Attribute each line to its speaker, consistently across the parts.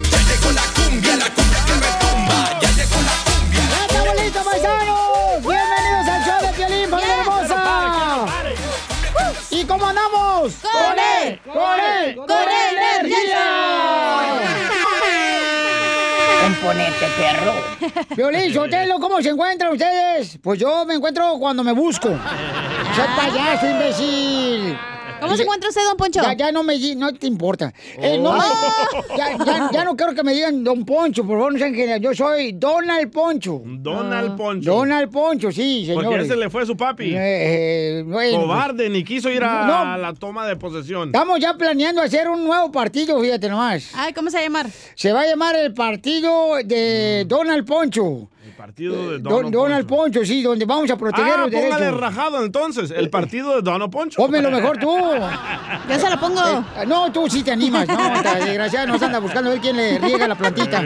Speaker 1: Ya llegó la cumbia, la cumbia que retumba. Ya llegó la cumbia.
Speaker 2: ¡Ya estamos listos, paisanos! ¡Bienvenidos al show de Piolín, familia hermosa! ¡Ah! ¿Y cómo andamos?
Speaker 3: ¡Con él!
Speaker 2: ¡Con él!
Speaker 3: ¡Con energía!
Speaker 2: ¡Componente, perro! Piolín, Sotelo, ¿cómo se encuentran ustedes? Pues yo me encuentro cuando me busco. ¡Soy payaso, imbécil!
Speaker 3: ¿Cómo se encuentra usted, don Poncho?
Speaker 2: Ya, ya no me di- no te importa. Eh, no me-
Speaker 3: Oh.
Speaker 2: ya, ya- ya no quiero que me digan Don Poncho, por favor, no sean geniales. Yo soy Donald Poncho.
Speaker 3: Ah.
Speaker 4: Donald Poncho.
Speaker 2: Donald Poncho, sí, señor.
Speaker 4: Porque ya se le fue su papi.
Speaker 2: Eh, eh, bueno, pues,
Speaker 4: Cobarde, ni quiso ir a,
Speaker 2: No.
Speaker 4: la toma de posesión.
Speaker 2: Estamos ya planeando hacer un nuevo partido, fíjate nomás.
Speaker 3: Ay, ¿cómo se va a llamar?
Speaker 2: Se va a llamar el partido de Donald Poncho.
Speaker 4: Partido de
Speaker 2: eh, Don-
Speaker 4: Mm. Donald,
Speaker 2: Donald Poncho. sí, donde vamos a proteger
Speaker 4: Ah,
Speaker 2: los derechos.
Speaker 4: póngale rajado entonces. El partido de Donald Poncho.
Speaker 2: Pónmelo Eh, mejor tú.
Speaker 3: Yo se lo pongo.
Speaker 2: Eh, no, tú sí te animas. No, esta desgraciada nos anda buscando a ver quién le riega la plantita.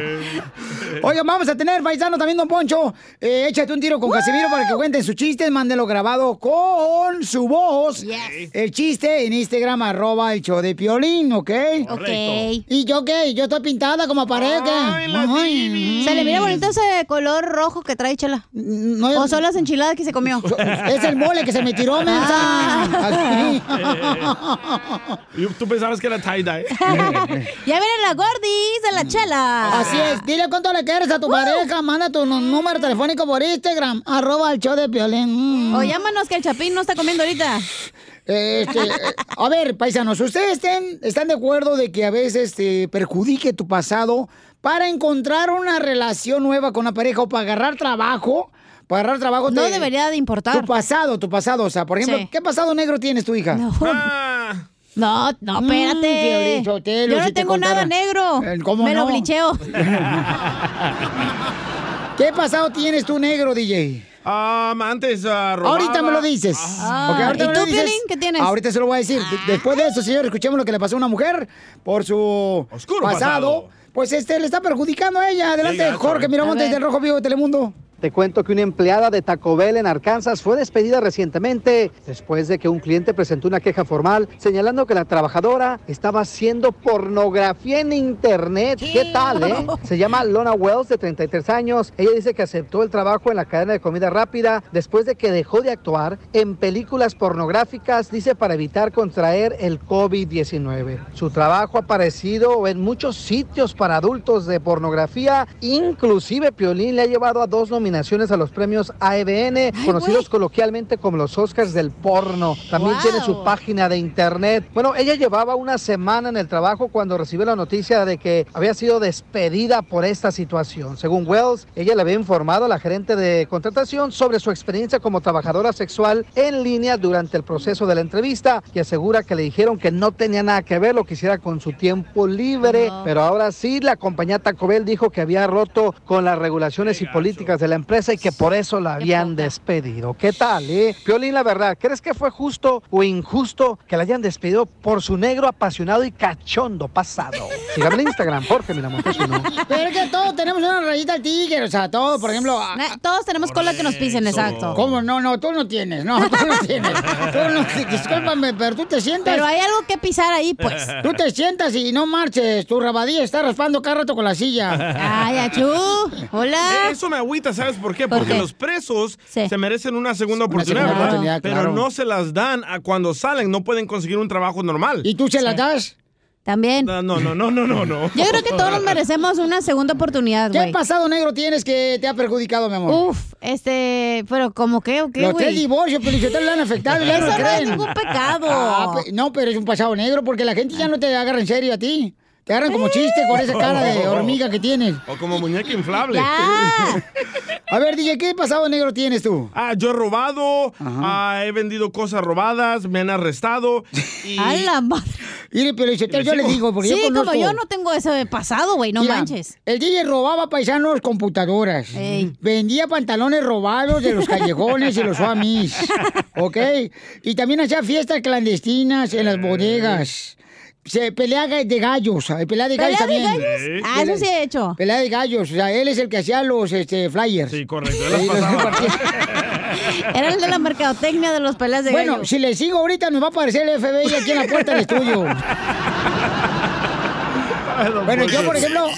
Speaker 2: Oigan, vamos a tener paisano también, don Poncho. Eh, échate un tiro con Casimiro para que cuenten sus chistes. Mándelo grabado con su voz. El chiste en Instagram, arroba el show de Piolín, ¿ok?
Speaker 3: Ok. Correcto.
Speaker 2: ¿Y yo qué? Yo estoy pintada como pared. ¿qué? Ay, mm.
Speaker 3: Se le mira bonito ese color rojo que trae Chela. o son las enchiladas que se comió.
Speaker 2: Es el mole que se me tiró, mensa.
Speaker 3: Ah.
Speaker 2: Así.
Speaker 4: Eh, Y Tú pensabas que era tie-dye.
Speaker 3: ya viene la gordis de la Chela.
Speaker 2: Mm. Así es, dile cuánto le quieres a tu pareja, manda tu nu- número telefónico por Instagram, arroba el show de Piolín. Mm.
Speaker 3: O llámanos que el chapín no está comiendo ahorita.
Speaker 2: Este, eh, a ver, paisanos, ¿ustedes estén- están de acuerdo de que a veces te perjudique tu pasado para encontrar una relación nueva con la pareja o para agarrar trabajo? Para agarrar trabajo
Speaker 3: No
Speaker 2: te-
Speaker 3: debería de importar.
Speaker 2: Tu pasado, tu pasado. O sea, por ejemplo,
Speaker 3: Sí.
Speaker 2: ¿qué pasado negro tienes tu hija? Mm, No,
Speaker 3: No, no, espérate. Yo no tengo nada negro.
Speaker 2: Eh, ¿Cómo
Speaker 3: Me
Speaker 2: no?
Speaker 3: lo blicheo.
Speaker 2: ¿Qué pasado tienes tú negro, DJ?
Speaker 4: Ah, antes ah, robaba.
Speaker 2: Ahorita me lo dices.
Speaker 4: Ah.
Speaker 2: Ok, ahorita
Speaker 3: ¿Y
Speaker 2: me lo
Speaker 3: tú,
Speaker 2: dices.
Speaker 3: Piolín, qué tienes?
Speaker 2: Ahorita se lo voy a decir. De- Después de eso, señor, escuchemos lo que le pasó a una mujer por su
Speaker 5: Oscuro
Speaker 2: pasado.
Speaker 5: pasado.
Speaker 2: Pues este le está perjudicando a ella. Adelante,
Speaker 5: gacho,
Speaker 2: Jorge
Speaker 5: eh.
Speaker 2: Miramontes
Speaker 5: A ver.
Speaker 2: del Rojo Vivo de Telemundo.
Speaker 5: Te cuento que una empleada de Taco Bell en Arkansas fue despedida recientemente después de que un cliente presentó una queja formal señalando que la trabajadora estaba haciendo pornografía en internet. ¿Qué tal, eh? Se llama Lona Wells, de 33 años. Ella dice que aceptó el trabajo en la cadena de comida rápida después de que dejó de actuar en películas pornográficas, dice, para evitar contraer el COVID-19. Su trabajo ha aparecido en muchos sitios para adultos de pornografía, inclusive Piolín le ha llevado a dos nominaciones a E los premios AEBN, conocidos coloquialmente como los Oscars del porno. También tiene su página de internet. Bueno, ella llevaba una semana en el trabajo cuando recibió la noticia de que había sido despedida por esta situación. Según Wells, ella le había informado a la gerente de contratación sobre su experiencia como trabajadora sexual en línea durante el proceso de la entrevista y asegura que le dijeron que no tenía nada que ver lo que hiciera con su tiempo libre, pero ahora sí la compañía Taco Bell dijo que había roto con las regulaciones y políticas de la empresa y que por eso la habían despedido. ¿Qué tal, eh? Piolín, la verdad, ¿crees que fue justo o injusto que la hayan despedido por su negro apasionado y cachondo pasado? Sígame en Instagram, Jorge Miramontes uno.
Speaker 2: Pero es que todos tenemos una rayita al tigre, o sea, todos, por ejemplo... a-
Speaker 3: Na- Todos tenemos cola que nos pisen, exacto.
Speaker 2: Ah. ¿Cómo? No, no, tú no tienes, no, tú no tienes. Tú no, discúlpame, pero tú te sientas...
Speaker 3: Pero hay algo que pisar ahí, pues.
Speaker 2: Tú te sientas y no marches, tu rabadilla está raspando cada rato con la silla.
Speaker 3: Ay, achú, hola.
Speaker 4: Eso me agüita, ¿sabes por qué?
Speaker 2: ¿Por
Speaker 4: Porque
Speaker 2: qué?
Speaker 4: los presos
Speaker 2: Sí.
Speaker 4: se merecen una segunda
Speaker 2: Una
Speaker 4: oportunidad,
Speaker 2: segunda
Speaker 4: ¿verdad?
Speaker 2: oportunidad,
Speaker 4: Pero
Speaker 2: claro.
Speaker 4: no se las dan a cuando salen, no pueden conseguir un trabajo normal.
Speaker 2: ¿Y tú se las das?
Speaker 3: También.
Speaker 4: No, no, no, no, no, no. no.
Speaker 3: Yo creo que todos nos merecemos una segunda oportunidad,
Speaker 2: ¿Qué
Speaker 3: güey.
Speaker 2: pasado negro tienes que te ha perjudicado, mi amor?
Speaker 3: Uf, este, pero ¿cómo qué o qué,
Speaker 2: Los tres
Speaker 3: güey?
Speaker 2: divorcios, Pelichotelo, le han afectado, ya
Speaker 3: Eso
Speaker 2: no
Speaker 3: no es
Speaker 2: creen.
Speaker 3: ningún pecado.
Speaker 2: Ah, pe- no, pero es un pasado negro porque la gente ya no te agarra en serio a ti. Te agarran como chiste con esa cara de hormiga que tienes.
Speaker 4: O como muñeca inflable.
Speaker 2: A ver, DJ, ¿qué pasado negro tienes tú?
Speaker 4: Ah, yo he robado, ah, he vendido cosas robadas, me han arrestado. Y...
Speaker 3: A la madre.
Speaker 2: Mire, pero yo le digo, porque
Speaker 3: sí,
Speaker 2: yo conozco...
Speaker 3: como yo no tengo ese pasado, güey, no
Speaker 2: Mira,
Speaker 3: manches.
Speaker 2: El DJ robaba paisanos computadoras. Vendía pantalones robados de los callejones y los famis. ¿Ok? Y también hacía fiestas clandestinas en las bodegas. Se pelea ga- de gallos, eh, pelea de gallos
Speaker 3: ¿Pelea de
Speaker 2: también.
Speaker 3: gallos? Ah, eso sí he hecho.
Speaker 2: Pelea de gallos, o sea, él es el que hacía los este, flyers. Sí,
Speaker 4: correcto.
Speaker 3: Era el de la mercadotecnia de los peleas de
Speaker 2: Bueno,
Speaker 3: gallo.
Speaker 2: si le sigo ahorita nos va a aparecer el FBI aquí en la puerta del estudio. Bueno, yo
Speaker 4: Pues,
Speaker 2: por ejemplo,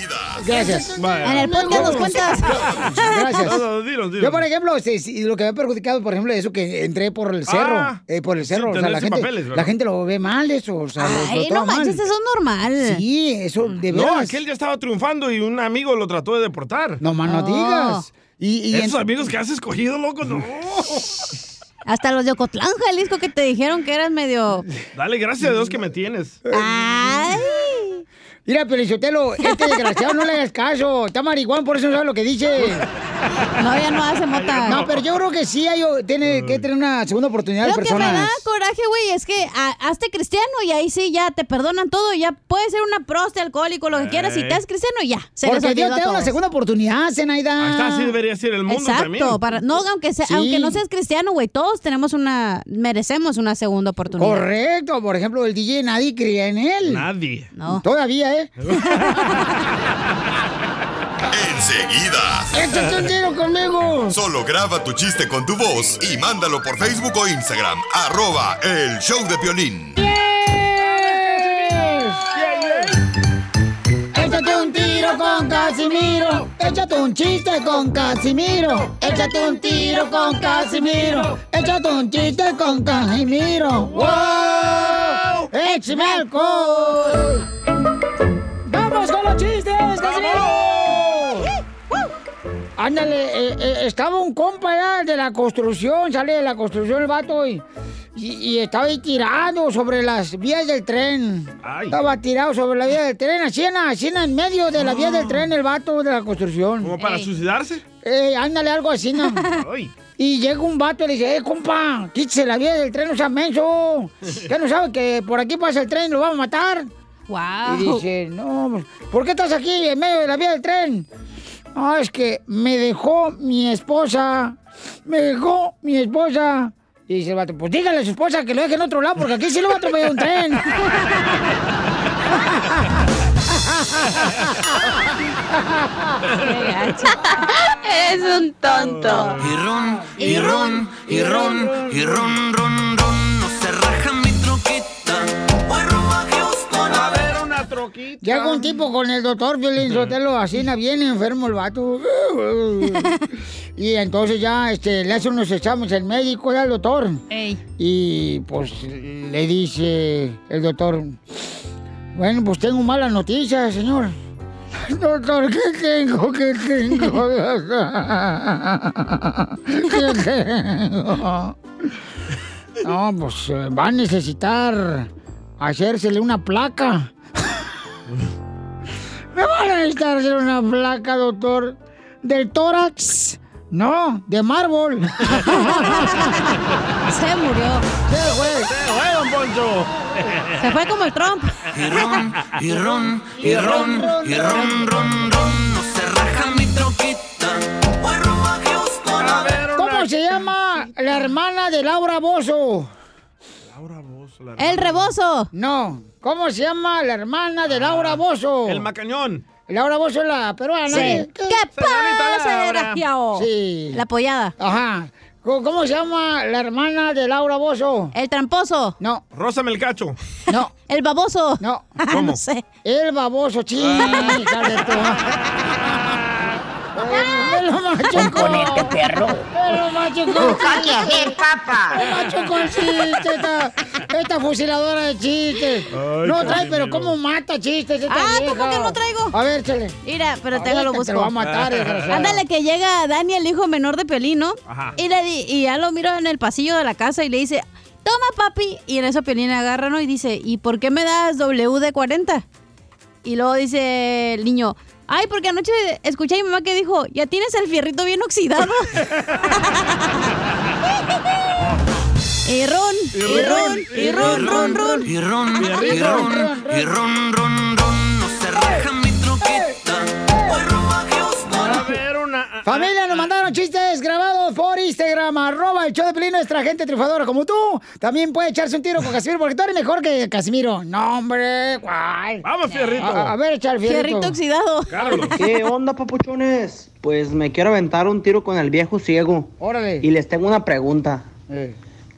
Speaker 2: gracias.
Speaker 4: Vaya.
Speaker 3: En el podcast nos cuentas.
Speaker 2: Gracias.
Speaker 4: No, no, dilos, dilos.
Speaker 2: Yo, por ejemplo, este, si- lo que me ha perjudicado, por ejemplo, eso que entré por el cerro.
Speaker 4: Ah.
Speaker 2: eh, por el cerro.
Speaker 4: Sí,
Speaker 2: o sea,
Speaker 4: tener
Speaker 2: la
Speaker 4: sin
Speaker 2: gente,
Speaker 4: papeles, ¿verdad?
Speaker 2: la gente lo ve mal, eso. O sea, lo- lo
Speaker 3: Ay,
Speaker 2: toma
Speaker 3: no manches,
Speaker 2: mal.
Speaker 3: eso es normal.
Speaker 2: Sí, eso de
Speaker 4: No,
Speaker 2: veras.
Speaker 4: aquel ya estaba triunfando y un amigo lo trató de deportar.
Speaker 2: No más no
Speaker 3: Oh.
Speaker 2: digas. Y, y
Speaker 4: Esos
Speaker 2: en-
Speaker 4: amigos que has escogido, loco, no.
Speaker 3: Hasta los de Ocotlán, Jalisco, que te dijeron que eras medio...
Speaker 4: Dale gracias a Dios que me tienes.
Speaker 2: Ah.
Speaker 3: Ay.
Speaker 2: Mira, Pelizotelo, este desgraciado no le hagas caso. Está marihuana, por eso no sabe lo que dice.
Speaker 3: No, ya no hace mota.
Speaker 2: No, pero yo creo que sí hay, tiene que tener una segunda oportunidad
Speaker 3: Lo
Speaker 2: de
Speaker 3: que me da
Speaker 2: personas.
Speaker 3: coraje, güey, es que a- hazte cristiano y ahí sí ya te perdonan todo. Ya puedes ser una proste, alcohólico, lo que quieras. Si
Speaker 4: Ey.
Speaker 3: te haces cristiano, ya. Se les
Speaker 2: Porque
Speaker 3: olvidó
Speaker 2: Dios te da
Speaker 3: a
Speaker 2: una
Speaker 3: todos.
Speaker 2: segunda oportunidad, Zenaida.
Speaker 4: Ahí está, así debería ser el mundo
Speaker 3: Exacto,
Speaker 4: también.
Speaker 3: para no aunque sea,
Speaker 2: Sí.
Speaker 3: aunque no seas cristiano, güey, todos tenemos una merecemos una segunda oportunidad.
Speaker 2: Correcto, por ejemplo, el DJ nadie creía en él.
Speaker 4: Nadie.
Speaker 3: No.
Speaker 2: Todavía, ¿eh?
Speaker 1: Enseguida.
Speaker 2: ¡Échate Este un tiro conmigo!
Speaker 1: Solo graba tu chiste con tu voz y mándalo por Facebook o Instagram. Arroba el show de violín.
Speaker 2: Échate un tiro con Casimiro. Échate un chiste con Casimiro. Échate un tiro con Casimiro. Échate un chiste con Casimiro. Eh. ¡Wow! ¡Échame alcohol! ¡Vamos con los chistes, Casimiro! Ándale, eh, eh, estaba un compa ya de la construcción, sale de la construcción el vato y, y- y estaba ahí tirado sobre las vías del tren.
Speaker 4: Ay.
Speaker 2: Estaba tirado sobre la vía del tren, así en, así en el medio de la vía del tren el vato de la construcción.
Speaker 4: Ah. ¿Como para
Speaker 3: Ey.
Speaker 4: suicidarse?
Speaker 2: Eh, ándale, algo así, ¿no?
Speaker 4: Ay.
Speaker 2: Y llega un vato y le dice, eh, compa, quítese la vía del tren, no seas menso. ¿Qué no sabe que por aquí pasa el tren y lo vamos a matar?
Speaker 3: Wow.
Speaker 2: Y dice, no, pues, ¿por qué estás aquí en medio de la vía del tren? Ah, es que me dejó mi esposa. Me dejó mi esposa. Y dice el vato, pues dígale a su esposa que lo deje en otro lado, porque aquí sí Pues lo va a atropellar un tren.
Speaker 6: Eres un tonto.
Speaker 7: Y ron, y ron, y ron, y ron, ron, ron, no se raja mi troquita. Voy rumbo a Houston a ver.
Speaker 4: una troquita.
Speaker 2: Llega un tipo con el doctor Violín Sotelo, así na, bien enfermo el vato. Y entonces ya este, le hace unos exámenes el médico ya al doctor.
Speaker 3: Ey.
Speaker 2: Y pues le dice el doctor, bueno, pues tengo malas noticias, señor. Doctor, ¿qué tengo? ¿Qué tengo? ¿Qué tengo? No, pues eh, va a necesitar hacérsele una placa. ¿Me van a necesitar hacer una placa, doctor? ¿Del tórax? No, de mármol.
Speaker 3: Se murió.
Speaker 4: ¡Te voy, ¡Eh, don Poncho!
Speaker 3: Se fue como el Trump.
Speaker 7: Y ron, y ron, y ron, y ron, ron, ron, no se raja mi troquita. Voy rumbo a Houston a ver.
Speaker 2: ¿Cómo se llama la hermana de Laura Bozo?
Speaker 4: Laura Bozo, la-
Speaker 3: El rebozo.
Speaker 2: No. ¿Cómo se llama la hermana de Laura Bozo?
Speaker 4: Ah, El macañón.
Speaker 2: Laura Bozo es la peruana. ¿eh?
Speaker 3: ¿Qué pasa,
Speaker 4: Laura.
Speaker 3: desgraciado?
Speaker 2: Sí.
Speaker 3: La apoyada.
Speaker 2: Ajá. ¿Cómo cómo se llama la hermana de Laura Bozo?
Speaker 3: El tramposo.
Speaker 2: No,
Speaker 4: Rózame el cacho.
Speaker 2: no,
Speaker 3: El baboso.
Speaker 2: no.
Speaker 4: ¿Cómo?
Speaker 3: no sé. Ah.
Speaker 2: El baboso, chica de tu- Ay, me lo machucó. Me lo macho con ¿Qué macho con chistes esta, esta fusiladora de chistes? no trae, pero ¿cómo mata chistes esta
Speaker 3: Ah,
Speaker 2: vieja?
Speaker 3: ¿cómo que no traigo?
Speaker 2: A ver, chale.
Speaker 3: Mira, pero
Speaker 2: Ahorita
Speaker 3: déjalo
Speaker 2: te
Speaker 3: busco.
Speaker 2: lo va a matar, eh, desgraciado.
Speaker 3: Ándale que llega Dani, el hijo menor de Pelín, ¿no?
Speaker 2: Ajá.
Speaker 3: Y, le di- y ya lo miro en el pasillo de la casa y le dice, toma papi. Y en eso Pelín agarra, ¿no? Y dice, ¿y por qué me das WD-40? Y luego dice el niño, ay, porque anoche escuché a mi mamá que dijo, ya tienes el fierrito bien oxidado. y ron, y ron, y ron, ron, ron.
Speaker 7: Y ron, y ron, y ron, ron, ron, no se raja mi troquita.
Speaker 2: Familia, nos mandaron chistes grabados por Instagram, arroba el show de Pelín, nuestra gente triunfadora como tú. También puede echarse un tiro con Casimiro, porque tú eres mejor que Casimiro. No, hombre, guay.
Speaker 4: Vamos, Fierrito.
Speaker 2: A, a ver, echar Fierrito.
Speaker 3: Fierrito oxidado.
Speaker 8: ¿Qué onda, papuchones? Pues me quiero aventar un tiro con el viejo ciego.
Speaker 2: Órale. Eh.
Speaker 8: Y les tengo una pregunta.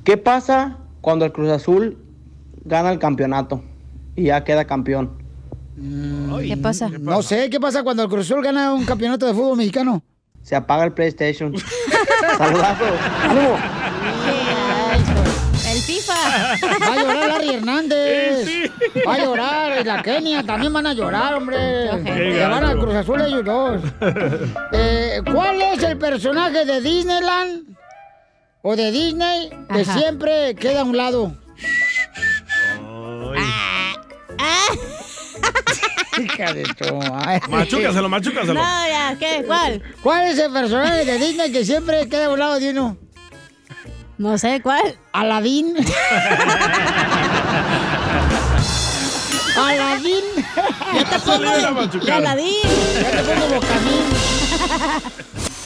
Speaker 8: ¿Qué pasa cuando el Cruz Azul gana el campeonato y ya queda campeón?
Speaker 3: Mm, ¿Qué pasa?
Speaker 2: No sé, ¿qué pasa cuando el Cruz Azul gana un campeonato de fútbol mexicano?
Speaker 8: Se apaga el PlayStation. Saludazos.
Speaker 3: El FIFA.
Speaker 2: Va a llorar Larry Hernández. Va a llorar. Y la Kenia también van a llorar, hombre. Le van al Cruz Azul ellos dos. Eh, ¿Cuál es el personaje de Disneyland o de Disney que
Speaker 3: Ajá.
Speaker 2: siempre queda a un lado?
Speaker 3: Ah.
Speaker 2: Hija de tu madre.
Speaker 4: Machúcaselo, machúcaselo.
Speaker 3: No, ya, ¿qué? ¿Cuál?
Speaker 2: ¿Cuál es el personaje de Disney que siempre queda a un lado de uno?
Speaker 3: No sé, ¿cuál?
Speaker 2: Aladín. Aladín.
Speaker 3: Yo te pongo de Aladín.
Speaker 2: Yo te pongo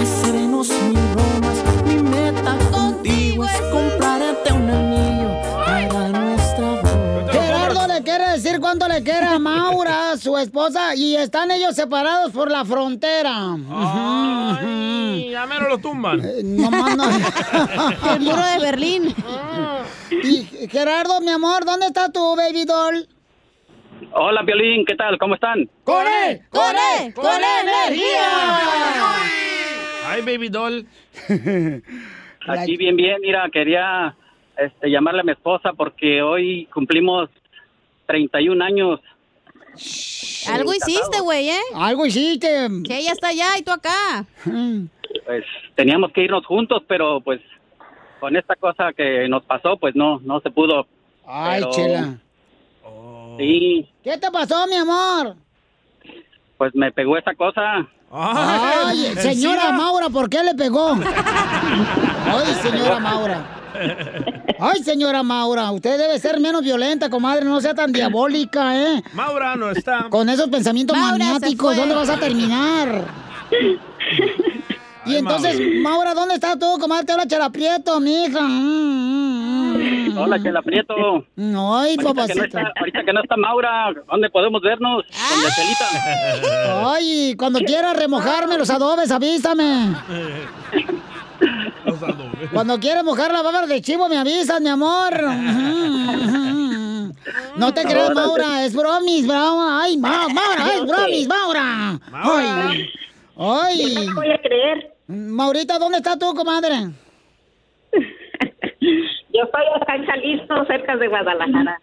Speaker 7: hacernos mil bromas. Mi meta contigo es comprarte un anillo para nuestra boda.
Speaker 2: Gerardo le quiere decir cuánto le quiere a Maura, su esposa, y están ellos separados por la frontera.
Speaker 4: Y ya mero lo tumban.
Speaker 2: No más Eh, no.
Speaker 4: El muro de
Speaker 2: Berlín. Y Gerardo, mi amor, ¿dónde está tu baby doll?
Speaker 9: Hola, Violín, ¿qué tal? ¿Cómo están?
Speaker 2: ¡Con él! ¡Con él! ¡Con energía!
Speaker 4: Ay, baby doll.
Speaker 9: Aquí bien, bien. Mira, quería este, llamarle a mi esposa porque hoy cumplimos 31 años.
Speaker 3: Algo hiciste, güey, ¿eh?
Speaker 2: Algo hiciste.
Speaker 3: Que ella está allá y tú acá.
Speaker 9: Pues teníamos que irnos juntos, pero pues con esta cosa que nos pasó, pues no, no se pudo.
Speaker 2: Ay,
Speaker 9: Pero-
Speaker 2: chela.
Speaker 4: Oh.
Speaker 9: Sí,
Speaker 2: ¿Qué te pasó, mi amor?
Speaker 9: pues me pegó esa cosa.
Speaker 4: Ah.
Speaker 2: Ay, señora Maura, ¿por qué le pegó? Ay, señora Maura. Ay, señora Maura, usted debe ser menos violenta, comadre, no sea tan diabólica, ¿eh?
Speaker 4: Maura no está.
Speaker 2: Con esos pensamientos
Speaker 4: Maura se
Speaker 2: maniáticos,
Speaker 4: fue.
Speaker 2: ¿dónde vas a terminar? Y entonces, Maura, ¿dónde está tú, comadre? Te habla Chela Prieto, mija. Mm, mm, mm.
Speaker 9: Hola, Chela Prieto.
Speaker 2: Ay,
Speaker 9: Ahorita que, no
Speaker 2: papacito.
Speaker 9: está, ahorita que no está Maura, ¿dónde podemos vernos? Con la Chelita.
Speaker 2: Ah. Ay, cuando quieras remojarme los adobes, avísame. Cuando quieras mojar la baba de chivo, me avisas, mi amor. No te creas,
Speaker 7: Ahora
Speaker 2: Maura, es bromis, Maura. Ay, Ma- Maura, es bromis, Maura. Ay, ay.
Speaker 7: No
Speaker 2: voy a creer. Maurita, ¿dónde está tú, comadre?
Speaker 10: Yo estoy acá en Jalisco, cerca de Guadalajara.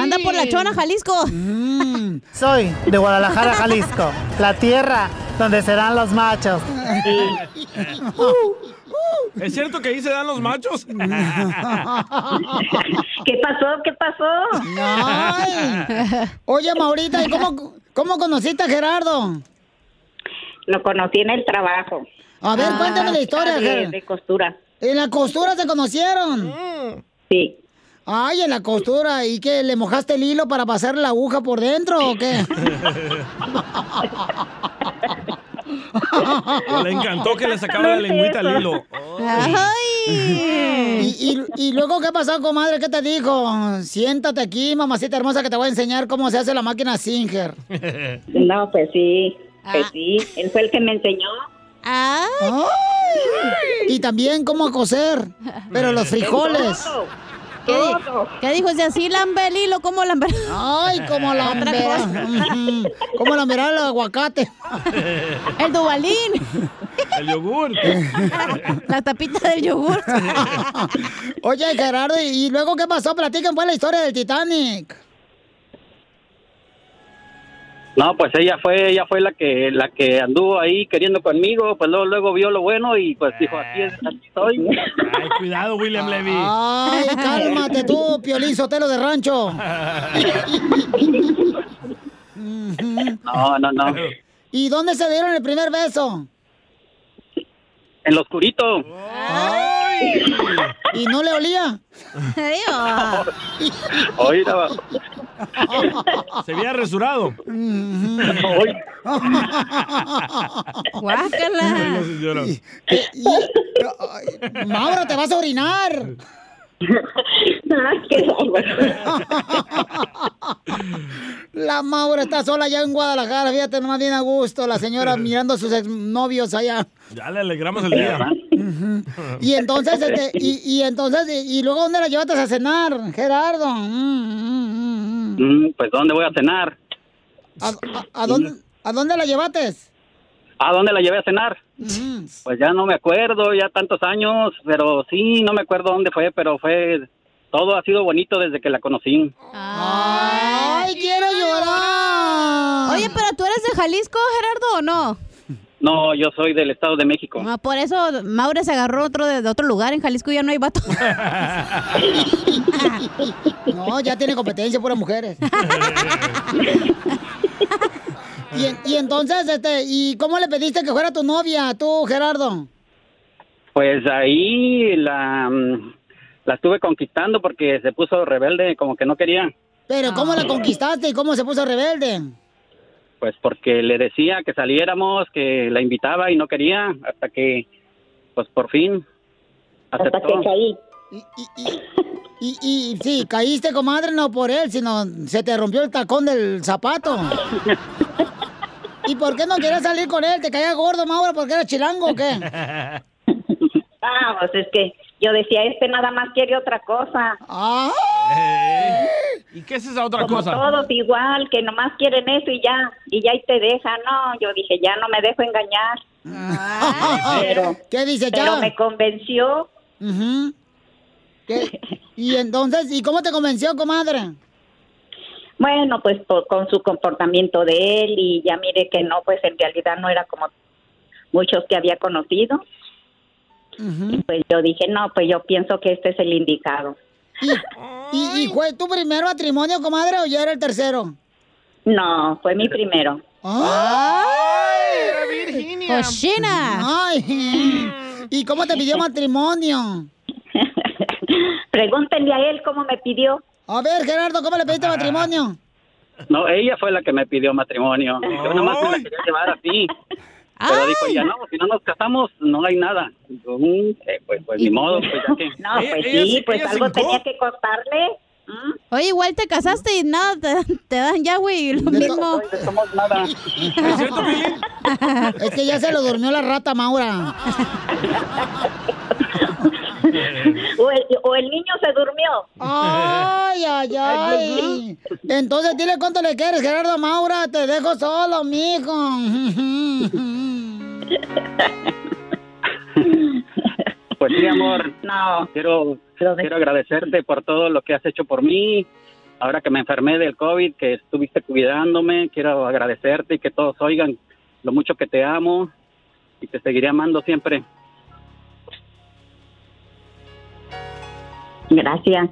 Speaker 3: Anda por la chona, Jalisco.
Speaker 11: Soy de Guadalajara, Jalisco, la tierra donde serán los machos.
Speaker 4: ¿Es cierto que ahí se dan los machos?
Speaker 2: ¿Qué pasó? ¿Qué pasó? Ay. Oye, Maurita, ¿y cómo, cómo conociste a Gerardo?
Speaker 10: Lo conocí en el trabajo.
Speaker 2: A
Speaker 12: Ah,
Speaker 2: ver, cuéntame la historia,
Speaker 10: de,
Speaker 2: Ger.
Speaker 10: de costura.
Speaker 2: ¿En la costura se conocieron?
Speaker 10: Sí.
Speaker 2: Ay, en la costura. ¿Y qué? ¿Le mojaste el hilo para pasar la aguja por dentro o qué?
Speaker 4: Le encantó que le sacara la lengüita al hilo.
Speaker 2: Ay. Y, y- y luego, ¿qué pasó, comadre? ¿Qué te dijo? Siéntate aquí, mamacita hermosa, que te voy a enseñar cómo se hace la máquina Singer.
Speaker 9: Mm.
Speaker 12: No, pues sí,
Speaker 3: Ah.
Speaker 12: pues sí. Él fue el que me enseñó.
Speaker 2: Ay. Y también cómo coser, pero los frijoles.
Speaker 3: ¿Qué, di- qué dijo? Dice así, lambelilo, ¿cómo lambelilo?
Speaker 2: Ay, como lambea. ¿Cómo lamberá el aguacate?
Speaker 3: El dubalín.
Speaker 4: El yogur.
Speaker 3: La tapita del yogur.
Speaker 2: Oye, Gerardo, ¿y luego qué pasó? Platiquen, fue la historia del Titanic.
Speaker 9: No, pues ella fue, ella fue la que, la que anduvo ahí queriendo conmigo, pues luego, luego vio lo bueno y pues dijo así es, así soy.
Speaker 4: Ay, cuidado, William Levy.
Speaker 2: Ay, cálmate tú, Piolín Sotelo de Rancho.
Speaker 9: No, no, no.
Speaker 2: ¿Y dónde se dieron el primer beso?
Speaker 9: En lo oscurito.
Speaker 2: ¿Y no le olía?
Speaker 9: Hoy no.
Speaker 4: Se había resurado.
Speaker 3: Guácala.
Speaker 2: Maura, te vas a orinar. La Maura está sola allá en Guadalajara, fíjate nomás bien a gusto, la señora mirando a sus exnovios allá.
Speaker 4: Ya le alegramos el día.
Speaker 2: Y entonces, este, y, y entonces, y, y luego dónde la llevaste a cenar, Gerardo? Mm,
Speaker 9: Mm, pues ¿dónde voy a cenar?
Speaker 2: ¿A, a- a dónde, ¿A dónde la llevaste?
Speaker 9: ¿A dónde la llevé a cenar? Pues ya no me acuerdo, ya tantos años, pero sí, no me acuerdo dónde fue, pero fue... Todo ha sido bonito desde que la conocí.
Speaker 2: Ay, quiero llorar.
Speaker 3: Oye, pero tú eres de Jalisco, Gerardo, o no?
Speaker 9: No, yo soy del Estado de México.
Speaker 3: Ah, por eso Maura se agarró otro de, de otro lugar. En Jalisco ya no hay vato.
Speaker 7: Ah.
Speaker 2: No, ya tiene competencia puras mujeres. y, en- y entonces, este, ¿y cómo le pediste que fuera tu novia, tú, Gerardo?
Speaker 9: Pues ahí la, mm, la estuve conquistando porque se puso rebelde, como que no quería.
Speaker 2: Pero ¿cómo la conquistaste y cómo se puso rebelde?
Speaker 9: Pues porque le decía que saliéramos, que la invitaba y no quería, hasta que, pues por fin, aceptó.
Speaker 2: Y, y sí, caíste, comadre, no por él, sino se te rompió el tacón del zapato. ¿Y por qué no querías salir con él? ¿Te caía gordo, Maura, porque era chilango o qué?
Speaker 12: Ah, pues es que yo decía, este nada más quiere otra cosa.
Speaker 4: ¿Y qué es esa Ah. otra
Speaker 12: Como
Speaker 4: cosa?
Speaker 12: todos igual, que nomás quieren eso y ya, y ya y te dejan. No, yo dije, ya no me dejo engañar. Pero,
Speaker 2: Ah. ¿Qué dice ya?
Speaker 12: pero me convenció.
Speaker 2: Ujú. ¿Qué? Y entonces, ¿y cómo te convenció, comadre?
Speaker 12: Bueno, pues por- con su comportamiento de él y ya mire que no, pues en realidad no era como muchos que había conocido. Y pues yo dije, no, pues yo pienso que este es el indicado.
Speaker 2: ¿Y, y fue tu primer matrimonio, comadre, o ya era el tercero?
Speaker 12: No, fue mi primero.
Speaker 2: ¡Ay!
Speaker 4: ¡Era Virginia! Mm.
Speaker 2: ¡Cochina! ¡Ay! ¿Y cómo te pidió matrimonio?
Speaker 12: Pregúntenle a él cómo me pidió.
Speaker 2: A ver, Gerardo, ¿cómo le pediste matrimonio?
Speaker 9: No, ella fue la que me pidió matrimonio. Yo nada más me la quería llevar así. Pero dijo ya no, si no nos casamos, no hay nada. Digo, mm, eh, pues, pues ni modo, pues ya que.
Speaker 12: No, pues sí, pues algo tenía que contarle.
Speaker 3: Oye, igual te casaste y nada, te, te dan ya, güey, lo mismo.
Speaker 2: Es que ya se lo durmió la rata, Maura.
Speaker 12: O el, o el niño se durmió.
Speaker 2: ¡Ay, ay, ay! Entonces, dile cuánto le quieres, Gerardo Maura. Te dejo solo, mijo.
Speaker 9: Pues sí, amor.
Speaker 12: No.
Speaker 9: Quiero, quiero agradecerte por todo lo que has hecho por mí. Ahora que me enfermé del COVID, que estuviste cuidándome, quiero agradecerte y que todos oigan lo mucho que te amo y te seguiré amando siempre.
Speaker 12: Gracias.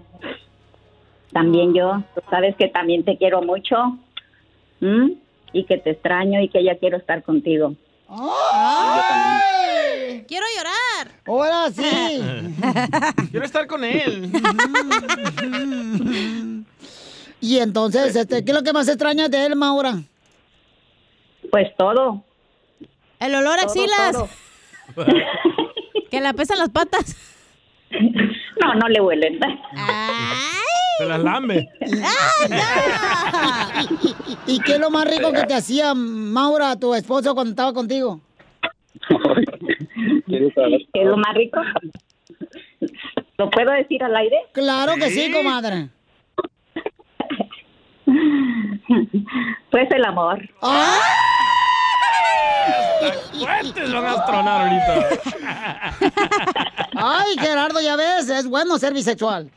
Speaker 12: También yo, tú sabes que también te quiero mucho ¿m? y que te extraño y que ya quiero estar contigo.
Speaker 3: Quiero llorar.
Speaker 2: Ahora sí.
Speaker 4: Quiero estar con él.
Speaker 2: Y entonces, este, ¿qué es lo que más extrañas de él, Maura?
Speaker 12: Pues todo.
Speaker 3: El olor a
Speaker 12: Todo,
Speaker 3: axilas.
Speaker 12: todo.
Speaker 3: Que la pesan las patas.
Speaker 12: No, no le huelen.
Speaker 4: Se las lambe.
Speaker 2: ¿Y qué es lo más rico que te hacía Maura, tu esposo, cuando estaba contigo?
Speaker 13: ¿Quieres saber?
Speaker 12: ¿Qué es lo más rico? ¿Lo puedo decir al aire?
Speaker 2: Claro que sí, comadre.
Speaker 12: Pues el amor.
Speaker 2: ¡Ah!
Speaker 4: Fuertes van a tronar ahorita.
Speaker 2: Ay, Gerardo, ya ves, es bueno ser bisexual.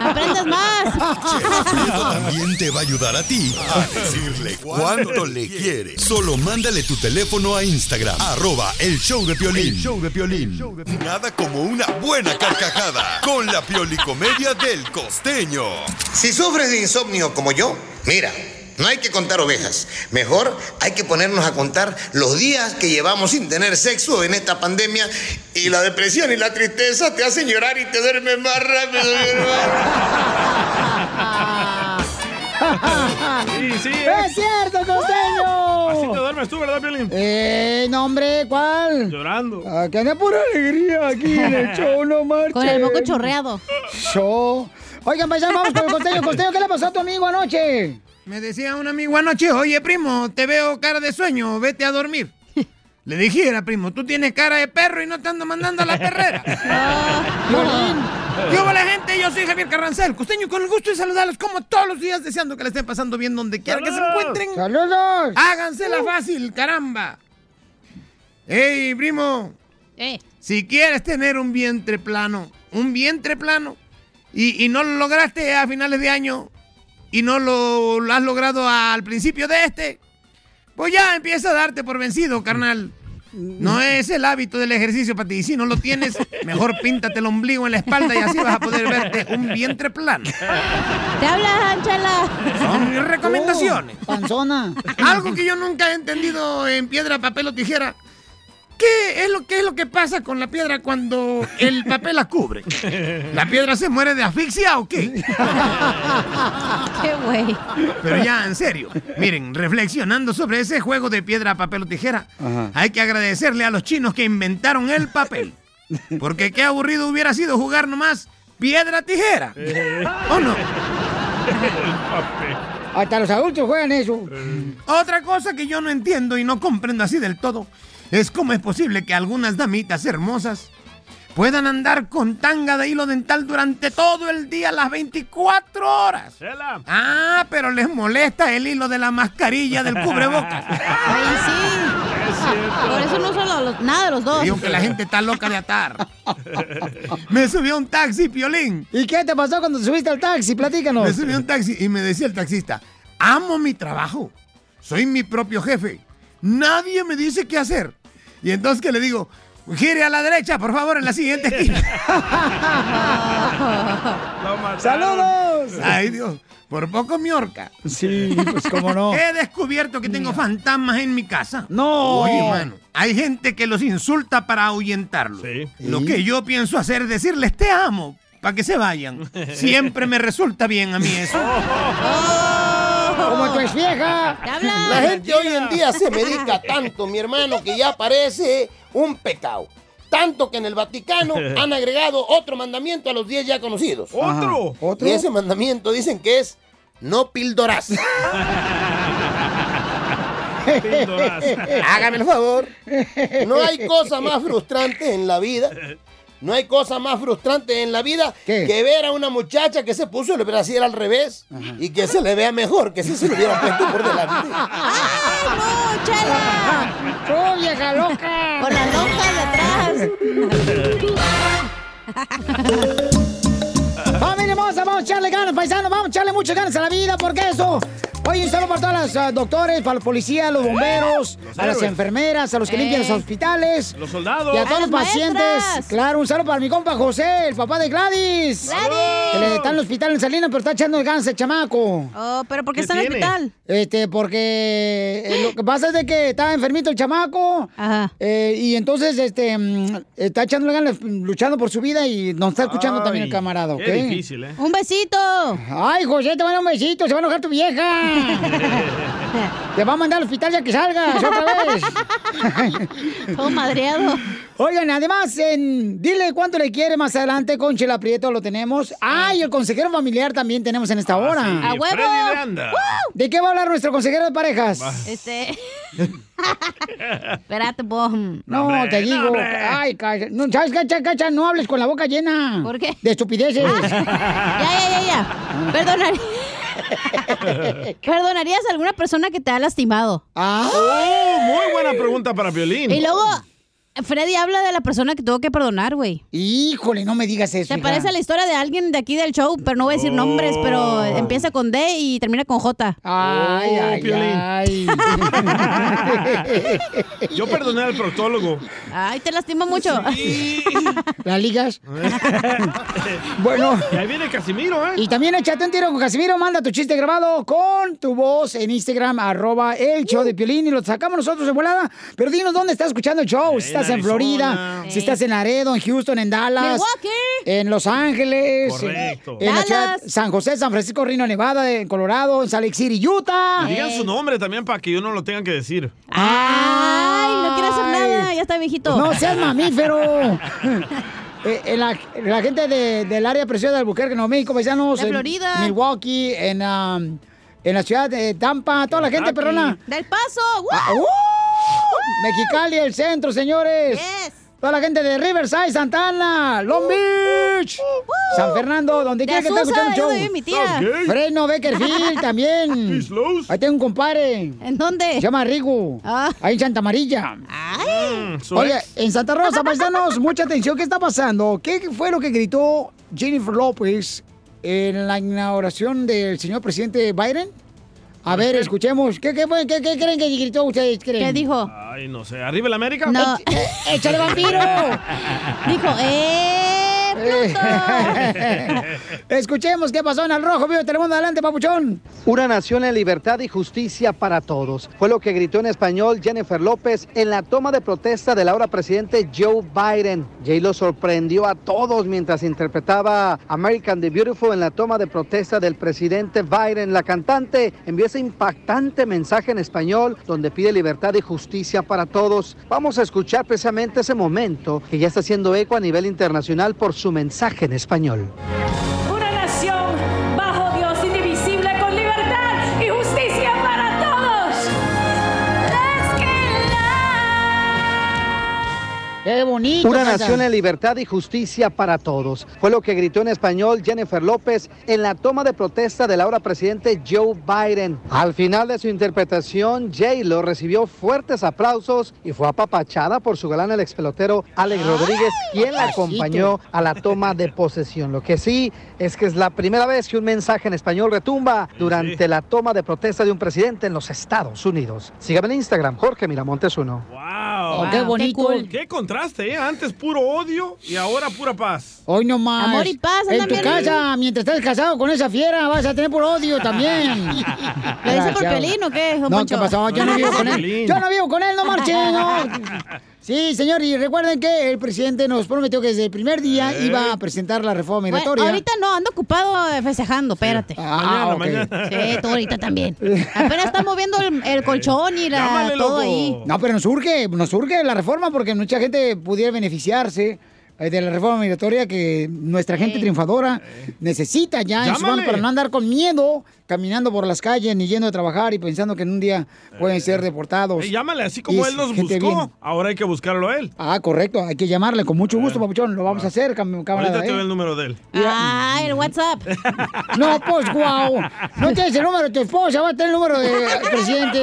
Speaker 3: ¡Aprendes más!
Speaker 1: Prieto también te va a ayudar a ti a decirle Ah. cuánto le quieres. Solo mándale tu teléfono a Instagram, arroba el show de Piolín.
Speaker 14: El
Speaker 1: show de Piolín. Nada como una buena carcajada con la piolicomedia del costeño.
Speaker 14: Si sufres de insomnio como yo, mira, no hay que contar ovejas. Mejor hay que ponernos a contar los días que llevamos sin tener sexo en esta pandemia y la depresión y la tristeza te hacen llorar y te duermes más rápido. mi hermano.
Speaker 4: Sí, sí.
Speaker 2: ¡Es cierto, costeño!
Speaker 4: Así te duermes tú, ¿verdad, Piolín?
Speaker 2: ¡Eh, no, hombre! ¿Cuál?
Speaker 4: Llorando.
Speaker 2: Acá anda pura alegría aquí en el show, no marches.
Speaker 3: Con el moco chorreado.
Speaker 2: Show. Oigan, paisanos, vamos con el costeño. Costeño, ¿qué le pasó a tu amigo anoche?
Speaker 15: Me decía un amigo anoche, oye primo, te veo cara de sueño, vete a dormir. Le dije, era primo, tú tienes cara de perro y no te ando mandando a la perrera. ¿Qué hubo, la gente? Yo soy Javier Carrancel, costeño, con el gusto de saludarlos como todos los días, deseando que la estén pasando bien donde quiera que se
Speaker 2: ¡Saludos!
Speaker 15: encuentren.
Speaker 2: ¡Saludos!
Speaker 15: Hágansela fácil, caramba. ¡Ey, primo! Si quieres tener un vientre plano, un vientre plano, y, y no lo lograste a finales de año, y no lo, lo has logrado al principio de este, pues ya empieza a darte por vencido, carnal. No es el hábito del ejercicio para ti. Si no lo tienes, mejor píntate el ombligo en la espalda y así vas a poder verte un vientre plano.
Speaker 3: ¡Te Oh, hablas, Anchala!
Speaker 15: Son mis recomendaciones.
Speaker 2: Panzona.
Speaker 15: Algo que yo nunca he entendido en piedra, papel o tijera. ¿Qué es lo, qué es lo que pasa con la piedra cuando el papel la cubre? ¿La piedra se muere de asfixia o qué?
Speaker 3: ¡Qué güey!
Speaker 15: Pero ya, en serio. Miren, reflexionando sobre ese juego de piedra, papel o tijera, hay que agradecerle a los chinos que inventaron el papel. Porque qué aburrido hubiera sido jugar nomás piedra, tijera. ¿O no?
Speaker 2: Hasta los adultos juegan eso.
Speaker 15: Otra cosa que yo no entiendo y no comprendo así del todo es cómo es posible que algunas damitas hermosas puedan andar con tanga de hilo dental durante todo el día, las 24 horas. Ah, pero les molesta el hilo de la mascarilla del cubrebocas.
Speaker 3: ¡Ay, sí! Por eso no uso los- los- nada de los dos.
Speaker 15: Digo que la gente está loca de atar. Me subió un taxi, Piolín.
Speaker 2: ¿Y qué te pasó cuando te subiste al taxi? Platícanos.
Speaker 15: Me subió un taxi y me decía el taxista, amo mi trabajo, soy mi propio jefe, nadie me dice qué hacer. Y entonces que le digo, gire a la derecha, por favor, en la siguiente esquina.
Speaker 2: ¡Saludos!
Speaker 15: Ay, Dios, por poco mi horca.
Speaker 2: Sí, pues cómo no.
Speaker 15: He descubierto que tengo fantasmas en mi casa.
Speaker 2: No.
Speaker 15: Oye, mano, hay gente que los insulta para ahuyentarlos. Lo que yo pienso hacer es decirles te amo para que se vayan. Siempre me resulta bien a mí eso.
Speaker 2: Como tu ex vieja.
Speaker 16: Pues, La gente hoy en día se medica tanto, mi hermano, que ya parece un pecado. Tanto que en el Vaticano han agregado otro mandamiento a los 10 ya conocidos.
Speaker 4: ¿Otro? Ajá, ¿otro?
Speaker 16: Y ese mandamiento dicen que es no pildorás.
Speaker 4: Píldoras.
Speaker 16: Hágame el favor. No hay cosa más frustrante en la vida. No hay cosa más frustrante en la vida que ver a una muchacha que se puso el brasier al revés y que se le vea mejor que si se lo hubiera puesto por delante.
Speaker 3: ¡Ay, no, Chela!
Speaker 2: ¡Oh, vieja loca!
Speaker 3: Con la loca de atrás.
Speaker 2: ¡Familia hermosa! Vamos a echarle ganas, paisanos. Vamos a echarle muchas ganas a la vida porque eso. Oye, un saludo para todas las ah, doctores, para los policías, los bomberos,
Speaker 4: Eh, Los
Speaker 2: a las
Speaker 4: héroes.
Speaker 2: enfermeras, a los que
Speaker 4: Eh.
Speaker 2: limpian los hospitales.
Speaker 4: Los soldados.
Speaker 2: Y a todos los pacientes. Claro, un saludo para mi compa José, el papá de Gladys. Que le está en el hospital en Salinas, pero está echando el ganas el chamaco.
Speaker 3: Oh, pero ¿por qué,
Speaker 2: ¿Qué
Speaker 3: está en el
Speaker 2: tiene?
Speaker 3: hospital?
Speaker 2: Este, porque eh, lo que pasa es de que estaba enfermito el chamaco. eh, y entonces este mm, está echándole ganas, luchando por su vida y nos está escuchando también el camarada, ¿ok?
Speaker 3: qué difícil, ¿eh?
Speaker 2: ¡Un besito! ¡Ay, José, te van a dar un besito! ¡Se va a enojar tu vieja! ¡Te va a mandar al hospital ya que salgas otra vez!
Speaker 3: Todo madreado.
Speaker 2: Oigan, además, en dile cuánto le quiere más adelante con Chela Prieto, lo tenemos. ¡Ay, el consejero familiar también tenemos en esta hora!
Speaker 3: ¡A huevo! Freddy Landa. ¡Woo!
Speaker 2: ¿De qué va a hablar nuestro consejero de parejas?
Speaker 3: Este. Espérate, vos.
Speaker 2: No, te digo. Ay, cacha. No, ¿Sabes, cacha, cacha? No hables con la boca llena. ¿Por qué? De estupideces.
Speaker 3: Ah. Ya, ya, ya, ya. Perdonar- ¿Perdonarías a alguna persona que te ha lastimado?
Speaker 2: ¡Ah!
Speaker 4: Oh, muy buena pregunta para Violín.
Speaker 3: Y luego, Freddy habla de la persona que tuvo que perdonar, güey.
Speaker 2: Híjole, no me digas eso.
Speaker 3: Se parece a la historia de alguien de aquí del show, pero no voy a
Speaker 4: Oh.
Speaker 3: decir nombres, pero empieza con D y termina con J.
Speaker 2: Ay,
Speaker 4: Oh, ay, Piolín. Yo perdoné al proctólogo.
Speaker 3: Ay, te lastima mucho.
Speaker 2: ¿La ligas? bueno.
Speaker 4: Y ahí viene Casimiro, ¿eh?
Speaker 2: Y también échate un tiro con Casimiro, manda tu chiste grabado con tu voz en Instagram, arroba el show de Piolín y lo sacamos nosotros de volada. Pero dinos dónde estás escuchando el show, si
Speaker 7: En
Speaker 2: estás en Florida,
Speaker 7: Arizona.
Speaker 2: si estás en Laredo, en Houston, en Dallas,
Speaker 7: Milwaukee.
Speaker 2: en Los Ángeles,
Speaker 4: Correcto.
Speaker 2: en, en la
Speaker 4: Dallas.
Speaker 2: ciudad de San José, San Francisco, Reno, Nevada, en Colorado, en Salt Lake City, Utah.
Speaker 4: Y Digan su nombre también para que yo no lo tenga que decir.
Speaker 3: Ay, no quiere hacer nada, ya está viejito.
Speaker 2: No seas mamífero. Eh, eh, la, la gente de- del área preciosa de Albuquerque, Nuevo México, paisanos.
Speaker 3: De
Speaker 2: en
Speaker 3: Florida.
Speaker 2: Milwaukee, en, um, en la ciudad de Tampa, toda la gente
Speaker 3: Kentucky.
Speaker 2: perrona.
Speaker 3: Del paso. ¡Woo!
Speaker 2: Ah, ¡uh! Mexicali, el centro, señores. Toda la gente de Riverside, Santana, Long Beach, San Fernando, donde
Speaker 7: De
Speaker 2: quiera que esté
Speaker 7: Azusa,
Speaker 2: escuchando el
Speaker 7: ahí donde
Speaker 2: show.
Speaker 7: vive mi tía. Ok.
Speaker 2: Fresno, Beckerfield también. Ahí tengo un compadre.
Speaker 3: ¿En dónde?
Speaker 2: Se llama Rigo.
Speaker 7: Ah.
Speaker 2: Ahí en Santa Amarilla.
Speaker 4: Mm, su
Speaker 2: Oye,
Speaker 4: ex.
Speaker 2: en Santa Rosa, paisanos, mucha atención, ¿qué está pasando? ¿Qué fue lo que gritó Jennifer López en la inauguración del señor presidente Biden? A ver, escuchemos. ¿Qué, qué, fue? ¿Qué- qué creen que gritó ustedes? creen?
Speaker 3: ¿Qué dijo?
Speaker 4: Ay, no sé. ¿Arriba el América?
Speaker 3: No.
Speaker 2: ¡Échale vampiro!
Speaker 3: Dijo, ¡eh,
Speaker 2: Pluto! Escuchemos qué pasó en el rojo, vivo de Telemundo. Adelante, papuchón.
Speaker 5: Una nación en libertad y justicia para todos. Fue lo que gritó en español Jennifer López en la toma de protesta del ahora presidente Joe Biden. Jay lo sorprendió a todos mientras interpretaba American the Beautiful en la toma de protesta del presidente Biden. La cantante envió ese impactante mensaje en español donde pide libertad y justicia para todos. Vamos a escuchar precisamente ese momento que ya está haciendo eco a nivel internacional por su mensaje en español.
Speaker 17: Una nación bajo Dios indivisible con libertad y justicia para todos.
Speaker 2: ¡Qué bonito!
Speaker 5: Una
Speaker 2: Cacha.
Speaker 5: nación en libertad y justicia para todos. Fue lo que gritó en español Jennifer López en la toma de protesta del ahora presidente Joe Biden. Al final de su interpretación, J-Lo recibió fuertes aplausos y fue apapachada por su galán, el expelotero Alex Rodríguez, quien la acompañó a la toma de posesión. Lo que sí es que es la primera vez que un mensaje en español retumba durante la toma de protesta de un presidente en los Estados Unidos. Sígame en Instagram, Jorge Miramontes 1.
Speaker 4: Wow.
Speaker 5: Oh, qué bonito.
Speaker 4: Qué, contraste, ¿eh? Antes puro odio y ahora pura paz.
Speaker 2: Hoy nomás.
Speaker 4: Amor y paz,
Speaker 2: En
Speaker 4: anda
Speaker 2: tu
Speaker 4: bien.
Speaker 2: casa, mientras estés casado con esa fiera, vas a tener por odio también.
Speaker 3: ¿Lo dice por
Speaker 2: Desgraciado.
Speaker 3: Pelín o qué? don
Speaker 2: No,
Speaker 3: Poncho?
Speaker 2: ¿qué pasó? Yo no vivo con él. Yo no vivo con él, no marchen. no. Sí, señor, y recuerden que el presidente nos prometió que desde el primer día
Speaker 3: ¿Eh?
Speaker 2: iba a presentar la reforma
Speaker 3: Bueno,
Speaker 2: migratoria.
Speaker 3: ahorita no, ando ocupado eh, festejando, espérate.
Speaker 2: Ah, Mañana, ok. mañana.
Speaker 3: Sí, tú ahorita también. Apenas está moviendo el, el colchón y la, todo ahí.
Speaker 2: No, pero nos urge, nos urge la reforma porque mucha gente pudiera beneficiarse eh, de la reforma migratoria que nuestra gente triunfadora
Speaker 4: Eh.
Speaker 2: necesita ya en su mano
Speaker 7: Llámale.
Speaker 2: para no andar con miedo caminando por las calles ni yendo a trabajar y pensando que en un día pueden ser deportados.
Speaker 4: Eh, llámale, así como
Speaker 2: Y
Speaker 4: él nos
Speaker 2: gente
Speaker 4: buscó,
Speaker 2: bien.
Speaker 4: ahora hay que buscarlo a él.
Speaker 2: Ah, correcto, hay que llamarle con mucho gusto, papuchón, lo vamos a hacer, cam- camarada.
Speaker 4: Ah. Ahorita te
Speaker 2: ¿eh?
Speaker 4: doy el número de él.
Speaker 3: Ah, el WhatsApp.
Speaker 2: No, pues, guau. No tienes el número de tu esposa, va a tener el número del presidente.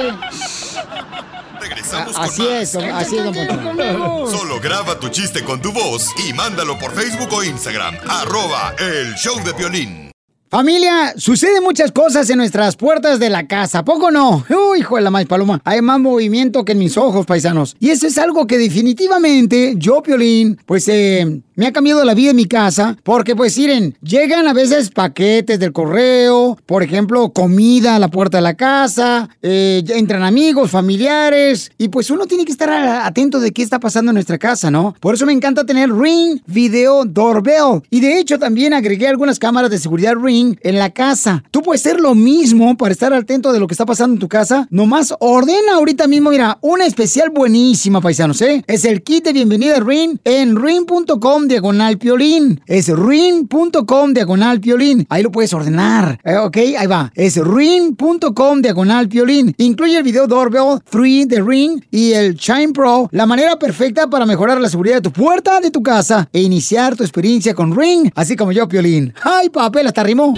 Speaker 1: Regresamos
Speaker 2: A- Ah, así es, don- así es, don Poncho.
Speaker 1: Solo graba tu chiste con tu voz y mándalo por Facebook o Instagram. Arroba el show de Piolín.
Speaker 2: Familia, suceden muchas cosas en nuestras puertas de la casa, ¿a poco no? Uy, hijo de la más paloma, hay más movimiento que en mis ojos, paisanos. Y eso es algo que definitivamente yo, Piolín, pues eh, me ha cambiado la vida en mi casa, porque pues miren, llegan a veces paquetes del correo, por ejemplo, comida a la puerta de la casa, eh, entran amigos, familiares, y pues uno tiene que estar a- atento de qué está pasando en nuestra casa, ¿no? Por eso me encanta tener Ring Video Doorbell. Y de hecho también agregué algunas cámaras de seguridad Ring en la casa. Tú puedes hacer lo mismo para estar atento de lo que está pasando en tu casa. Nomás ordena ahorita mismo, mira, una especial buenísima, paisanos, ¿eh? Es el kit de bienvenida Ring en ring.com diagonal piolín. Es ring.com diagonal piolín. Ahí lo puedes ordenar. Eh, ok, ahí va. Es ring.com diagonal piolín. Incluye el video Doorbell 3 de Ring y el Chime Pro, la manera perfecta para mejorar la seguridad de tu puerta de tu casa e iniciar tu experiencia con Ring, así como yo, piolín. ¡Ay, papel! Hasta rimó.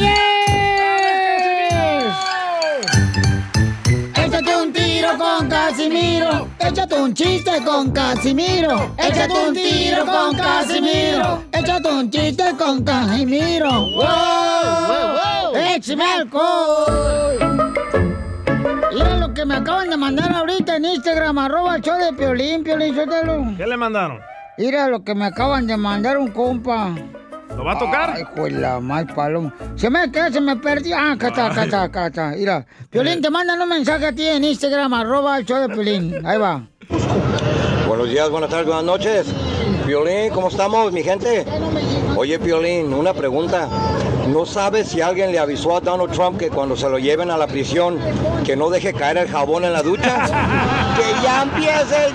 Speaker 7: Échate un tiro con Casimiro.
Speaker 2: Échate un chiste con Casimiro.
Speaker 7: Échate un tiro con Casimiro.
Speaker 2: Échate un chiste con Casimiro. ¡Wow!
Speaker 7: wow, wow.
Speaker 2: ¡Échame alcohol! Mira lo que me acaban de mandar ahorita en Instagram, arroba el show de Piolín, Piolín, suéltalo.
Speaker 4: ¿Qué le mandaron?
Speaker 2: Mira lo que me acaban de mandar un compa.
Speaker 4: ¿Lo va a tocar?
Speaker 2: Ay, hijo de la mal paloma. Se me quedó, se me perdió. Ah, acá está, acá está, acá está. Mira, Piolín, te mandan un mensaje a ti en Instagram, arroba el show de Piolín. Ahí va.
Speaker 18: Buenos días, buenas tardes, buenas noches. Piolín, ¿cómo estamos, mi gente? Oye, Piolín, una pregunta. ¿No sabes si alguien le avisó a Donald Trump que cuando se lo lleven a la prisión, que no deje caer el jabón en la ducha?
Speaker 7: ¡Que ya empiece el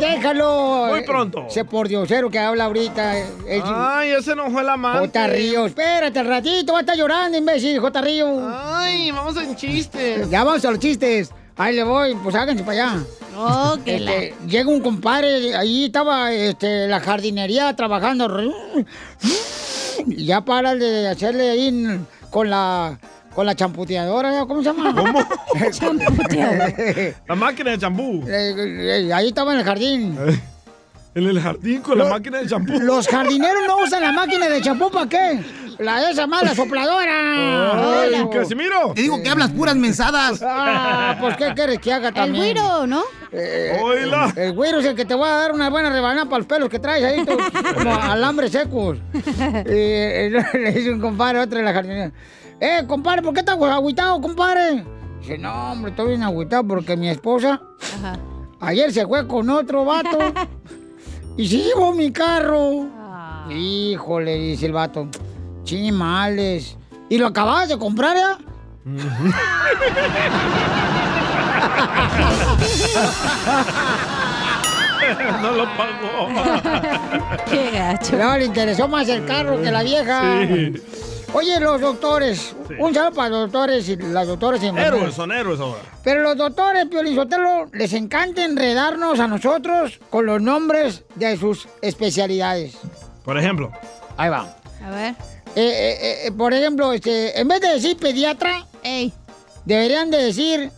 Speaker 2: Déjalo.
Speaker 4: Muy pronto.
Speaker 2: Se por diosero que habla ahorita.
Speaker 4: Ay, ese no fue la mano.
Speaker 2: Jota Río, espérate al ratito, va a estar llorando, imbécil, Jota Río.
Speaker 4: Ay, vamos a chistes.
Speaker 2: Ya vamos a los chistes. Ahí le voy, pues háganse para allá.
Speaker 3: Oh, que
Speaker 2: Este, Llega un compadre, ahí estaba este, la jardinería trabajando. Y ya para de hacerle ahí en- con la con la champuteadora, ¿cómo se llama? ¿Cómo?
Speaker 4: La máquina de champú.
Speaker 2: ahí estaba en el jardín.
Speaker 4: En el jardín con la máquina de champú.
Speaker 2: Los jardineros no usan la máquina de champú, ¿para qué? La de esa mala sopladora.
Speaker 4: Ay,
Speaker 2: Bueno.
Speaker 4: Casimiro.
Speaker 2: Te digo que hablas puras mensadas. Ah, pues ¿qué quieres que haga también?
Speaker 3: güiro,
Speaker 2: ¿no?
Speaker 4: Oíla.
Speaker 2: El güiro es el que te va a dar una buena rebanada para los pelos que traes ahí, tú, como alambres secos. Eh, eh, le dice un compadre, a otro de la jardinería. Eh, compadre, ¿por qué estás agüitado, compadre? Dice, no, hombre, estoy bien agüitado porque mi esposa
Speaker 3: Ajá.
Speaker 2: ayer se fue con otro vato y se llevó mi carro. Ah. Híjole, dice el vato. Chimales. ¿Y lo acababas de comprar, ¿eh? ya?
Speaker 4: No lo pagó.
Speaker 2: Qué gacho. No, le interesó más el carro que la vieja.
Speaker 4: Sí.
Speaker 2: Oye, los doctores. Un saludo para los doctores y las doctoras y
Speaker 4: Héroes, son héroes ahora.
Speaker 2: Pero los doctores, Piolizotelo, les encanta enredarnos a nosotros con los nombres de sus especialidades.
Speaker 4: Por ejemplo.
Speaker 2: Ahí va.
Speaker 3: A ver.
Speaker 2: Eh, eh, eh, por ejemplo, este, en vez de decir pediatra, deberían de decir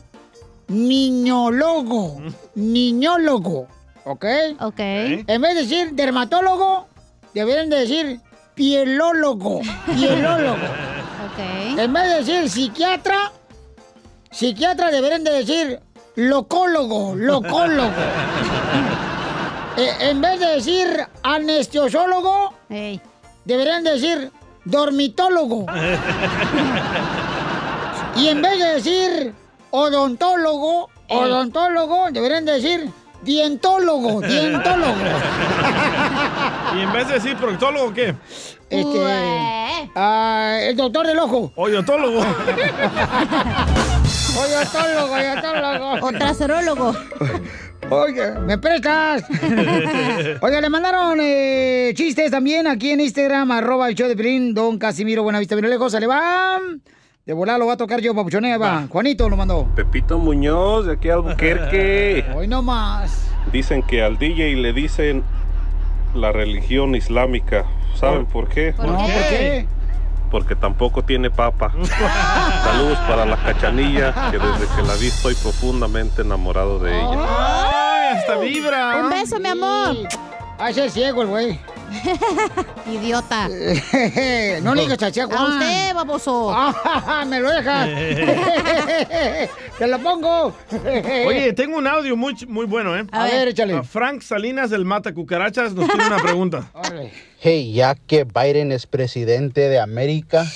Speaker 2: niñólogo, niñólogo, ¿ok?
Speaker 3: Ok.
Speaker 2: En vez de decir dermatólogo, deberían de decir pielólogo, pielólogo. En vez de decir psiquiatra, psiquiatra deberían de decir locólogo, locólogo. Eh, en vez de decir anestesiólogo, deberían decir dormitólogo. Y en vez de decir odontólogo, odontólogo, deberían decir dientólogo, dientólogo.
Speaker 4: Y en vez de decir proctólogo, ¿qué?
Speaker 2: Este, ah, el doctor del ojo.
Speaker 4: Oyotólogo.
Speaker 2: Oyotólogo, oyotólogo.
Speaker 3: O traserólogo.
Speaker 2: Oye, ¿me prestas? Oiga, le mandaron eh, chistes también aquí en Instagram, arroba el show de Pelín, don Casimiro Buenavista, bien lejos, le va. De volar lo va a tocar yo, papuchonea, va. Juanito lo mandó.
Speaker 19: Pepito Muñoz, de aquí a Albuquerque.
Speaker 2: Hoy no más.
Speaker 19: Dicen que al DJ le dicen la religión islámica. ¿Saben por qué?
Speaker 2: no, ¿por qué?
Speaker 19: Porque tampoco tiene papa. Saludos para la cachanilla, que desde que la vi estoy profundamente enamorado de ella.
Speaker 4: Ay, hasta vibra.
Speaker 3: Un beso, mi amor.
Speaker 2: Ay, se es ciego el güey.
Speaker 3: Idiota.
Speaker 2: no le digas chachá, Juan.
Speaker 3: A usted, baboso.
Speaker 2: me lo dejas. Te lo pongo.
Speaker 4: Oye, tengo un audio muy, ch- muy bueno, ¿eh?
Speaker 2: A ver, échale.
Speaker 4: A Frank Salinas, del Mata Cucarachas, nos tiene una pregunta.
Speaker 20: Hey, ya que Biden es presidente de América,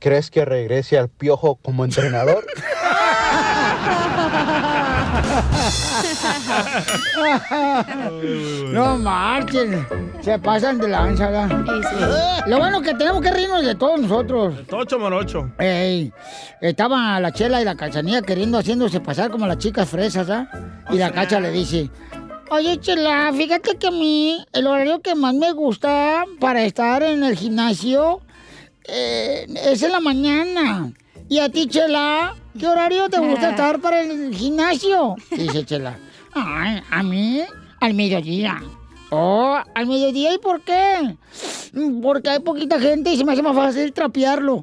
Speaker 20: ¿crees que regrese al piojo como entrenador?
Speaker 2: no marchen. Se pasan de lanza, ¿verdad? Lo bueno que tenemos que reírnos de todos nosotros.
Speaker 4: Tocho morocho.
Speaker 2: Ey, estaba la chela y la cachanilla queriendo haciéndose pasar como las chicas fresas, ¿ah? Y la cacha le dice, Oye, Chela, fíjate que a mí el horario que más me gusta para estar en el gimnasio eh, es en la mañana. Y a ti, Chela, ¿qué horario te gusta estar para el gimnasio? Dice Chela. Ay, a mí, al mediodía. Oh, al mediodía, ¿y por qué? Porque hay poquita gente y se me hace más fácil trapearlo.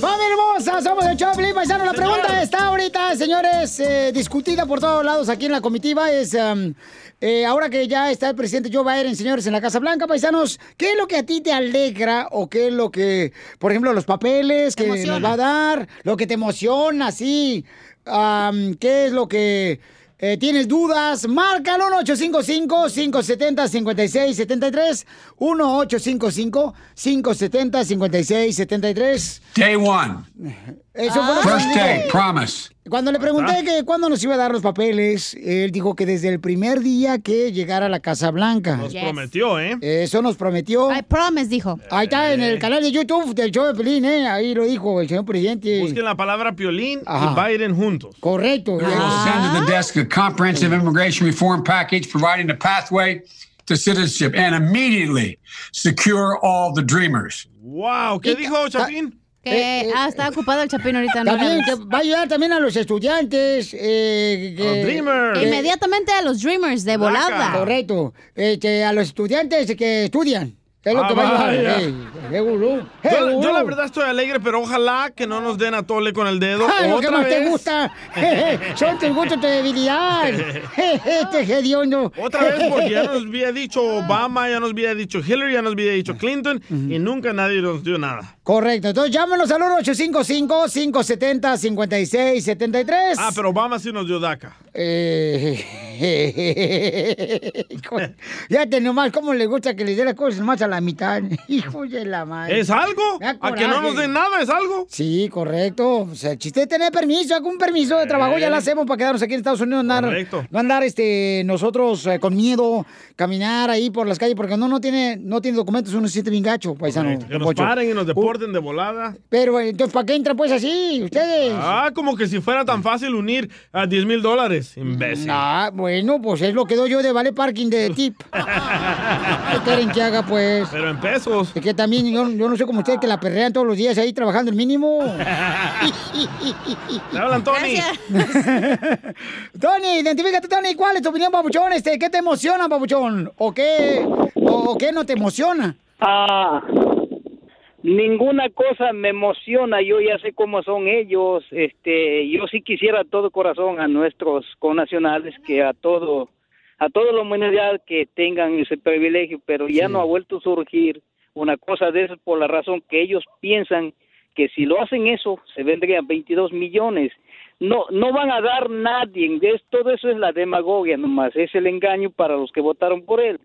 Speaker 2: ¡Familia hermosa! Somos el Choplin Paisano. La pregunta está ahorita, señores, eh, discutida por todos lados aquí en la comitiva. Es em, eh, ahora que ya está el presidente Joe Biden, señores, en la Casa Blanca, paisanos, ¿qué es lo que a ti te alegra o qué es lo que, por ejemplo, los papeles que nos va a dar, lo que te emociona, sí? Am, ¿Qué es lo que eh, tienes dudas? Márcalo 1-855-570-5673. 1-855-570-5673.
Speaker 21: Day one.
Speaker 2: Eso fue lo que
Speaker 21: First
Speaker 2: dijo.
Speaker 21: day, promise.
Speaker 2: Cuando le pregunté que cuándo nos iba a dar los papeles, él dijo que desde el primer día que llegara a la Casa Blanca.
Speaker 4: Nos prometió, ¿eh?
Speaker 2: Eso nos prometió. I promise, dijo. Ahí está, en el canal de YouTube del show de Pelín, ¿eh? Ahí lo dijo el señor presidente.
Speaker 4: Busquen la palabra Piolín y
Speaker 2: Ajá.
Speaker 4: Biden juntos.
Speaker 2: Correcto.
Speaker 21: We'll send
Speaker 2: Uh-huh.
Speaker 21: to the desk a comprehensive immigration reform package providing a pathway to citizenship and immediately secure all the dreamers.
Speaker 4: Wow, ¿qué dijo Chapín?
Speaker 3: Que, ah, está ocupado el chapín ahorita. No
Speaker 2: Eh, También que
Speaker 3: hables.
Speaker 2: va a ayudar también a los estudiantes. eh, que-
Speaker 3: Inmediatamente a los Dreamers de volada.
Speaker 2: Correcto. Este, a los estudiantes que estudian. Es lo
Speaker 4: Ah,
Speaker 2: que va a
Speaker 4: vaya.
Speaker 2: ayudar. Ey, ey, gurú. Ey,
Speaker 4: Yo, yo
Speaker 2: gurú.
Speaker 4: la verdad estoy alegre, pero ojalá que no nos den a tole con el dedo.
Speaker 2: Ah, lo que
Speaker 4: otra
Speaker 2: más te
Speaker 4: vez.
Speaker 2: gusta. Son tus gustos, tu debilidad. este hediondo.
Speaker 4: Otra vez, porque ya nos había dicho Obama, ya nos había dicho Hillary, ya nos había dicho Clinton, y nunca nadie nos dio nada.
Speaker 2: Correcto. Entonces llámanos al 1-855-570-5673.
Speaker 4: Ah, pero Obama sí nos dio DACA.
Speaker 2: Eh, hijo, ya te nomás cómo le gusta que le dé las cosas más a la mitad. Hijo de la madre.
Speaker 4: ¿Es algo?
Speaker 2: Me da
Speaker 4: ¿A que no
Speaker 2: coraje.
Speaker 4: nos den nada es algo?
Speaker 2: Sí, correcto. O sea, el chiste es tener permiso, algún permiso de trabajo, ya lo hacemos para quedarnos aquí en Estados Unidos, no andar,
Speaker 4: Correcto.
Speaker 2: no andar este, nosotros eh, con miedo, caminar ahí por las calles, porque no, no tiene, no tiene documentos, uno se siente bien gacho, paisano.
Speaker 4: Correcto, Que
Speaker 2: don
Speaker 4: nos
Speaker 2: Poncho.
Speaker 4: paren y nos deporten de volada.
Speaker 2: Pero entonces, ¿para qué entran pues así ustedes?
Speaker 4: Ah, como que si fuera tan fácil unir a 10 mil dólares, imbécil.
Speaker 2: Ah, bueno, pues es lo que doy yo de vale parking de tip. ¿Qué quieren que haga, pues?
Speaker 4: Pero en pesos.
Speaker 2: Es que también yo, yo no sé cómo ustedes que la perrean todos los días ahí trabajando el mínimo.
Speaker 4: Te hablan, Tony.
Speaker 2: Tony, identifícate, Tony. ¿Cuál es tu opinión, papuchón? Este, ¿Qué te emociona, papuchón? ¿O qué, o, o qué no te emociona?
Speaker 22: Ah, ninguna cosa me emociona, yo ya sé cómo son ellos, este, yo sí quisiera a todo corazón a nuestros connacionales que a todo, a toda la humanidad que tengan ese privilegio, pero ya no ha vuelto a surgir una cosa de esas por la razón que ellos piensan que si lo hacen eso se vendrían 22 millones. No, no van a dar nadie, es- todo eso es la demagogia nomás, es el engaño para los que votaron por él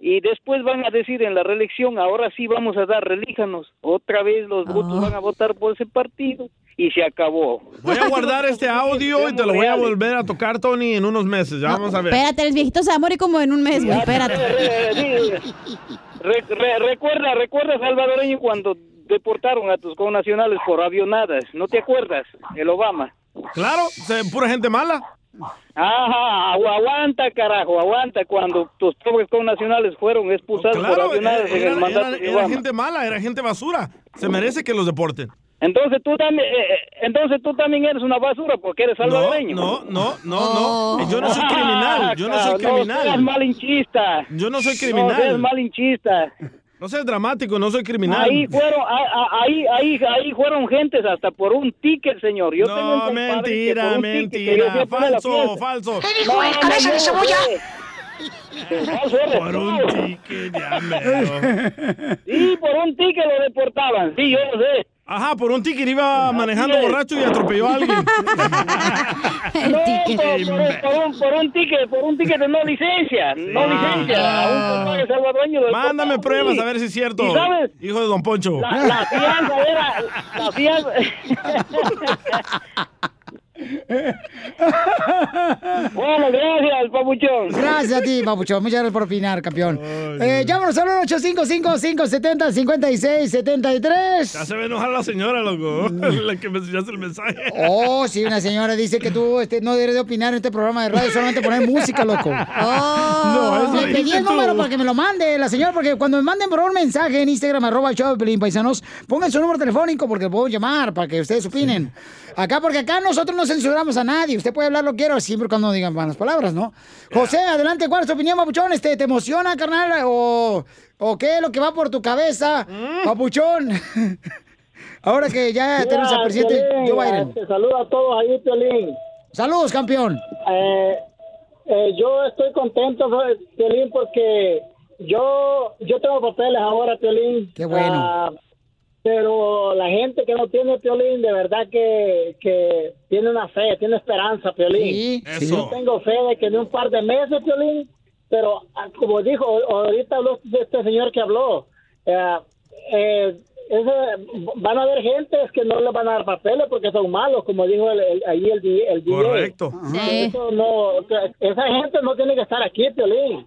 Speaker 22: y después van a decir en la reelección, ahora sí vamos a dar, relíjanos. Otra vez los votos van a votar por ese partido y se acabó.
Speaker 4: Voy a guardar este audio y te lo voy a volver a tocar, Tony, en unos meses. Ya vamos a ver.
Speaker 3: Espérate, el viejito se va a morir como en un mes, güey. Espérate.
Speaker 22: Re- re- recuerda, recuerda, salvadoreño, cuando deportaron a tus connacionales por avionadas, ¿no te acuerdas? El Obama.
Speaker 4: Claro, se- pura gente mala.
Speaker 22: Ajá, agu- aguanta, carajo, aguanta. Cuando tus pobres connacionales fueron expulsados por
Speaker 4: Claro, era,
Speaker 22: avionadas en el
Speaker 4: era-
Speaker 22: mandato
Speaker 4: era-
Speaker 22: de
Speaker 4: era
Speaker 22: Obama.
Speaker 4: gente mala, era gente basura. Se merece que los deporten.
Speaker 22: Entonces tú también, eh, eh, entonces tú también eres una basura porque eres salvadoreño.
Speaker 4: No, no, no, no. Yo no soy criminal. Yo no soy
Speaker 22: No seas
Speaker 4: criminal.
Speaker 22: malinchista.
Speaker 4: Yo no soy
Speaker 22: No seas
Speaker 4: criminal.
Speaker 22: malinchista.
Speaker 4: No seas dramático, no soy criminal.
Speaker 22: Ahí fueron, a- a- ahí, ahí, ahí fueron gentes hasta por un ticket, señor. Yo tengo un
Speaker 4: No,
Speaker 22: compadre que
Speaker 4: mentira,
Speaker 22: por un ticket que yo fui
Speaker 4: mentira.
Speaker 22: a poner la
Speaker 4: Falso,
Speaker 22: fiesta.
Speaker 4: falso.
Speaker 22: ¿Qué dijo el cabeza de cebolla?
Speaker 4: Por un ticket, ya mero.
Speaker 22: Sí, por un ticket lo deportaban. Sí, yo lo sé.
Speaker 4: Ajá, por un ticket iba manejando
Speaker 22: es.
Speaker 4: borracho y atropelló a alguien.
Speaker 22: No, por, por un- por un, por un ticket, por un ticket de no licencia, no licencia. A un compadre salvadoreño lo
Speaker 4: Ah. Mándame
Speaker 22: deportaron,
Speaker 4: pruebas
Speaker 22: sí.
Speaker 4: a ver si es cierto.
Speaker 22: ¿Y sabes?
Speaker 4: Hijo de Don Poncho.
Speaker 22: La, la fianza era, la fianza. bueno, gracias, papuchón.
Speaker 2: Gracias a ti, Papuchón. Muchas gracias por opinar, campeón. Eh, llámanos al 855-570-5673.
Speaker 4: Ya se ve enojar la señora, loco.
Speaker 3: Mm.
Speaker 4: la que me enseñaste el mensaje.
Speaker 2: Oh, sí, una señora dice que tú este, no debes de opinar en este programa de radio, solamente poner música, loco.
Speaker 4: No, eso
Speaker 2: Le
Speaker 4: dijiste
Speaker 2: pedí el
Speaker 4: tú.
Speaker 2: número para que me lo mande la señora, porque cuando me manden por un mensaje en Instagram, arroba el show de Pelín Paisanos, pongan su número telefónico porque lo puedo llamar para que ustedes opinen. Acá, porque acá nosotros no censuramos a nadie. Usted puede hablar lo que quiera, siempre y cuando digan malas palabras, ¿no? José, adelante, ¿cuál es tu opinión, Papuchón? Este, ¿Te emociona, carnal? ¿O, o qué es lo que va por tu cabeza,
Speaker 4: Mm.
Speaker 2: Papuchón? Ahora que ya tenemos al presidente
Speaker 23: Piolín,
Speaker 2: Joe Biden.
Speaker 23: Te saludo a todos ahí, Piolín. Eh,
Speaker 2: Saludos, campeón.
Speaker 23: yo estoy contento, Piolín, porque yo, yo tengo papeles ahora, Piolín.
Speaker 2: Qué bueno.
Speaker 23: Ah, pero la gente que no tiene Piolín, de verdad que, que tiene una fe, tiene esperanza, Piolín.
Speaker 2: Sí,
Speaker 23: Yo
Speaker 2: Eso.
Speaker 23: tengo fe de que en un par de meses, Piolín, pero ah, como dijo, ahorita habló este señor que habló, eh, eh, ese- van a haber gentes que no les van a dar papeles porque son malos, como dijo el, el- ahí el, di- el DJ.
Speaker 4: Correcto.
Speaker 23: Ajá. Eso no, que- esa gente no tiene que estar aquí, Piolín.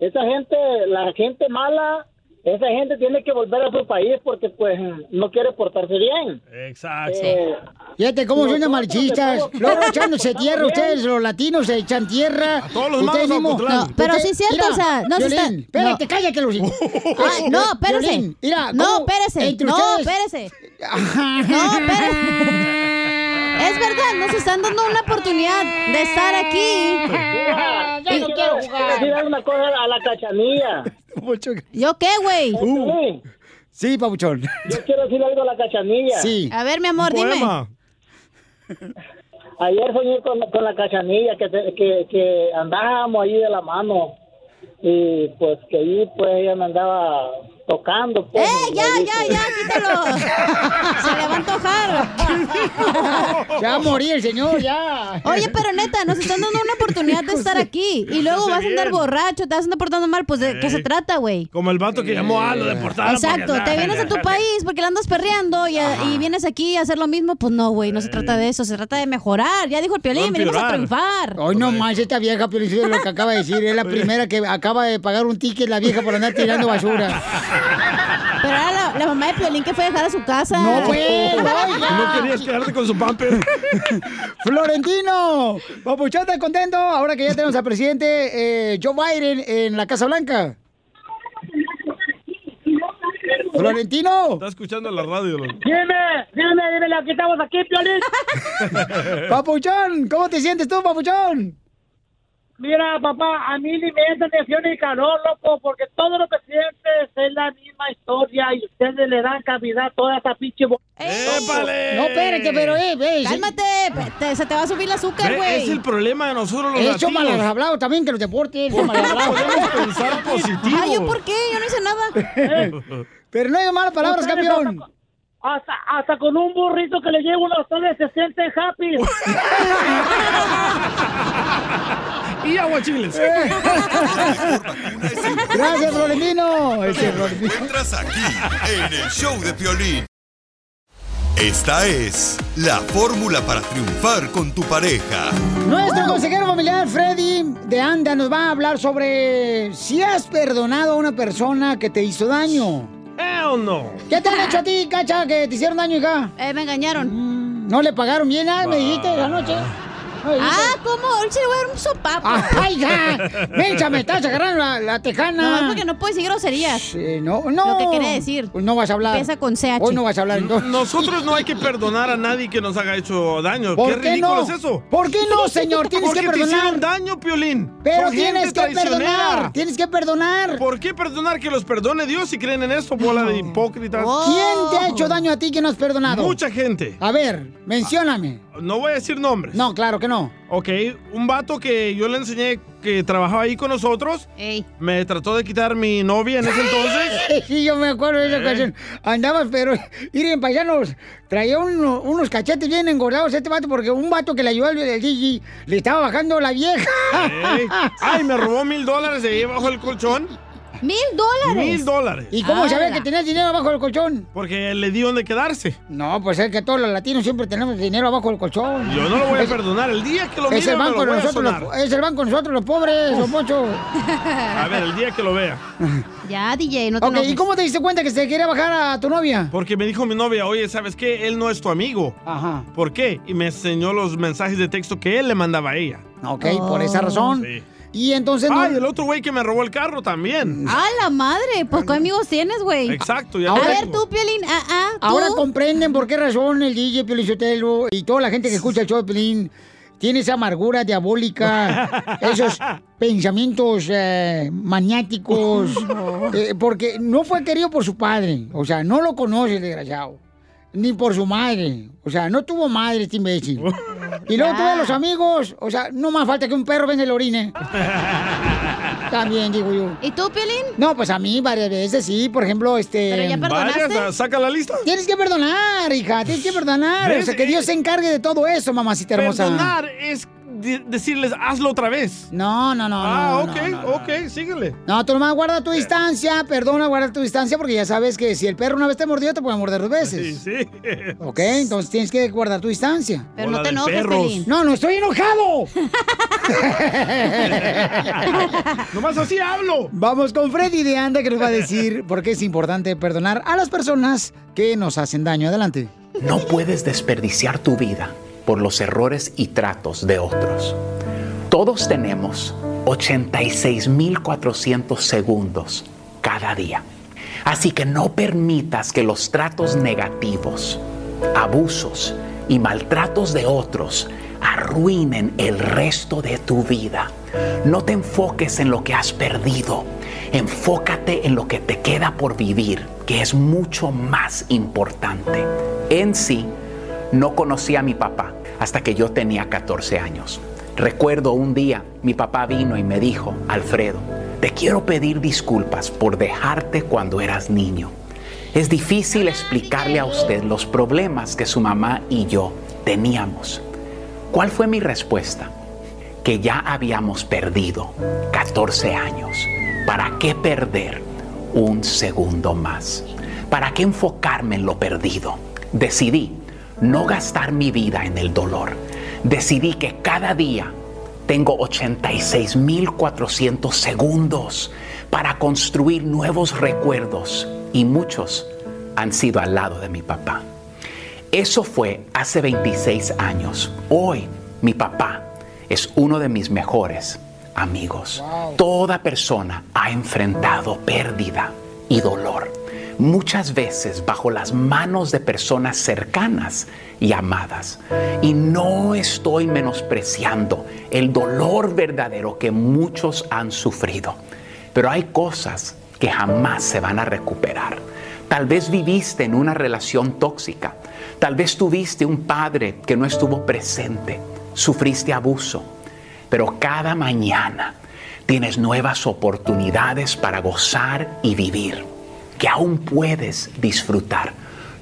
Speaker 23: Esa gente, la gente mala, esa gente tiene que volver a su país porque pues no quiere portarse bien.
Speaker 4: Exacto.
Speaker 23: Eh,
Speaker 2: Fíjate cómo son de
Speaker 23: Nosotros
Speaker 2: marchistas.
Speaker 23: que
Speaker 2: Luego
Speaker 23: todos-
Speaker 2: echándose tierra,
Speaker 23: Bien.
Speaker 2: ustedes los latinos se echan tierra. todos
Speaker 3: los malos a Ocotlán. No, pero sí es cierto, o sea, no se está-
Speaker 2: Espérate,
Speaker 3: no.
Speaker 2: cállate, Luis.
Speaker 3: Ay, no, espérese.
Speaker 2: Violín, mira,
Speaker 3: no,
Speaker 2: ¿cómo
Speaker 3: espérese.
Speaker 2: entre
Speaker 3: No,
Speaker 2: ustedes-
Speaker 3: espérese. No, espérese. Es verdad, nos están dando una oportunidad de estar aquí.
Speaker 23: Yo quiero- quiero decir alguna cosa a la cachanilla.
Speaker 3: ¿Yo qué, güey?
Speaker 4: Uh.
Speaker 2: Sí, papuchón.
Speaker 23: Yo quiero decir algo a la cachanilla.
Speaker 3: A ver, mi amor, dime.
Speaker 23: Ayer soñé con, con la cachanilla que, te- que, que andábamos ahí de la mano y pues que ahí pues ella me andaba tocando. Pues, ¡Eh, ya, ya, ya!
Speaker 3: ¡Quítalo! Se le va a antojar.
Speaker 2: Ya va a morir el señor, ya.
Speaker 3: Oye, pero neta, nos están dando una oportunidad de estar aquí. Y luego vas a andar borracho, te vas a andar portando mal. Pues, ¿de qué se trata, güey?
Speaker 4: Como el vato que llamó a lo deportaron.
Speaker 3: Eh. Exacto,
Speaker 4: Pues porque-
Speaker 3: te vienes a tu país porque la andas perreando y, a- y vienes aquí a hacer lo mismo. Pues no, güey, no se trata de eso, se trata de mejorar. Ya dijo el
Speaker 2: No
Speaker 3: Piolín, venimos a
Speaker 2: empeorar.
Speaker 3: triunfar.
Speaker 2: Hoy no más, esta vieja, pero es lo que acaba de decir. Es la primera que acaba de pagar un ticket, la vieja, por andar tirando basura.
Speaker 3: Pero era la, la mamá de Piolín que fue a dejar a su casa.
Speaker 2: No, pues, oiga.
Speaker 4: No querías quedarte con su pamper.
Speaker 2: Florentino, papuchón, ¿estás contento ahora que ya tenemos al presidente eh, Joe Biden en la Casa Blanca? Florentino.
Speaker 4: Está escuchando la radio, loco.
Speaker 23: Dime, dime, dime la que estamos aquí, Piolín.
Speaker 2: Papuchón, ¿cómo te sientes tú, Papuchón?
Speaker 23: Mira, papá, a mí ni me entra ni frío ni calor, loco, porque todo lo que sientes es la misma historia y ustedes le dan cavidad toda esa pinche... bo-
Speaker 3: Eh.
Speaker 2: No, espérate, pero eh, eh.
Speaker 3: Cálmate, pe- te- se te va a subir el azúcar,
Speaker 4: Ve,
Speaker 3: güey.
Speaker 4: es el problema de nosotros los
Speaker 2: He hecho
Speaker 4: latinos.
Speaker 2: mal hablado también, que los deportes.
Speaker 4: ¿Por qué no podemos
Speaker 2: Podemos
Speaker 4: pensar positivo?
Speaker 3: Ay, ¿yo por qué? Yo no hice
Speaker 4: Eh.
Speaker 23: Eh.
Speaker 3: nada.
Speaker 2: Pero no hay malas palabras,
Speaker 23: Ustedes
Speaker 2: campeón.
Speaker 23: Hasta, hasta con un burrito que le llevo a ustedes se siente happy.
Speaker 4: Y aguachiles.
Speaker 23: Eh.
Speaker 2: Gracias, Florentino. Este, Florentino.
Speaker 1: Entras aquí en el show de Piolín. Esta es la fórmula para triunfar con tu pareja.
Speaker 2: Nuestro consejero familiar Freddy de Anda nos va a hablar sobre si has perdonado a una persona que te hizo daño.
Speaker 4: Hell no.
Speaker 2: ¿Qué te han hecho a ti, cacha, que te hicieron daño, hija? Mm,
Speaker 3: Eh, me engañaron.
Speaker 2: No le pagaron bien, ah, me dijiste la noche.
Speaker 3: Ah, ¿cómo? Ahorita le voy a dar un sopapo.
Speaker 2: Ah, ¡Ay, ya! Mencha, me estás agarrando la, la tejana.
Speaker 3: Nomás porque no puedes decir groserías.
Speaker 2: Sí, no, no.
Speaker 3: Lo que quiere decir.
Speaker 2: No vas a hablar.
Speaker 3: Empieza con CH.
Speaker 2: Hoy no vas a hablar entonces.
Speaker 4: Nosotros no hay que perdonar a nadie que nos haga hecho daño.
Speaker 2: ¿Por
Speaker 4: ¿Qué,
Speaker 2: qué
Speaker 4: ridículo
Speaker 2: no?
Speaker 4: es eso?
Speaker 2: ¿Por qué no, señor? Tienes
Speaker 4: Porque
Speaker 2: que
Speaker 4: te
Speaker 2: perdonar.
Speaker 4: hicieron daño, Piolín.
Speaker 2: Pero
Speaker 4: Son gente
Speaker 2: tienes que
Speaker 4: traicionera.
Speaker 2: perdonar. Tienes que perdonar.
Speaker 4: ¿Por qué perdonar que los perdone Dios si creen en esto, bola de hipócritas?
Speaker 2: ¿Quién te ha
Speaker 4: ¡Oh!
Speaker 2: hecho daño a ti que no has perdonado?
Speaker 4: Mucha gente. Ah,
Speaker 2: A ver, mencióname.
Speaker 4: No voy a decir nombres.
Speaker 2: No, claro que no.
Speaker 4: Ok, un vato que yo le enseñé que trabajaba ahí con nosotros. Me trató de quitar mi novia en ese entonces.
Speaker 2: Sí, yo me acuerdo de esa
Speaker 4: Eh.
Speaker 2: ocasión. Andabas, pero, miren, paisanos, traía uno- unos cachetes bien engordados este vato, porque un vato que le ayudó al el DJ le estaba bajando la vieja.
Speaker 4: Ey, ¿Eh? Ay, me robó mil dólares de ahí bajo el colchón.
Speaker 2: ¿Mil dólares?
Speaker 4: Mil dólares.
Speaker 2: ¿Y cómo sabía
Speaker 4: Ala.
Speaker 2: que tenías dinero abajo del colchón?
Speaker 4: Porque le di donde quedarse.
Speaker 2: No, pues es que todos los latinos siempre tenemos dinero abajo del colchón.
Speaker 4: Yo no lo voy a
Speaker 2: Es-
Speaker 4: perdonar. El día que lo
Speaker 2: Es
Speaker 4: mire,
Speaker 2: el
Speaker 4: me
Speaker 2: banco
Speaker 4: lo
Speaker 2: de
Speaker 4: voy a
Speaker 2: nosotros,
Speaker 4: sonar.
Speaker 2: los, es el banco de nosotros los pobres, los pochos.
Speaker 4: A ver, el día que lo vea.
Speaker 3: Ya, DJ, no te
Speaker 2: Ok, ¿y
Speaker 3: enojes.
Speaker 2: cómo te diste cuenta que se quería bajar a tu novia?
Speaker 4: Porque me dijo mi novia, oye, ¿sabes qué? Él no es tu amigo.
Speaker 2: Ajá.
Speaker 4: ¿Por qué? Y me enseñó los mensajes de texto que él le mandaba a ella.
Speaker 2: Ok, por esa razón.
Speaker 4: Sí.
Speaker 2: Y entonces no-
Speaker 4: Ay, el Mm. otro güey que me robó el carro también.
Speaker 3: Ah, la madre. Pues, ¿qué amigos tienes, güey?
Speaker 4: Exacto, ya
Speaker 3: A
Speaker 4: lo
Speaker 3: ver,
Speaker 4: tengo.
Speaker 3: tú, Piolín, ah, ah, tú.
Speaker 2: Ahora comprenden por qué razón el DJ Piolichotelo y toda la gente que escucha el show de Piolín tiene esa amargura diabólica, esos pensamientos eh, maniáticos, eh, porque no fue querido por su padre, o sea, no lo conoce el desgraciado, ni por su madre, o sea, no tuvo madre este imbécil. Y luego todos los amigos, o sea, no más falta que un perro venga y le orine. También digo yo.
Speaker 3: ¿Y tú, Piolín?
Speaker 2: No, pues a mí varias veces sí, por ejemplo, este...
Speaker 3: Pero ya perdonaste.
Speaker 4: Varias, ah, saca la lista.
Speaker 2: Tienes que perdonar, hija, tienes que perdonar.
Speaker 4: ¿Ves?
Speaker 2: O sea, que Dios se encargue de todo eso, mamacita hermosa.
Speaker 4: Perdonar es de- decirles, hazlo otra vez.
Speaker 2: No, no, no.
Speaker 4: Ah,
Speaker 2: no,
Speaker 4: ok,
Speaker 2: no, no,
Speaker 4: ok, síguele.
Speaker 2: No, tú nomás guarda tu distancia, perdona, guarda tu distancia, porque ya sabes que si el perro una vez te mordió, te puede morder dos veces.
Speaker 4: Sí, sí.
Speaker 2: Ok, entonces tienes que guardar tu distancia.
Speaker 3: Pero no Bola te de enojes, perros. Pelín.
Speaker 2: No, no estoy enojado.
Speaker 4: Nomás así hablo.
Speaker 2: Vamos con Freddy de Anda que nos va a decir por qué es importante perdonar a las personas que nos hacen daño. Adelante.
Speaker 6: No puedes desperdiciar tu vida por los errores y tratos de otros. Todos tenemos 86.400 segundos cada día. Así que no permitas que los tratos negativos, abusos y maltratos de otros arruinen el resto de tu vida. No te enfoques en lo que has perdido. Enfócate en lo que te queda por vivir, que es mucho más importante. En sí, no conocí a mi papá hasta que yo tenía 14 años. Recuerdo un día, mi papá vino y me dijo, Alfredo, te quiero pedir disculpas por dejarte cuando eras niño. Es difícil explicarle a usted los problemas que su mamá y yo teníamos. ¿Cuál fue mi respuesta? Que ya habíamos perdido 14 años. ¿Para qué perder un segundo más? ¿Para qué enfocarme en lo perdido? Decidí no gastar mi vida en el dolor. Decidí que cada día tengo 86.400 segundos para construir nuevos recuerdos y muchos han sido al lado de mi papá. Eso fue hace 26 años. Hoy mi papá es uno de mis mejores amigos. Toda persona ha enfrentado pérdida y dolor, muchas veces bajo las manos de personas cercanas y amadas. Y no estoy menospreciando el dolor verdadero que muchos han sufrido, pero hay cosas que jamás se van a recuperar. Tal vez viviste en una relación tóxica. Tal vez tuviste un padre que no estuvo presente. Sufriste abuso. Pero cada mañana tienes nuevas oportunidades para gozar y vivir, que aún puedes disfrutar.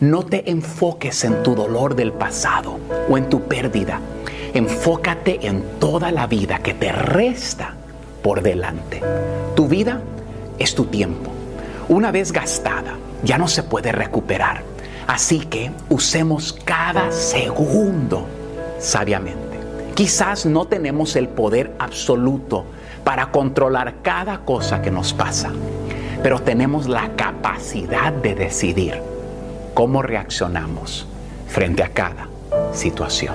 Speaker 6: No te enfoques en tu dolor del pasado o en tu pérdida. Enfócate en toda la vida que te resta por delante. Tu vida es tu tiempo. Una vez gastada, ya no se puede recuperar. Así que usemos cada segundo sabiamente. Quizás no tenemos el poder absoluto para controlar cada cosa que nos pasa, pero tenemos la capacidad de decidir cómo reaccionamos frente a cada situación.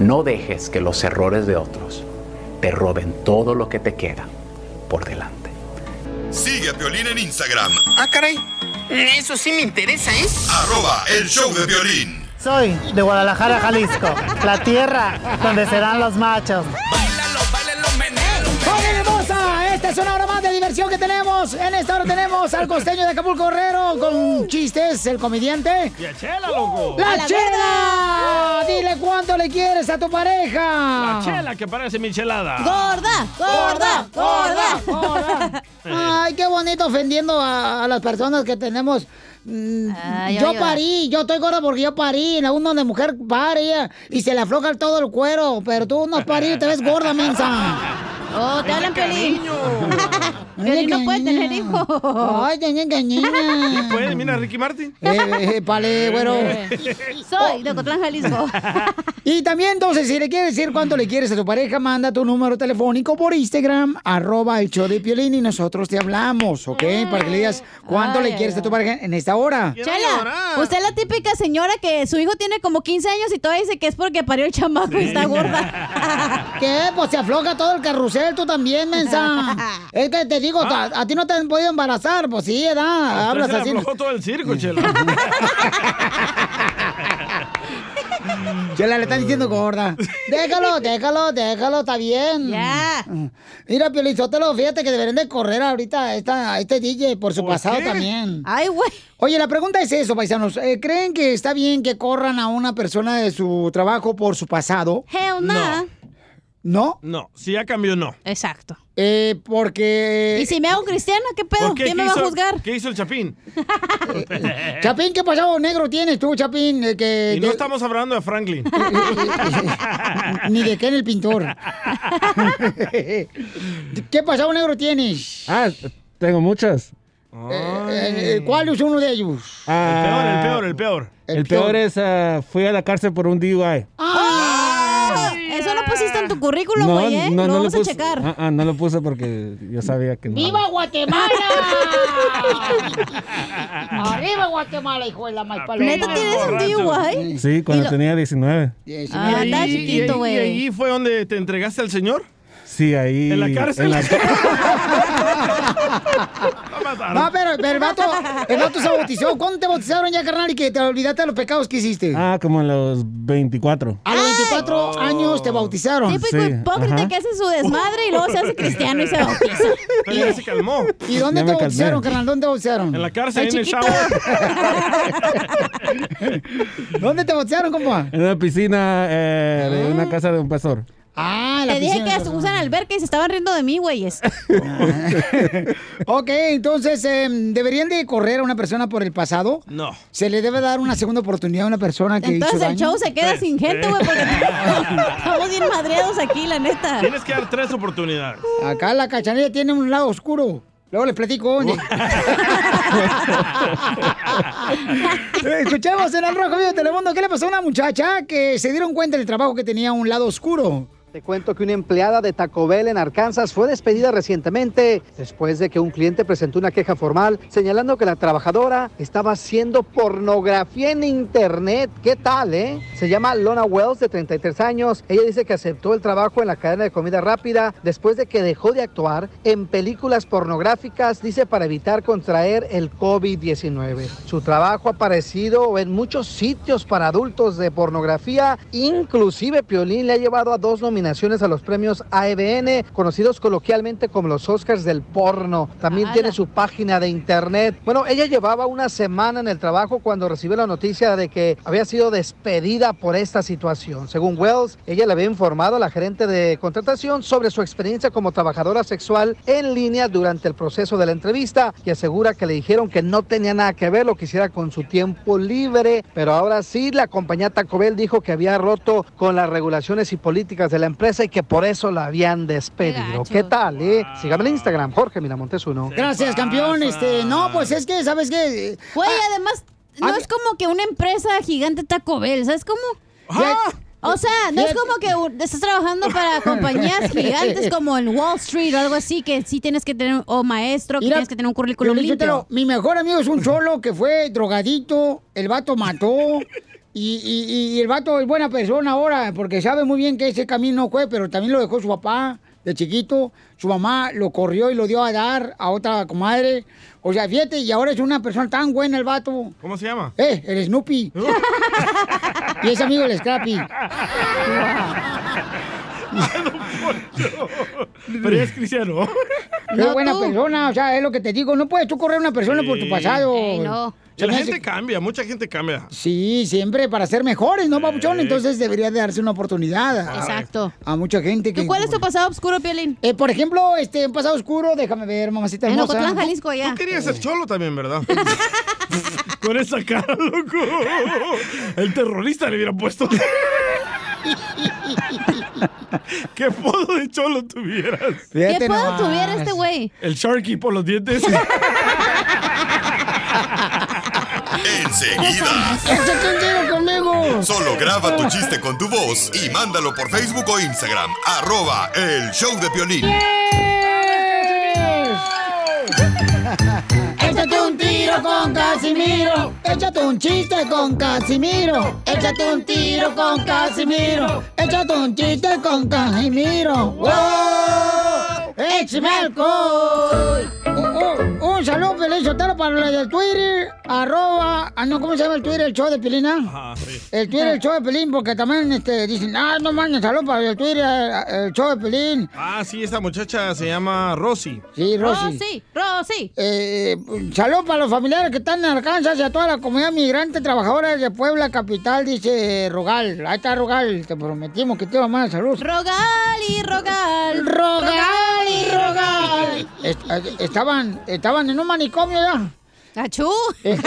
Speaker 6: No dejes que los errores de otros te roben todo lo que te queda por delante.
Speaker 1: Sigue a Piolín en Instagram.
Speaker 8: Ah, caray. Eso sí me interesa, ¿eh?
Speaker 1: Arroba el show de violín.
Speaker 10: Soy de Guadalajara, Jalisco, la tierra donde serán los machos.
Speaker 2: ¡Familia hermosa! Esta es una hora más de diversión que tenemos. En esta hora tenemos al costeño de Acapulco Herrero con chistes, el comediante.
Speaker 4: Y a Chela, loco.
Speaker 2: ¡La, chela! Dile cuánto le quieres a tu pareja.
Speaker 4: La Chela, que parece michelada.
Speaker 2: Gorda, gorda, gorda, gorda. Ay, qué bonito ofendiendo a, a las personas que tenemos. Mm,
Speaker 3: Ay,
Speaker 2: yo
Speaker 3: ay, ay.
Speaker 2: parí, yo estoy gorda porque yo parí. La uno de mujer pare ella, y se le afloja todo el cuero. Pero tú no has parido, te ves gorda, mensa.
Speaker 3: Oh, te hablan Piolín.
Speaker 2: Piolín
Speaker 3: no puede tener hijos.
Speaker 2: Ay, niña, que niña.
Speaker 4: Pues, mira, Ricky Martin.
Speaker 2: Eh, eh, pale, güero.
Speaker 3: Soy de Ocotlán, Jalisco.
Speaker 2: Y también, entonces, si le quieres decir cuánto le quieres a tu pareja, manda tu número telefónico por Instagram, arroba el show de Piolín, y nosotros te hablamos, ¿ok? Para que le digas cuánto
Speaker 3: Ay,
Speaker 2: le quieres a tu pareja en esta hora.
Speaker 3: Chela, usted es la típica señora que su hijo tiene como 15 años y todavía dice que es porque parió el chamaco y está gorda.
Speaker 2: ¿Qué? Pues se afloja todo el carrusel, tú también, mensa. Es que te digo,
Speaker 3: Ah.
Speaker 2: a, a ti no te han podido embarazar, pues sí, edad,
Speaker 4: Usted
Speaker 2: hablas
Speaker 4: se le
Speaker 2: así.
Speaker 4: aflojó todo el circo, Chela.
Speaker 2: Chela, le están diciendo gorda. Déjalo, déjalo, déjalo, está bien.
Speaker 3: Ya.
Speaker 2: Mira, Piolín Sotelo, fíjate que deberían de correr ahorita a, esta- a este DJ por su pasado
Speaker 3: qué?
Speaker 2: también. Ay, güey. Oye, la pregunta es eso, paisanos. Eh, ¿Creen que está bien que corran a una persona de su trabajo por su pasado?
Speaker 3: Hell no.
Speaker 2: ¿No?
Speaker 4: No, si ya cambió, no.
Speaker 3: Exacto.
Speaker 2: Eh, porque...
Speaker 3: ¿Y si me hago cristiana? ¿Qué pedo?
Speaker 4: ¿Por qué?
Speaker 3: ¿Quién me
Speaker 4: ¿Qué
Speaker 3: va a
Speaker 4: hizo-
Speaker 3: juzgar?
Speaker 4: ¿Qué hizo el Chapín?
Speaker 2: Chapín, ¿qué pasado negro tienes tú, Chapín? Eh, que
Speaker 4: Y no
Speaker 2: de-
Speaker 4: estamos hablando de Franklin.
Speaker 2: Ni de qué en el pintor. ¿Qué pasado negro tienes?
Speaker 11: Ah, tengo muchas.
Speaker 2: Eh, eh, ¿Cuál es uno de ellos?
Speaker 11: Ah,
Speaker 4: el peor, el peor, el peor.
Speaker 11: El, peor, es, ah, fui a la cárcel por un DUI.
Speaker 3: Ah, Eso no pusiste en tu currículum, güey, ¿eh? lo vamos
Speaker 11: puse,
Speaker 3: a checar.
Speaker 11: Ah, ah, no lo puse porque yo sabía que no.
Speaker 2: ¡Viva Guatemala! ¡Arriba Guatemala, hijo de la más paloma!
Speaker 3: ¿Neta tienes un DUI?
Speaker 11: Sí, cuando tenía 19.
Speaker 3: Ah, está
Speaker 4: Y- y-
Speaker 3: chiquito,
Speaker 4: ¿Y
Speaker 3: güey.
Speaker 4: ahí fue donde te entregaste al señor?
Speaker 11: Sí, ahí.
Speaker 4: ¿En la cárcel?
Speaker 11: en la
Speaker 2: No, pero, pero el vato, el vato se bautizó. ¿Cuándo te bautizaron ya, carnal, y que te olvidaste de los pecados que hiciste?
Speaker 11: ah, como en los 24.
Speaker 2: A los 24 años te bautizaron.
Speaker 3: pues,
Speaker 11: Típico Sí, hipócrita ajá. que
Speaker 3: hace su desmadre y luego se hace cristiano y se bautiza.
Speaker 4: Pero ya se calmó.
Speaker 2: ¿Y dónde te
Speaker 11: Ya me calmé.
Speaker 2: bautizaron, carnal? ¿Dónde te bautizaron?
Speaker 4: En la cárcel,
Speaker 2: Ay,
Speaker 4: en el
Speaker 2: chiquito.
Speaker 4: shower.
Speaker 2: ¿Dónde te bautizaron, compa?
Speaker 11: En una piscina eh, de una casa de un pastor.
Speaker 2: Ah, la
Speaker 3: Te dije
Speaker 2: piscina
Speaker 3: que
Speaker 2: de
Speaker 3: hasta usan alberca y se estaban riendo de mí, güeyes.
Speaker 2: Ok, entonces, eh, ¿deberían de correr a una persona por el pasado?
Speaker 4: No.
Speaker 2: ¿Se le debe dar una segunda oportunidad a una persona que hizo
Speaker 3: Entonces el
Speaker 2: daño?
Speaker 3: show se
Speaker 4: Pues,
Speaker 3: queda sin gente,
Speaker 4: eh.
Speaker 3: güey, porque estamos bien madreados aquí, la neta.
Speaker 4: Tienes que dar tres oportunidades.
Speaker 2: Acá la cachanilla tiene un lado oscuro. Luego les platico. dónde. Eh, Escuchemos en el Rojo Vivo de Telemundo. ¿Qué le pasó a una muchacha que se dieron cuenta del trabajo que tenía un lado oscuro?
Speaker 5: Te cuento que una empleada de Taco Bell en Arkansas fue despedida recientemente después de que un cliente presentó una queja formal señalando que la trabajadora estaba haciendo pornografía en internet. ¿Qué tal, eh? Se llama Lona Wells, de 33 años. Ella dice que aceptó el trabajo en la cadena de comida rápida después de que dejó de actuar en películas pornográficas, dice, para evitar contraer el COVID-19. Su trabajo ha aparecido en muchos sitios para adultos de pornografía, inclusive Piolín le ha llevado a dos nominaciones a los premios AEBN, conocidos coloquialmente como los Oscars del porno. También tiene su página de internet. Bueno, ella llevaba una semana en el trabajo cuando recibió la noticia de que había sido despedida por esta situación. Según Wells, ella le había informado a la gerente de contratación sobre su experiencia como trabajadora sexual en línea durante el proceso de la entrevista y asegura que le dijeron que no tenía nada que ver lo que hiciera con su tiempo libre, pero ahora sí la compañía Taco Bell dijo que había roto con las regulaciones y políticas de la empresa y que por eso la habían despedido. ¿Qué tal, eh? Sígame en Instagram, Jorge Miramontes uno.
Speaker 2: Gracias, campeón. Este, no, pues es que, ¿sabes qué? Ah,
Speaker 3: Güey, además, no es como que una empresa gigante Taco Bell, ¿sabes cómo?
Speaker 11: Ah.
Speaker 3: O sea, no es como que un- estás trabajando para compañías gigantes como el Wall Street o algo así, que sí tienes que tener, o maestro, que
Speaker 2: Mira,
Speaker 3: tienes que tener un currículum
Speaker 2: Piolín
Speaker 3: limpio.
Speaker 2: Sotelo, mi mejor amigo es un cholo que fue drogadito, el vato mató, Y, y- y el vato es buena persona ahora, porque sabe muy bien que ese camino fue, pero también lo dejó su papá de chiquito. Su mamá lo corrió y lo dio a dar a otra comadre. O sea, fíjate, y ahora es una persona tan buena el vato.
Speaker 4: ¿Cómo se llama?
Speaker 2: Eh, el Snoopy. y es amigo del Scrappy.
Speaker 4: Pero ya es cristiano.
Speaker 2: Qué buena persona, o sea, es lo que te digo. No puedes tú correr a una persona por tu
Speaker 4: Sí.
Speaker 2: pasado.
Speaker 4: Y
Speaker 2: Se
Speaker 4: la
Speaker 2: me
Speaker 4: gente
Speaker 2: hace-
Speaker 4: cambia, mucha gente cambia.
Speaker 2: Sí, siempre para ser mejores, ¿no, papuchón? Entonces debería de darse una oportunidad. a-
Speaker 3: Exacto.
Speaker 2: A mucha gente que...
Speaker 3: ¿Cuál es tu pasado oscuro, Piolín?
Speaker 2: Eh, por ejemplo, este, un pasado oscuro, déjame ver, mamacita
Speaker 3: En
Speaker 2: hermosa.
Speaker 3: Ocotlán, Jalisco, allá.
Speaker 4: Tú querías ser cholo también, ¿verdad? Con esa cara, loco. El terrorista le hubiera puesto. ¿Qué podo de cholo tuvieras?
Speaker 3: ¿Qué puedo tuviera este güey?
Speaker 4: El Sharky por los dientes.
Speaker 1: Enseguida.
Speaker 2: ¡Échate un tiro conmigo!
Speaker 1: Solo graba tu chiste con tu voz y mándalo por Facebook o Instagram. Arroba el show de Piolín.
Speaker 2: Échate un tiro con Casimiro. Échate un chiste con Casimiro. Échate un tiro con Casimiro. Échate un chiste con Casimiro. ¡Wow! ¡Échame alcohol! ¡Uh, Un- un- Un saludo, Pelín Sotelo, para los del Twitter, arroba... Ah, no, ¿cómo se llama el Twitter? El show de Pelina. El Twitter, el show de Pelín, porque también este, dicen, ah, no mames, saludos para el Twitter, el show de Pelín.
Speaker 4: Ah, sí, esta muchacha se llama Rosy.
Speaker 2: Sí,
Speaker 3: Oh,
Speaker 2: Rosy. Rosy, Rosy. Eh, salud para los familiares que están en Arkansas y a toda la comunidad migrante trabajadora de Puebla Capital, dice Rogal. Ahí está Rogal, te prometimos que te iba a mandar saludos. Rogal y Rogal. Rogal y Rogal. Est- eh, estaban, estaban en un manicomio ya. ¡Achú!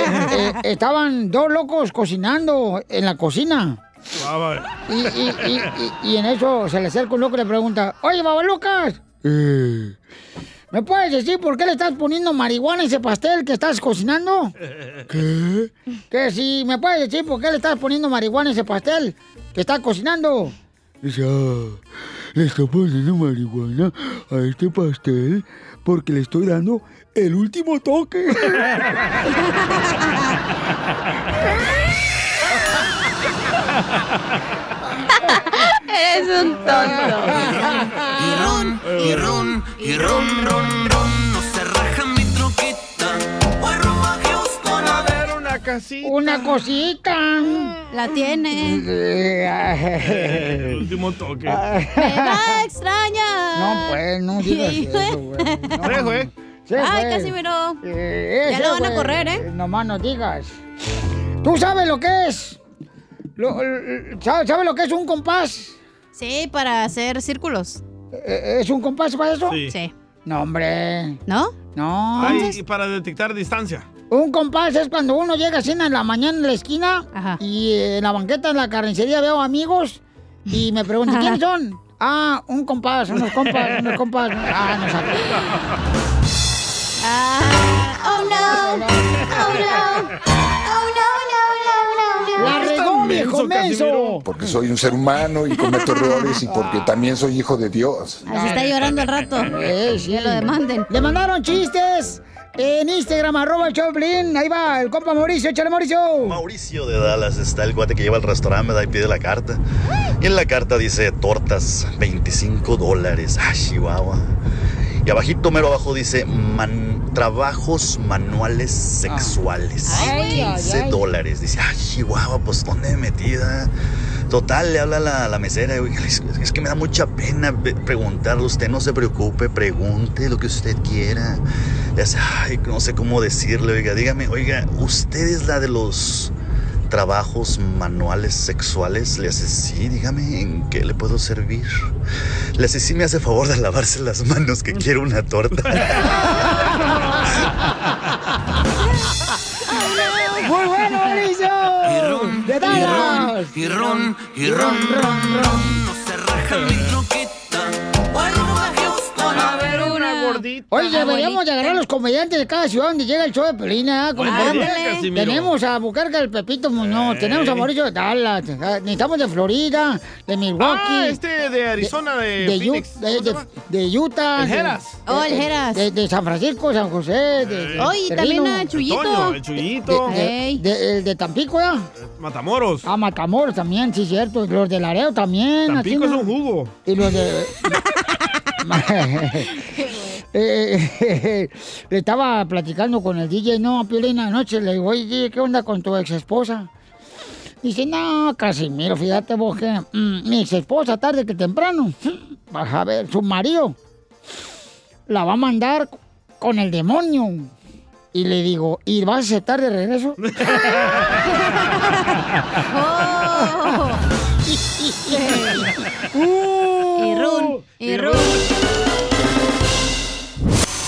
Speaker 2: estaban dos locos cocinando en la cocina.
Speaker 4: Ah,
Speaker 2: Y, y- y- y- y en eso se le acerca un loco y le pregunta, oye, Babalucas, Eh, ¿me puedes decir por qué le estás poniendo marihuana a ese pastel que estás cocinando? ¿Qué? Que si me puedes decir por qué le estás poniendo marihuana a ese pastel que estás cocinando.
Speaker 13: Dice, "Ah, le estoy poniendo marihuana a este pastel porque le estoy dando el último toque.
Speaker 7: Eres un tonto. Y ron, y ron, y ron, ron, ron, no se raja mi troquita. Voy rumbo a Houston a ver
Speaker 4: una casita.
Speaker 2: Una cosita.
Speaker 3: La tiene.
Speaker 4: El último toque.
Speaker 2: Ah.
Speaker 3: Me va a extrañar.
Speaker 2: No, pues, no digas eso, güey. No.
Speaker 4: Se fue.
Speaker 2: Se
Speaker 3: Ay,
Speaker 2: fue.
Speaker 3: Casimiro.
Speaker 2: Eh,
Speaker 3: Ya
Speaker 2: ese,
Speaker 3: lo van a
Speaker 2: güey,
Speaker 3: correr, ¿eh?
Speaker 2: Nomás no digas. ¿Tú sabes lo que es? Lo- l- ¿Sabes sabes lo que es un compás? Eh,
Speaker 3: Sí, para hacer círculos.
Speaker 2: ¿Es un compás para eso?
Speaker 3: Sí.
Speaker 2: No, hombre. ¿No? No.
Speaker 4: Ay, y para detectar distancia.
Speaker 2: Un compás es cuando uno llega así en la mañana en la esquina y eh, en la banqueta en la carnicería veo amigos y me preguntan, ¿quiénes son? Ah, un compás, unos compas, unos compas. Ah, no sabe.
Speaker 7: Oh no, oh no, oh no, no, no, no, no.
Speaker 2: La regó, viejo menso.
Speaker 9: Porque soy un ser humano y cometo errores y porque
Speaker 2: Ah.
Speaker 9: también soy hijo de Dios.
Speaker 3: Así está llorando el rato.
Speaker 2: Que lo demanden. Le mandaron chistes en Instagram, arroba el Choplin. Ahí va el compa Mauricio, échale Mauricio.
Speaker 12: Mauricio de Dallas está el cuate que lleva al restaurante ¿verdad? y pide la carta. Y en la carta dice tortas, 25 dólares. Ah, Chihuahua. Y abajito, mero abajo dice man- trabajos manuales sexuales.
Speaker 7: Ay, ay,
Speaker 12: 15
Speaker 7: ay.
Speaker 12: dólares. Dice, ah, Chihuahua, pues ¿dónde me metida? Total, le habla la, la mesera. güey, Es, es que me da mucha pena pe- preguntarle. Usted no se preocupe, pregunte lo que usted quiera. Ya sé, ay, no sé cómo decirle. Oiga, dígame, oiga, ¿usted es la de los trabajos manuales sexuales? Le hace, sí, dígame, ¿en qué le puedo servir? Le hace, sí, me hace favor de lavarse las manos, que quiero una torta.
Speaker 7: Oh,
Speaker 2: Muy bueno, Mauricio. De Dallas.
Speaker 7: Y ron, y ron, ron, ron, no se raja mi troquita. Voy rumbo a Houston a ver una gordita.
Speaker 4: Bonita.
Speaker 2: Ah. Oye, deberíamos de agarrar a los comediantes de cada ciudad donde llega el show de Pelina. Como
Speaker 4: Buena
Speaker 2: por ejemplo,
Speaker 4: idea, Casimiro.
Speaker 2: tenemos a Bucarca el Pepito Muñoz, tenemos a Mauricio de Dallas, ah, necesitamos de Florida, de Milwaukee.
Speaker 4: Ah, este de Arizona, de
Speaker 2: de, Ut-
Speaker 4: Phoenix.
Speaker 2: de- de- de Utah.
Speaker 4: El
Speaker 2: de-
Speaker 4: Heras.
Speaker 3: Oh, el Heras.
Speaker 2: De, de San Francisco, San José. De,
Speaker 4: Eh. Oh, y también a Chuyito. Toño, el Chuyito.
Speaker 2: De, de-
Speaker 4: Ey.
Speaker 2: de- el de Tampico, ¿eh?
Speaker 4: Matamoros.
Speaker 2: A Matamoros también, sí, cierto. Los de Lareo también.
Speaker 4: Tampico
Speaker 2: así,
Speaker 4: es un jugo.
Speaker 2: Y los de... Eh, eh, le estaba platicando con el DJ, no, Piolín, anoche le digo, oye, DJ, ¿qué onda con tu ex esposa? Dice, no, Casimiro, fíjate vos que mm, mi ex esposa, tarde que temprano, vas a ver, su marido la va a mandar con el demonio. Y le digo, ¿y vas a aceptar de regreso? Ah.
Speaker 3: Y run, y run.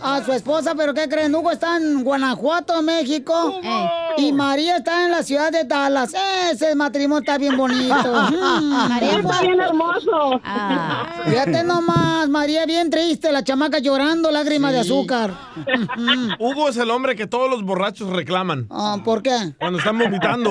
Speaker 2: a su esposa, pero ¿qué creen? Hugo está en Guanajuato, México. Y María está en la ciudad de Dallas. Ese matrimonio está bien bonito. Mm,
Speaker 14: Está bien hermoso.
Speaker 2: Fíjate nomás, María bien triste, la chamaca llorando, lágrima de azúcar.
Speaker 4: Hugo es el hombre que todos los borrachos reclaman.
Speaker 2: Ah, ¿Por qué?
Speaker 4: Cuando están vomitando.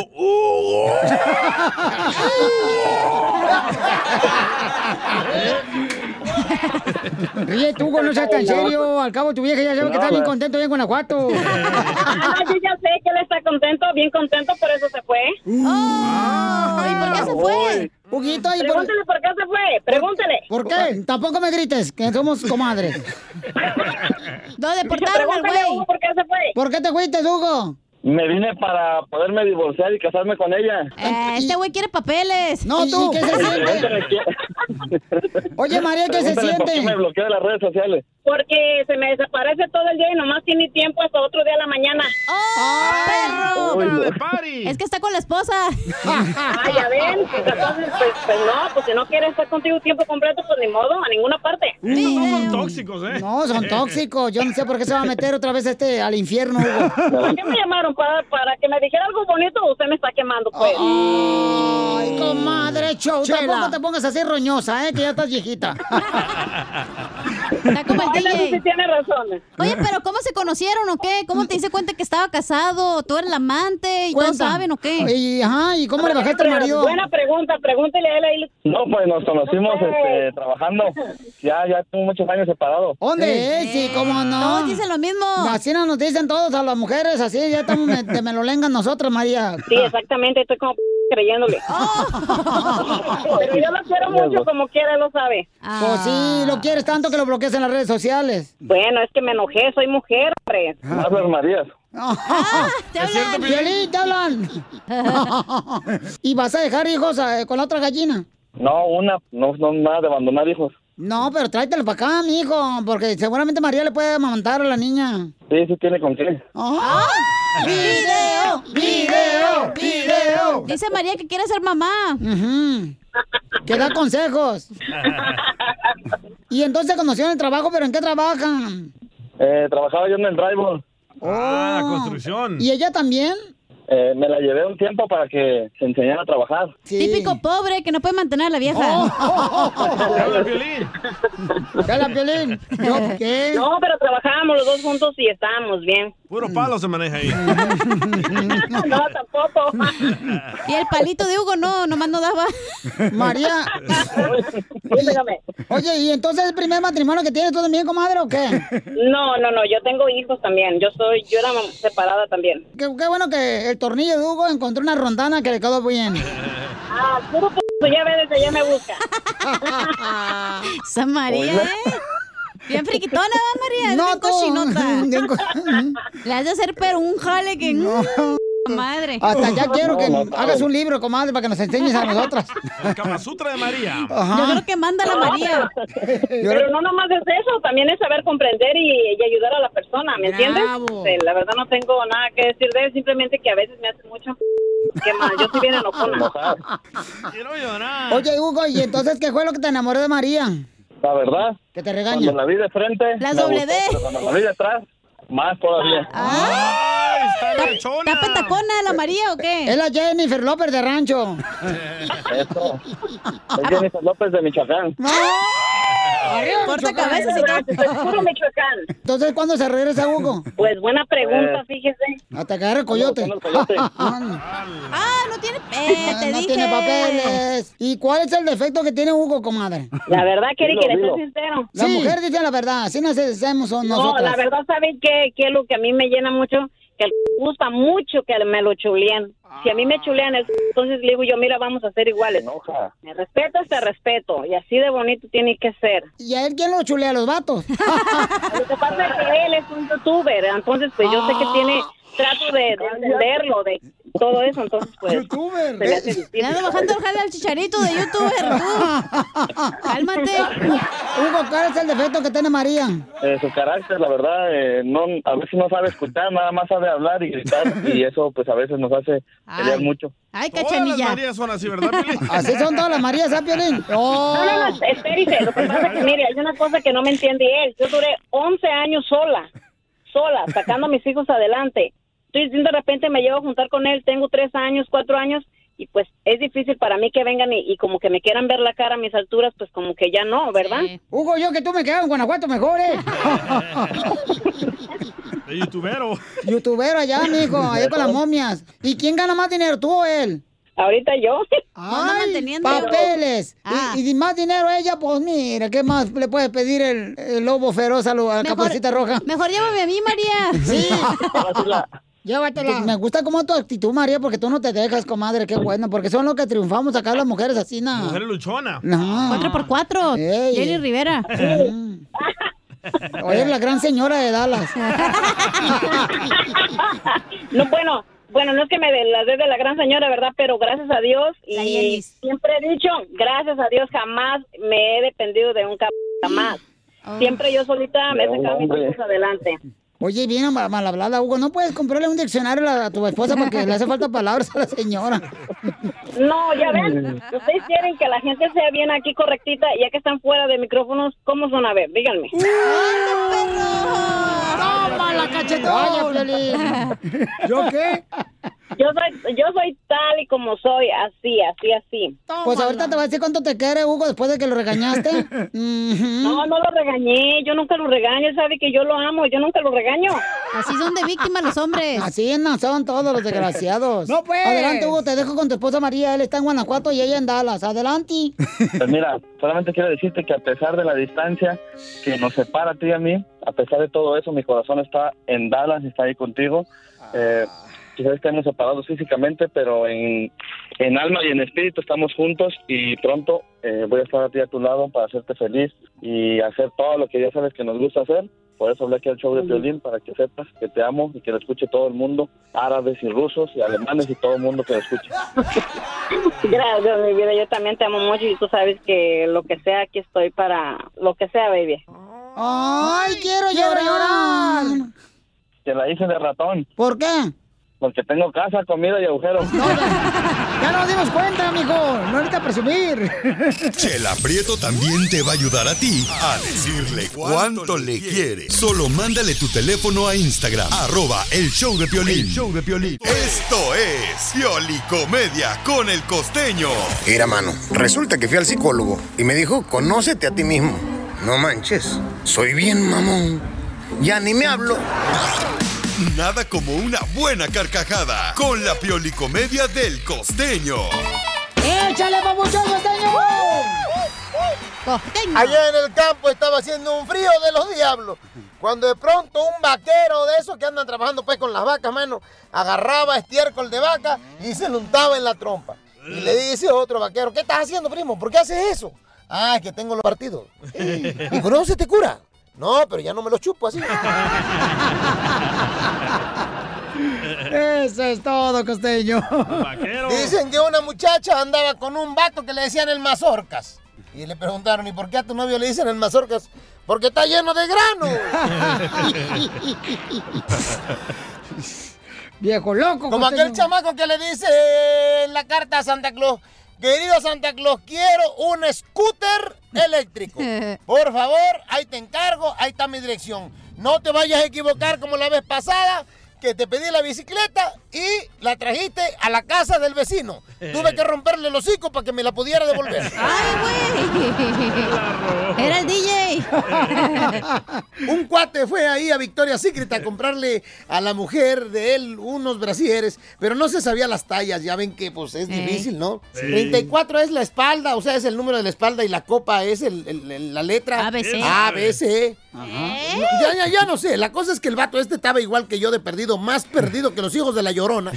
Speaker 2: Ríe tú, Hugo, no seas tan serio. Al cabo tu vieja ya sabe que está bien contento, bien Guanajuato.
Speaker 14: Ah, yo ya sé que él está contento, bien contento, por eso se fue.
Speaker 2: ¿Y por qué se fue? Huguito, ¿y
Speaker 14: Pregúntale por qué se fue, pregúntale.
Speaker 2: ¿Por qué? Tampoco me grites, que somos comadres. No, deportaron al güey.
Speaker 14: ¿Por qué se fue?
Speaker 2: ¿Por qué te fuiste, Hugo?
Speaker 15: Me vine para poderme divorciar y casarme con ella.
Speaker 3: Eh, este güey quiere papeles.
Speaker 2: No, tú. ¿Qué se siente? Oye, María, ¿qué se
Speaker 15: Pregúntale por
Speaker 2: siente?
Speaker 15: me bloqueó de las redes sociales?
Speaker 14: Porque se me desaparece todo el día y nomás tiene tiempo hasta otro día a la mañana.
Speaker 3: ¡Oh, perro!
Speaker 14: Ay, no.
Speaker 3: Es que está con la esposa.
Speaker 14: Ah, ya ven, pues, entonces, pues, pues no, pues si no quiere estar contigo tiempo completo, pues ni modo, a ninguna parte.
Speaker 4: son tóxicos, ¿eh?
Speaker 2: No, son tóxicos. Yo no sé por qué se va a meter otra vez este al infierno,
Speaker 14: ¿Por
Speaker 2: Hugo.
Speaker 14: qué me llamaron? ¿Para, para que me dijera algo bonito o usted me está quemando, pues?
Speaker 2: Ay, comadre, show.
Speaker 14: Chela.
Speaker 2: Tampoco te pongas así roñosa, ¿eh? Que ya estás viejita.
Speaker 3: Está como el
Speaker 2: Ay,
Speaker 3: DJ.
Speaker 2: eso sí tiene
Speaker 14: razón.
Speaker 3: Oye, pero ¿cómo se conocieron o qué? ¿Cómo te diste cuenta que estaba casado? ¿Tú eres la amante? ¿Y todos
Speaker 14: Cuenta.
Speaker 3: saben o qué?
Speaker 2: Y, ajá, ¿y cómo le bajaste al
Speaker 14: Buena
Speaker 2: marido?
Speaker 14: Buena pregunta, pregúntele a él ahí.
Speaker 15: No, pues nos conocimos
Speaker 14: No, pues.
Speaker 15: este, trabajando. Ya, ya tengo muchos años separados.
Speaker 2: ¿Dónde es? Sí, cómo no.
Speaker 3: Todos dicen
Speaker 2: lo mismo. Así no nos dicen todos a las mujeres, así ya estamos me, te me lo lengan nosotros, María.
Speaker 14: Sí, exactamente, estoy como p- creyéndole.
Speaker 2: Oh.
Speaker 14: Pero yo lo quiero mucho, como quiera, él lo sabe.
Speaker 3: Ah.
Speaker 2: Pues sí, lo quieres tanto que lo bloqueas en las redes sociales.
Speaker 14: Bueno, es que me enojé, soy mujer, hombre.
Speaker 15: Hablas Marías.
Speaker 2: ¡Te hablan! Violín, te hablan! ¿Y vas a dejar hijos eh, con la otra gallina?
Speaker 15: No, una, no, no, nada de abandonar hijos.
Speaker 2: No, pero tráetelo para acá, mijo, porque seguramente María le puede amamantar a la niña.
Speaker 15: Sí, sí tiene con qué.
Speaker 2: ¡Ah! ¡Video! ¡Video! ¡Video!
Speaker 3: Dice María que quiere ser mamá.
Speaker 2: Que da consejos. Y entonces conocieron el trabajo, pero ¿en qué trabajan?
Speaker 15: Eh, trabajaba yo en el drywall.
Speaker 4: Ah, la construcción.
Speaker 2: ¿Y ella también?
Speaker 15: Eh, me la llevé un tiempo para que se enseñara a trabajar.
Speaker 3: Típico pobre que no puede mantener a la vieja.
Speaker 2: Oh. ¡Cala, Piolín! ¿Yo qué?
Speaker 14: No, pero trabajábamos los dos juntos y estábamos bien. Mm.
Speaker 4: Puro palo se maneja ahí.
Speaker 14: No, tampoco.
Speaker 3: Y el palito de Hugo no, nomás no daba.
Speaker 2: María. Oye, ¿y entonces el primer matrimonio que tienes tú también, comadre, o qué?
Speaker 14: No, no, no, yo tengo hijos también. Yo soy, yo era mam- separada también.
Speaker 2: Qué, qué bueno que el tornillo de Hugo encontró una rondana que le quedó bien.
Speaker 14: Ah, puro p ya ves, desde allá me busca.
Speaker 3: Esa María,
Speaker 14: Oiga.
Speaker 3: ¿eh? Bien friquitona, ¿va, María? No,
Speaker 2: No, tú.
Speaker 3: cochinota. Le has de hacer pero un jale que... Madre.
Speaker 2: Hasta ya quiero que hagas un libro, comadre, para que nos enseñes a nosotras.
Speaker 4: El Kama Sutra de María.
Speaker 2: Ajá.
Speaker 3: que manda la María.
Speaker 14: Pero no nomás es eso, también es saber comprender y, y ayudar a la persona, ¿me entiendes?
Speaker 3: Bravo.
Speaker 14: Sí, la verdad no tengo nada que decir de él, simplemente que a veces me hace mucho... ¿Qué más? Yo soy bien enojona.
Speaker 2: Oye, Hugo, ¿y entonces qué fue lo que te enamoró de María?
Speaker 24: La verdad.
Speaker 2: Que te regaña.
Speaker 24: Cuando la vi de frente.
Speaker 2: La Ah,
Speaker 24: me
Speaker 2: doble
Speaker 24: gustó,
Speaker 2: D.
Speaker 24: pero Cuando la vi de atrás, más todavía.
Speaker 3: Ah, ¿Está petacona la María o qué?
Speaker 2: Es la Jennifer López de Rancho.
Speaker 24: Eso. Es Jennifer López de Michoacán.
Speaker 3: Corta cabezas y todo.
Speaker 14: Puro Michoacán.
Speaker 2: Entonces, ¿cuándo se regresa, Hugo?
Speaker 14: Pues buena pregunta, fíjese.
Speaker 2: Hasta caer el coyote.
Speaker 3: Ah, no tiene. Eh, te
Speaker 2: no
Speaker 3: dije.
Speaker 2: tiene papeles. ¿Y cuál es el defecto que tiene Hugo, comadre?
Speaker 14: La verdad, Keri,
Speaker 2: Quiere
Speaker 14: que le soy sincero.
Speaker 2: La mujer dice la verdad, así nos hacemos nosotros.
Speaker 14: No, la verdad, ¿saben qué? Que lo que a mí me llena mucho, que el gusta mucho que me lo chuleen. Si a mí me chulean, el entonces le digo yo, mira, vamos a ser iguales. Me respetas, te respeto. Y así de bonito tiene que ser.
Speaker 2: ¿Y a él quién lo chulea a los vatos?
Speaker 14: Lo que pasa es que él es un youtuber, entonces pues yo sé que tiene... Trato de, de entenderlo, de todo eso, entonces pues... ¡Youtuber!
Speaker 3: Le ando bajando el jale al chicharito de youtuber, tú. Cálmate.
Speaker 2: Hugo, ¿cuál es el defecto que tiene María?
Speaker 24: Eh, su carácter, la verdad, eh, no, a veces no sabe escuchar, nada más sabe hablar y gritar. y eso, pues a veces nos hace pelear
Speaker 2: Ay.
Speaker 24: mucho.
Speaker 3: Ay,
Speaker 4: Todas las Marías son así, ¿verdad, Pili?
Speaker 2: Así son todas las Marías, ¿sabes, Piolín? Oh.
Speaker 14: No, no, no, espérese. Lo que pasa es que, mire, hay una cosa que no me entiende él. Yo duré 11 años sola, sola, sacando a mis hijos adelante. Entonces, de repente me llevo a juntar con él. Tengo 3 años, 4 años, y pues es difícil para mí que vengan y, y como que me quieran ver la cara a mis alturas, pues como que ya no, ¿verdad?
Speaker 2: Hugo, yo que tú me quedaba en Guanajuato mejor, ¿eh?
Speaker 4: De youtubero.
Speaker 2: Youtubero allá, mijo, allá con las momias. ¿Y quién gana más dinero, tú o él?
Speaker 14: Ahorita yo.
Speaker 3: Anda
Speaker 2: Ay,
Speaker 3: manteniendo.
Speaker 2: papeles. Y-
Speaker 3: Ah.
Speaker 2: Y, más dinero a ella, pues mira, ¿qué más le puede pedir el, el lobo feroz a la capucita roja?
Speaker 3: Mejor llévame a mí, María.
Speaker 2: Sí. Llévatela. Me gusta como tu actitud, María, porque tú no te dejas, comadre, qué bueno, porque son los que triunfamos acá las mujeres así, na.
Speaker 4: Mujer luchona.
Speaker 2: Ah. No.
Speaker 3: Cuatro por cuatro. Jenny Rivera.
Speaker 2: Oye, la gran señora de Dallas.
Speaker 14: No, bueno, bueno, no es que me de la dé de la gran señora, ¿verdad? Pero gracias a Dios
Speaker 3: La
Speaker 14: y
Speaker 3: Yelis.
Speaker 14: siempre he dicho, gracias a Dios jamás me he dependido de un cabrón, jamás.
Speaker 3: Oh.
Speaker 14: Siempre yo solita me he
Speaker 2: De un
Speaker 14: sacado mis
Speaker 2: hombre.
Speaker 14: hijos adelante.
Speaker 2: Oye, bien mal, mal hablada, Hugo. ¿No puedes comprarle un diccionario a, la- a tu esposa porque le hace falta palabras a la señora?
Speaker 14: No, ya ven, ustedes quieren que la gente sea bien aquí correctita, ya que están fuera de micrófonos, ¿cómo son? A ver, díganme.
Speaker 2: ¡Toma la cachetón! Vaya, Piolín. ¿Yo qué?
Speaker 14: Yo soy, yo soy tal y como soy, así, así, así.
Speaker 2: Pues ahorita te voy a decir cuánto te quiere, Hugo, después de que lo regañaste.
Speaker 14: No, no lo regañé, yo nunca lo regaño, él sabe que yo lo amo, yo nunca lo regaño.
Speaker 3: Así son de víctimas los hombres.
Speaker 2: Así no son todos los desgraciados.
Speaker 3: No, pues.
Speaker 2: Adelante, Hugo, te dejo con tu esposa María. Él está en Guanajuato y ella en Dallas. Adelante.
Speaker 24: Pues mira, solamente quiero decirte que a pesar de la distancia que nos separa a ti y a mí, a pesar de todo eso, mi corazón está en Dallas, está ahí contigo. Eh, quizás estemos separados físicamente, pero en, en alma y en espíritu estamos juntos y pronto eh, voy a estar a ti a tu lado para hacerte feliz y hacer todo lo que ya sabes que nos gusta hacer. Por eso hablé aquí al show de violín, para que sepas que te amo y que lo escuche todo el mundo, árabes y rusos y alemanes y todo el mundo que lo escuche.
Speaker 14: Gracias, mi vida, yo también te amo mucho y tú sabes que lo que sea, aquí estoy para lo que sea, baby.
Speaker 2: ¡Ay, quiero, llorar!
Speaker 24: Te la hice de ratón.
Speaker 2: ¿Por qué?
Speaker 24: Porque tengo casa, comida y agujero.
Speaker 2: Ya nos dimos cuenta, mijo. No necesita presumir.
Speaker 1: Chela Prieto también te va a ayudar a ti a decirle cuánto le quiere. Solo mándale tu teléfono a Instagram, arroba el show de Piolín.
Speaker 15: El
Speaker 1: Esto es Pioli Comedia con el costeño.
Speaker 15: Mira, mano, resulta que fui al psicólogo y me dijo, conócete a ti mismo. No manches, soy bien mamón. Ya ni me hablo.
Speaker 1: Nada como una buena carcajada con la Pioli Comedia del costeño.
Speaker 2: ¡Échale, papuchón, costeño!
Speaker 17: Allá en el campo estaba haciendo un frío de los diablos. Cuando de pronto un vaquero de esos que andan trabajando pues con las vacas, mano, agarraba estiércol de vaca y se lo untaba en la trompa. Y le dice otro vaquero, ¿qué estás haciendo, primo? ¿Por qué haces eso? Ah, es que tengo los partidos. ¿Y este con eso se te cura? No, pero ya no me los chupo así.
Speaker 2: Eso es todo, costeño.
Speaker 17: Dicen que una muchacha andaba con un vato que le decían el mazorcas. Y le preguntaron, ¿y por qué a tu novio le dicen el mazorcas? Porque está lleno de grano.
Speaker 2: Viejo loco.
Speaker 17: Como
Speaker 2: costeño.
Speaker 17: aquel chamaco que le dice en la carta a Santa Claus, querido Santa Claus, quiero un scooter eléctrico. Por favor, ahí te encargo, ahí está mi dirección. No te vayas a equivocar como la vez pasada, que te pedí la bicicleta y la trajiste a la casa del vecino. Tuve que romperle el hocico para que me la pudiera devolver.
Speaker 2: Ah,
Speaker 3: Era el DJ.
Speaker 17: un cuate fue ahí a Victoria Secret a comprarle a la mujer de él unos brasieres, pero no se sabía las tallas. Ya ven que pues es
Speaker 2: Ey.
Speaker 17: difícil, ¿no?
Speaker 2: Sí.
Speaker 17: 34 es la espalda, o sea, es el número de la espalda y la copa es el- el- el- la letra
Speaker 2: ABC.
Speaker 17: A, B, C.
Speaker 2: Ajá.
Speaker 17: No, ya, ya, ya no sé. La cosa es que el vato este estaba igual que yo de perdido, más perdido que los hijos de la llorona.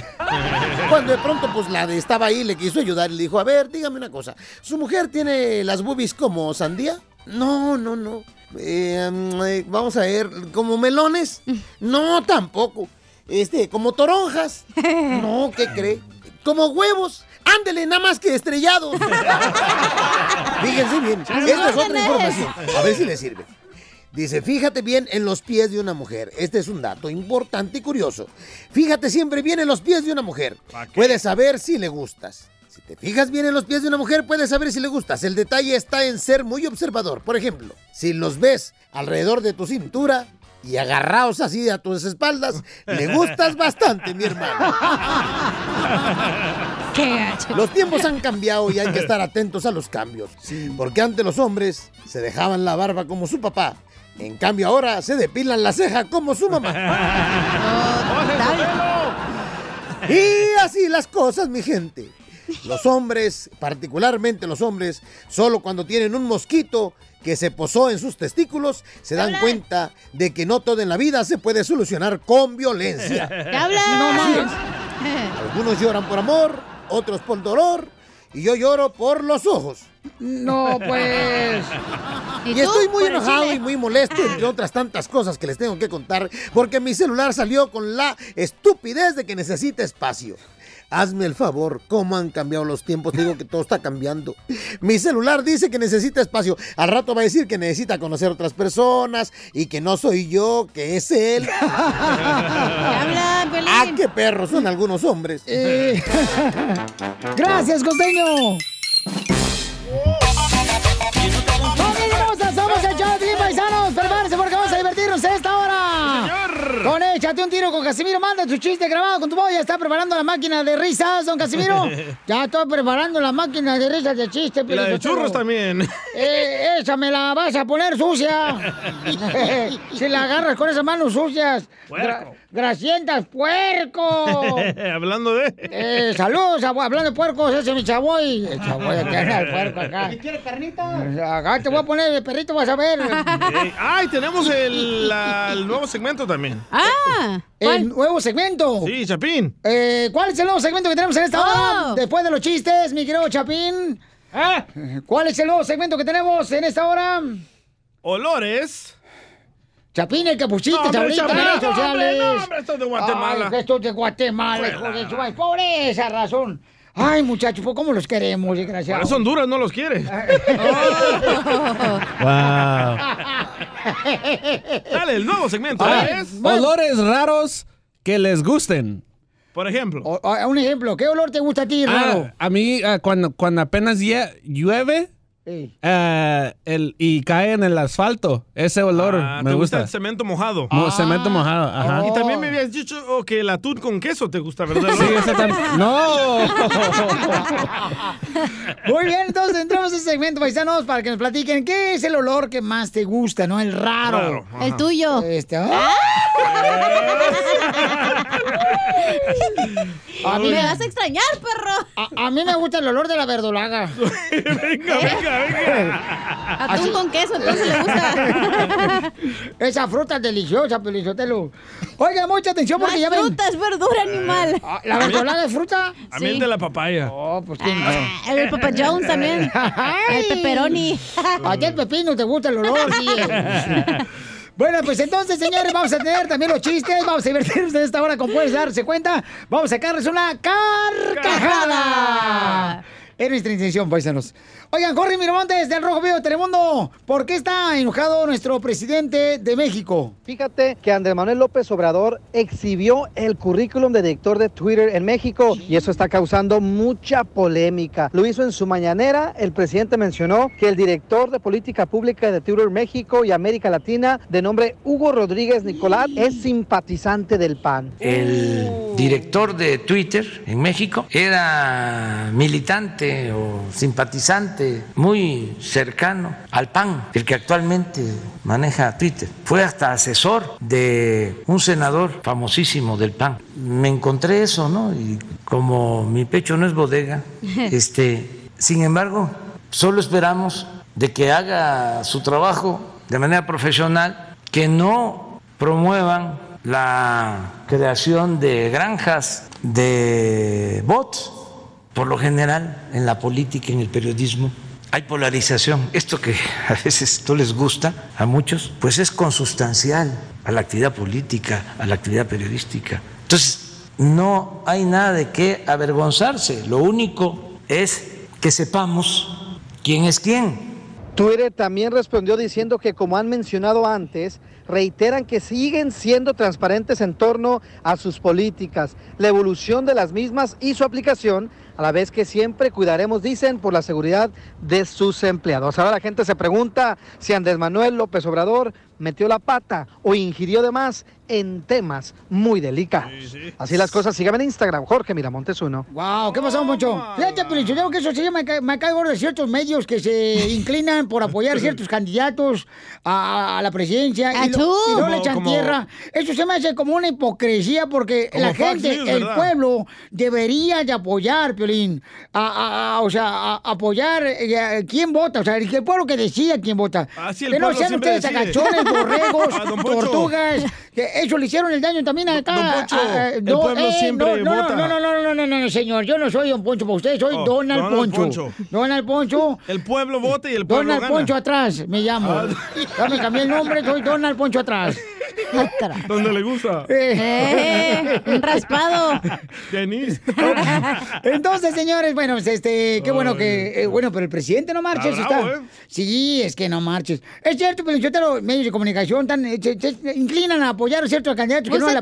Speaker 17: Cuando de pronto, pues la de estaba ahí, le quiso ayudar y le dijo: A ver, dígame una cosa. ¿Su mujer tiene las boobies como sandía? No, no, no. Eh, mm, eh, vamos a ver, ¿como melones? No, tampoco. Este, ¿como toronjas? No, ¿qué cree? ¿Como huevos? Ándele, nada más que estrellados. Fíjense bien, esta es otra información. A ver si le sirve. Dice, fíjate bien en los pies de una mujer. Este es un dato importante y curioso. Fíjate siempre bien en los pies de una mujer. Puedes saber si le gustas. Si te fijas bien en los pies de una mujer, puedes saber si le gustas. El detalle está en ser muy observador. Por ejemplo, si los ves alrededor de tu cintura y agarrados así a tus espaldas, le gustas bastante, mi hermano. Los tiempos han cambiado y hay que estar atentos a los cambios. Porque antes los hombres se dejaban la barba como su papá. En cambio ahora se depilan la ceja como su mamá. y así las cosas, mi gente. Los hombres, particularmente los hombres, solo cuando tienen un mosquito que se posó en sus testículos, se dan cuenta de que no todo en la vida se puede solucionar con violencia.
Speaker 3: ¿Qué hablas?
Speaker 17: No más. Algunos lloran por amor, otros por dolor, y yo lloro por los ojos.
Speaker 2: No, pues.
Speaker 17: Y,
Speaker 2: ¿Y tú? Pues
Speaker 17: estoy muy
Speaker 2: Por el
Speaker 17: enojado
Speaker 2: chile.
Speaker 17: y muy molesto, entre otras tantas cosas que les tengo que contar, porque mi celular salió con la estupidez de que necesita espacio. Hazme el favor, cómo han cambiado los tiempos. Digo que todo está cambiando. Mi celular dice que necesita espacio. Al rato va a decir que necesita conocer otras personas y que no soy yo, que es él. ¡Ah, qué perros son algunos hombres!
Speaker 2: Eh, Gracias, costeño. ¡Familia hermosa! ¡Somos el show de Piolín, Paisanos! ¡Prepárense porque vamos a divertirnos esta hora! Con Échate un tiro con Casimiro. Manda tu chiste grabado con tu voz. Ya está preparando la máquina de risas, don Casimiro. Ya estoy preparando la máquina de risas de chiste.
Speaker 4: Y la de churros también.
Speaker 2: Eh, esa me la vas a poner sucia. si la agarras con esas manos sucias.
Speaker 4: Puerco.
Speaker 2: ¡Gracientas, puerco!
Speaker 4: Hablando de.
Speaker 2: Eh, saludos, abue- hablando de puercos, ese es mi chavoy. El chavoy, aquí anda el puerco acá.
Speaker 7: ¿Quieres carnita?
Speaker 2: Acá te voy a poner el perrito, vas a ver.
Speaker 4: Ey, Eh, ¡Ay! Tenemos el, la- el nuevo segmento también.
Speaker 2: ¡Ah! El nuevo segmento.
Speaker 4: Sí, Chapín.
Speaker 2: Eh, ¿Cuál es el nuevo segmento que tenemos en esta hora? Después de los chistes, mi querido Chapín.
Speaker 4: Ah.
Speaker 2: Eh, ¿Cuál es el nuevo segmento que tenemos en esta hora?
Speaker 4: Olores.
Speaker 2: Chapín, el que pusiste,
Speaker 4: No, hombre, Chapín,
Speaker 2: Chablita, redes
Speaker 4: no, hombre,
Speaker 2: sociales.
Speaker 4: no, hombre, esto es de Guatemala.
Speaker 2: Ay, esto es de Guatemala, hijo de su madre. Por esa razón. Ay, muchachos, pues, ¿cómo los queremos,
Speaker 4: Por
Speaker 2: desgraciados? Eh.
Speaker 4: eso Honduras no los quiere. Dale, el nuevo segmento.
Speaker 2: Ah,
Speaker 4: ¿eh? ¿Olores?
Speaker 20: Olores raros que les gusten.
Speaker 4: Por ejemplo.
Speaker 2: Ah, un ejemplo, ¿qué olor te gusta a ti, raro?
Speaker 20: Ah, a mí, ah, cuando, cuando apenas lle- llueve
Speaker 2: Sí.
Speaker 20: ah, el, y cae en el asfalto, ese olor
Speaker 4: Ah,
Speaker 20: me
Speaker 4: ¿Te
Speaker 20: gusta.
Speaker 4: gusta el cemento mojado?
Speaker 20: Mo-
Speaker 2: Ah.
Speaker 20: Cemento mojado, ajá.
Speaker 4: Y también me habías dicho oh, que el atún con queso te gusta, ¿verdad?
Speaker 20: Sí, ese tam- ¡No!
Speaker 2: Muy bien, entonces entramos en este segmento, paisanos, para que nos platiquen qué es el olor que más te gusta, ¿no? El raro.
Speaker 3: Raro, ajá. El tuyo.
Speaker 2: Este, ah. ah, A mí-
Speaker 3: me vas a extrañar, perro.
Speaker 2: A, a mí me gusta el olor de la verdolaga.
Speaker 4: venga, venga, venga.
Speaker 3: Atún
Speaker 2: Así-
Speaker 3: con queso, entonces le gusta.
Speaker 2: Esa fruta es deliciosa, Pelizotelo. Oiga, mucha atención
Speaker 3: No
Speaker 2: porque
Speaker 3: es
Speaker 2: ya ven.
Speaker 3: fruta, es verdura, animal.
Speaker 2: Ah, ¿La verdolaga es fruta?
Speaker 4: A mí el de la papaya.
Speaker 2: Oh, pues
Speaker 4: quién.
Speaker 2: El Papa Jones también. El pepperoni. A ti el pepino te gusta el olor, sí. Bueno, pues entonces, señores, vamos a tener también los chistes, vamos a divertirnos en esta hora, como puedes darse cuenta. Vamos a sacarles una carcajada. Es nuestra intención, paisanos. Oigan, Jorge Miramontes del Rojo Vivo de Telemundo, ¿por qué está enojado nuestro presidente de México?
Speaker 5: Fíjate que Andrés Manuel López Obrador exhibió el currículum de director de Twitter en México y eso está causando mucha polémica. Lo hizo en su mañanera, el presidente mencionó que el director de política pública de Twitter México y América Latina, de nombre Hugo Rodríguez Nicolás, es simpatizante del PAN.
Speaker 18: El director de Twitter en México era militante o simpatizante muy cercano al PAN, el que actualmente maneja Twitter. Fue hasta asesor de un senador famosísimo del PAN. Me encontré eso, ¿no? Y como mi pecho no es bodega, este, sin embargo, solo esperamos de que haga su trabajo de manera profesional, que no promuevan la creación de granjas de bots. Por lo general, en la política, en el periodismo, hay polarización. Esto que a veces no les gusta a muchos, pues es consustancial a la actividad política, a la actividad periodística. Entonces, no hay nada de qué avergonzarse. Lo único es que sepamos quién es quién.
Speaker 5: Twitter también respondió diciendo que, como han mencionado antes, reiteran que siguen siendo transparentes en torno a sus políticas, la evolución de las mismas y su aplicación, a la vez que siempre cuidaremos, dicen, por la seguridad de sus empleados. Ahora la gente se pregunta si Andrés Manuel López Obrador metió la pata o ingirió de más en temas muy delicados. Así las cosas, síganme en Instagram, Jorge Miramontes uno.
Speaker 2: Wow, ¿qué pasó, Moncho? Fíjate, pero yo creo que eso sí me, ca- me caigo de ciertos medios que se inclinan por apoyar ciertos candidatos a, a la presidencia y, lo-
Speaker 3: Achú.
Speaker 2: y no le echan
Speaker 3: Como-
Speaker 2: tierra. Eso se me hace como una hipocresía porque
Speaker 3: Como
Speaker 2: la
Speaker 3: Fox
Speaker 2: gente,
Speaker 3: News,
Speaker 2: el
Speaker 3: ¿verdad?
Speaker 2: pueblo, debería de apoyar, Piolín, a, a- a- o sea, a- apoyar eh, a- quién vota, o sea, el, el pueblo que decida quién vota.
Speaker 7: Así Ah, el
Speaker 2: que no
Speaker 7: pueblo
Speaker 2: sean
Speaker 7: siempre
Speaker 2: ustedes
Speaker 7: decide.
Speaker 2: agachones, borregos,
Speaker 7: Ah, don Poncho.
Speaker 2: tortugas, que eso le hicieron el daño también acá.
Speaker 7: Don Poncho,
Speaker 2: a- a-
Speaker 7: el
Speaker 2: no, eh,
Speaker 7: pueblo
Speaker 2: no,
Speaker 7: siempre
Speaker 2: no,
Speaker 7: vota.
Speaker 2: No, no, no, no, no, no, no, señor, yo no soy Don Poncho, para usted soy
Speaker 4: Oh,
Speaker 2: Donald,
Speaker 4: Donald
Speaker 2: Poncho.
Speaker 4: Poncho.
Speaker 2: Donald Poncho.
Speaker 4: El pueblo vota y el pueblo
Speaker 2: Donald
Speaker 4: gana.
Speaker 2: Poncho atrás, me llamo.
Speaker 4: Ah.
Speaker 2: Ya me cambié el nombre, soy Donald Poncho atrás.
Speaker 4: Donde le gusta.
Speaker 2: Eh.
Speaker 3: Eh, un raspado.
Speaker 4: Denise.
Speaker 2: Entonces, señores, bueno, pues, este, qué bueno que, eh, bueno, pero el presidente no marcha,
Speaker 7: Está
Speaker 2: eso está.
Speaker 7: bravo, ¿eh?
Speaker 2: Sí, es que no marches. Es cierto, pero yo te los medios de comunicación tan, eh, se- se inclinan a apoyar a ciertos candidatos
Speaker 3: Pues
Speaker 2: que no vale la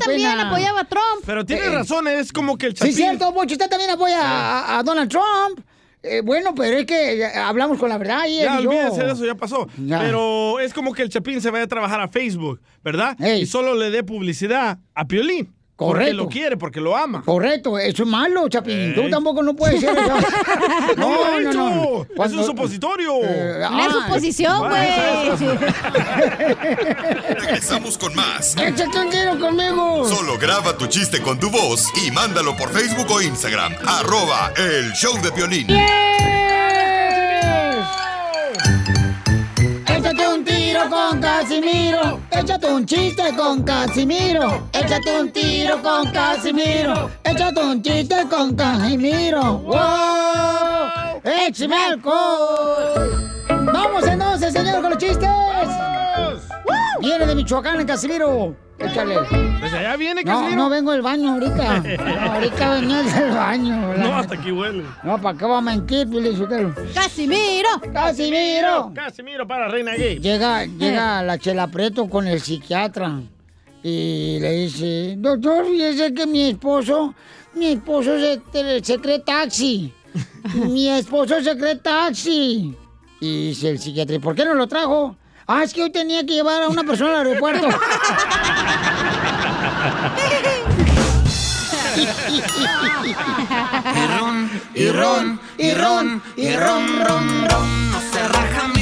Speaker 2: pena.
Speaker 3: a Trump.
Speaker 4: Pero tiene
Speaker 2: Eh,
Speaker 4: razón, es como que el
Speaker 2: Sí,
Speaker 4: chapín. Ah.
Speaker 2: es cierto, Poncho, usted también apoya a, a Donald Trump. Eh, bueno, pero es que eh, hablamos con la verdad y él
Speaker 4: Ya,
Speaker 2: y yo.
Speaker 4: olvídense de eso, ya pasó.
Speaker 2: Ya.
Speaker 4: Pero es como que el Chapín se vaya a trabajar a Facebook, ¿verdad? Y solo le dé publicidad a Piolín. Porque
Speaker 2: Correcto.
Speaker 4: lo quiere, porque lo ama.
Speaker 2: Correcto, eso es malo, Chapín. Tú
Speaker 4: Ey.
Speaker 2: tampoco no puedes ser eso.
Speaker 4: Eh. No,
Speaker 2: No, no, no.
Speaker 4: Es un supositorio.
Speaker 2: ah.
Speaker 3: Una suposición, güey.
Speaker 1: Regresamos con más.
Speaker 2: ¡Échate un tiro conmigo!
Speaker 1: Solo graba tu chiste con tu voz y mándalo por Facebook o Instagram. Arroba el show de violín.
Speaker 2: Échate un tiro con Casimiro. Échate un chiste con Casimiro. Échate un tiro con Casimiro. Échate un chiste con Casimiro. ¡Wow! ¡Échame alcohol! ¡Vamos entonces, señor, con los chistes! ¡Wow! Viene de Michoacán, el Casimiro. Échale.
Speaker 4: Desde Pues allá viene
Speaker 2: No,
Speaker 4: Casimiro.
Speaker 2: no vengo del baño ahorita. No, ahorita venía del baño. la
Speaker 4: No, hasta aquí huele.
Speaker 2: no, ¿para qué va a mentir, pues, Felicitero? ¡Casimiro! ¡Casimiro!
Speaker 4: Casimiro para Reina Gay.
Speaker 2: Llega, llega la Chela Preto con el psiquiatra y le dice, doctor, fíjese que mi esposo, mi esposo se, te- se cree taxi. Mi esposo se cree taxi. Y dice el psiquiatra, "¿Y por qué no lo trajo? Ah, es que hoy tenía que llevar a una persona al aeropuerto.
Speaker 7: Y ron, y ron, y ron, y ron, ron, ron. No se raja mi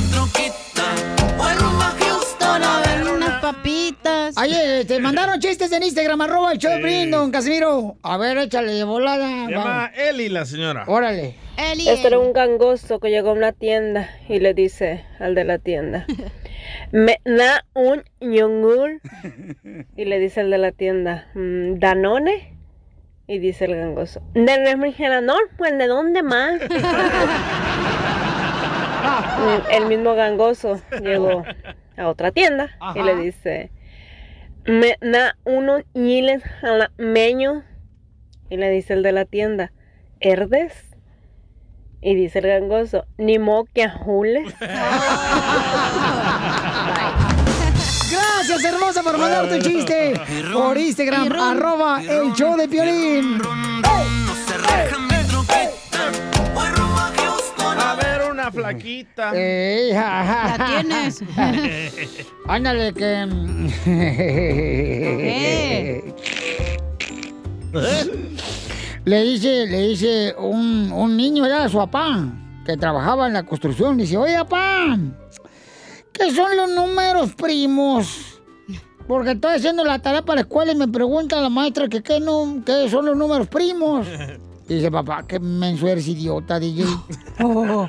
Speaker 3: a ver unas papitas.
Speaker 2: Ay, eh, te mandaron chistes en Instagram, arroba el show de Piolín, don Casimiro. A ver, échale de volada.
Speaker 4: Se llama Eli la señora.
Speaker 2: Órale.
Speaker 19: Este era un gangoso que llegó a una tienda y le dice al de la tienda, ¿me da un yogur? Y le dice al de la tienda, "Mm, ¿danone? Y dice el gangoso, ¿de refrigerador? Pues ¿de dónde más? Mm, el mismo gangoso llegó a otra tienda y
Speaker 18: Ajá.
Speaker 19: le dice, me da unos ñiles jalameños. Y le dice el de la tienda, ¿herdes? Y dice el gangoso, ni mo que ajules.
Speaker 2: Gracias, hermosa, por mandar tu chiste por Instagram, arroba el show de Piolín.
Speaker 4: A ver, una flaquita.
Speaker 2: Ey, ja, ja, ja. Ándale, que... mm,
Speaker 17: ¿Qué?
Speaker 2: Le dice, le dice un, un niño, era su papá, que trabajaba en la construcción, dice, oye, papá, ¿qué son los números primos? Porque estoy haciendo la tarea para la escuela y me pregunta la maestra que qué, nu- qué son los números primos. Dice, papá, qué menso eres idiota, DJ.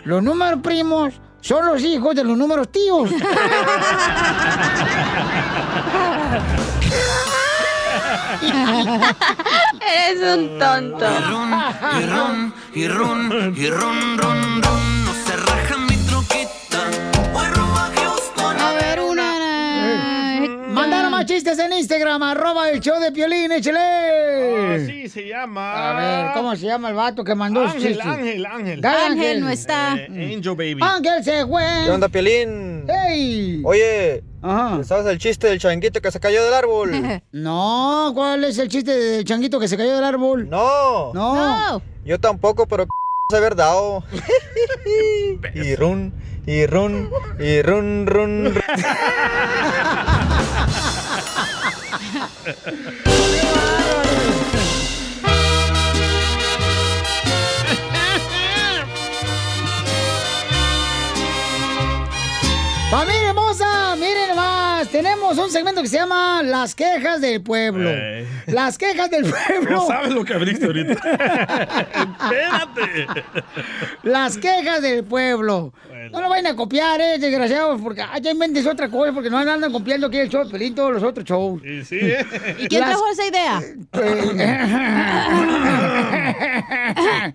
Speaker 2: Los números primos son los hijos de los números tíos.
Speaker 17: Eres un tonto.
Speaker 15: Y ron, y ron, y ron, ron, ron, no se raja mi
Speaker 2: A ver, una. Mandaron más chistes en Instagram, arroba el show de Piolín, échale.
Speaker 4: Ah, Sí, se llama.
Speaker 2: A ver, ¿cómo se llama el vato que mandó el
Speaker 4: Ángel,
Speaker 2: chiste?
Speaker 4: Ángel, Ángel.
Speaker 2: Dale, Ángel. Ah,
Speaker 4: Eh, Angel Baby.
Speaker 2: Ángel se fue.
Speaker 7: ¿Qué onda, Piolín?
Speaker 2: ¡Ey!
Speaker 7: Oye,
Speaker 2: ¿sabes
Speaker 7: el chiste del changuito que se cayó del árbol?
Speaker 2: No, ¿cuál es el chiste del changuito que se cayó del árbol?
Speaker 7: No.
Speaker 2: No.
Speaker 7: Yo tampoco, pero se verdad. Y run, y run, y run, run. run.
Speaker 2: Familia hermosa, miren más, tenemos un segmento que se llama Las quejas del pueblo.
Speaker 4: Ey.
Speaker 2: Las quejas del pueblo.
Speaker 4: No sabes lo que abriste ahorita. Espérate.
Speaker 2: Las quejas del pueblo. No lo vayan a copiar, eh, desgraciados, porque ah, ya inventes otra cosa, porque no andan copiando aquí el show de Pelín, todos los otros shows.
Speaker 4: Y sí, ¿eh?
Speaker 25: ¿Y quién trajo esa idea?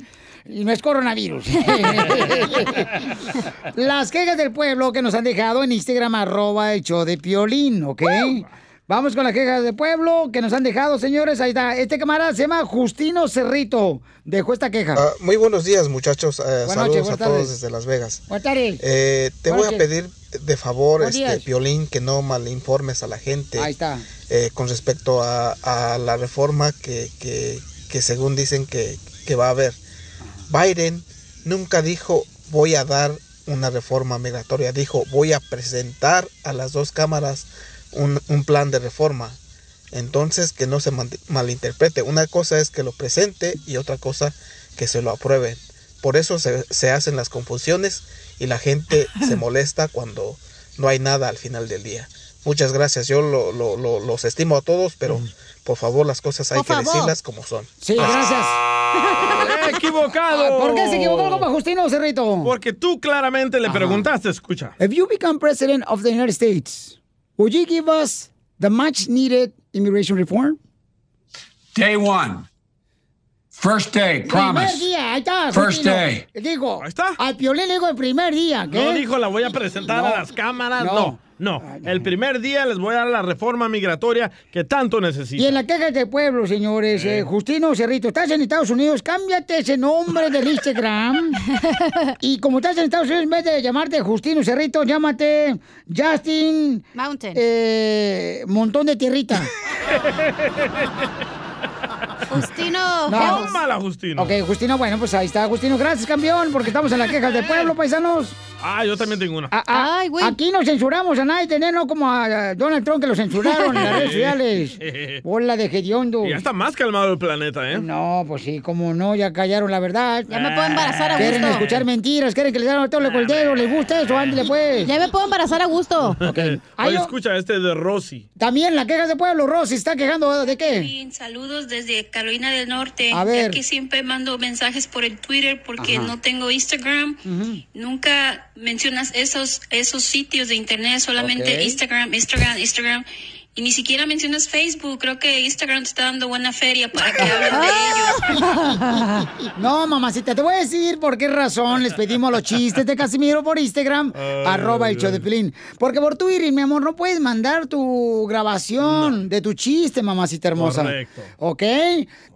Speaker 2: Y no es coronavirus. Las quejas del pueblo que nos han dejado en Instagram, arroba el show de Piolín, ¿ok? Vamos con las quejas del pueblo que nos han dejado, señores. Ahí está. Este camarada se llama Justino Cerrito. Dejó esta queja.
Speaker 8: Ah, muy buenos días, muchachos. Eh,
Speaker 2: Buenas
Speaker 8: saludos
Speaker 2: noches,
Speaker 8: a
Speaker 2: buenas
Speaker 8: todos
Speaker 2: tardes.
Speaker 8: desde Las Vegas.
Speaker 2: Buenas tardes.
Speaker 8: Eh, te
Speaker 2: Buenas
Speaker 8: voy a
Speaker 2: noches.
Speaker 8: pedir de favor,
Speaker 2: Buenos
Speaker 8: este,
Speaker 2: días.
Speaker 8: Piolín, que no malinformes a la gente
Speaker 2: Ahí está.
Speaker 8: eh, con respecto a, a la reforma que, que- que según dicen que, que va a haber. Biden nunca dijo voy a dar una reforma migratoria, dijo voy a presentar a las dos cámaras un, un plan de reforma. Entonces que no se man- malinterprete. Una cosa es que lo presente y otra cosa que se lo aprueben. Por eso se, se hacen las confusiones y la gente se molesta cuando no hay nada al final del día. Muchas gracias. Yo lo- lo- lo- los estimo a todos, pero por favor las cosas hay
Speaker 2: Por
Speaker 8: que
Speaker 2: favor.
Speaker 8: decirlas como son.
Speaker 2: Sí, gracias.
Speaker 4: Equivocado.
Speaker 2: ¿Por qué se equivocó, compa Justino Cerrito?
Speaker 4: Porque tú claramente le preguntaste, escucha.
Speaker 2: If you become president of the United States, would you give us the much needed immigration reform?
Speaker 21: Day one. First day, promise.
Speaker 2: Primer día, ahí está.
Speaker 21: First
Speaker 2: Justino.
Speaker 21: day.
Speaker 2: Digo, ahí está. al piolín le digo el primer día. ¿qué?
Speaker 4: No dijo la voy a presentar
Speaker 2: No.
Speaker 4: a las cámaras.
Speaker 2: No.
Speaker 4: No. no, El primer día les voy a dar la reforma migratoria que tanto
Speaker 2: Y
Speaker 4: necesito.
Speaker 2: en la queja del pueblo, señores, eh, Justino Cerrito, estás en Estados Unidos, cámbiate ese nombre del Instagram. y como estás en Estados Unidos, en vez de llamarte Justino Cerrito, llámate Justin...
Speaker 25: Mountain.
Speaker 2: Eh, montón de tierrita.
Speaker 25: Justino. Hells.
Speaker 4: Tómala, Justino.
Speaker 2: Ok, Justino, bueno, pues ahí está, Justino. Gracias, campeón, porque estamos en las quejas del pueblo, paisanos.
Speaker 4: Ah, yo también tengo una.
Speaker 2: A-
Speaker 3: Ah.
Speaker 2: a- Aquí no censuramos a nadie, tener, no como a a Donald Trump que lo censuraron en las redes sociales. Bola de hediondo.
Speaker 4: Y ya está más calmado el planeta, ¿eh?
Speaker 2: No, pues sí, como no, ya callaron la verdad.
Speaker 4: Ya me puedo embarazar a
Speaker 2: Quieren
Speaker 4: gusto.
Speaker 2: escuchar mentiras, quieren que les hagan todo lo el dedo, les gusta eso, ándale pues. Ya me puedo embarazar a gusto. Ay,
Speaker 4: Oye,
Speaker 2: Ah, yo-
Speaker 4: escucha este de Rosy.
Speaker 2: También la queja de pueblo, Rosy, está quejando de qué.
Speaker 26: Piolín, Saludos desde Carolina del Norte.
Speaker 2: A ver.
Speaker 26: Ya que siempre mando mensajes por el Twitter porque
Speaker 2: Ajá.
Speaker 26: no tengo Instagram. Nunca mencionas esos, esos sitios de internet, solamente
Speaker 27: Ok.
Speaker 26: Instagram, Instagram, Instagram. Y ni siquiera mencionas Facebook. Creo que Instagram te está dando buena feria para que hables de ellos.
Speaker 2: No, mamacita, te voy a decir por qué razón les pedimos los chistes de Casimiro por Instagram, arroba el show de Pilín. Porque por Twitter, mi amor, no puedes mandar tu grabación de tu chiste, mamacita hermosa.
Speaker 4: Correcto.
Speaker 2: ¿Ok?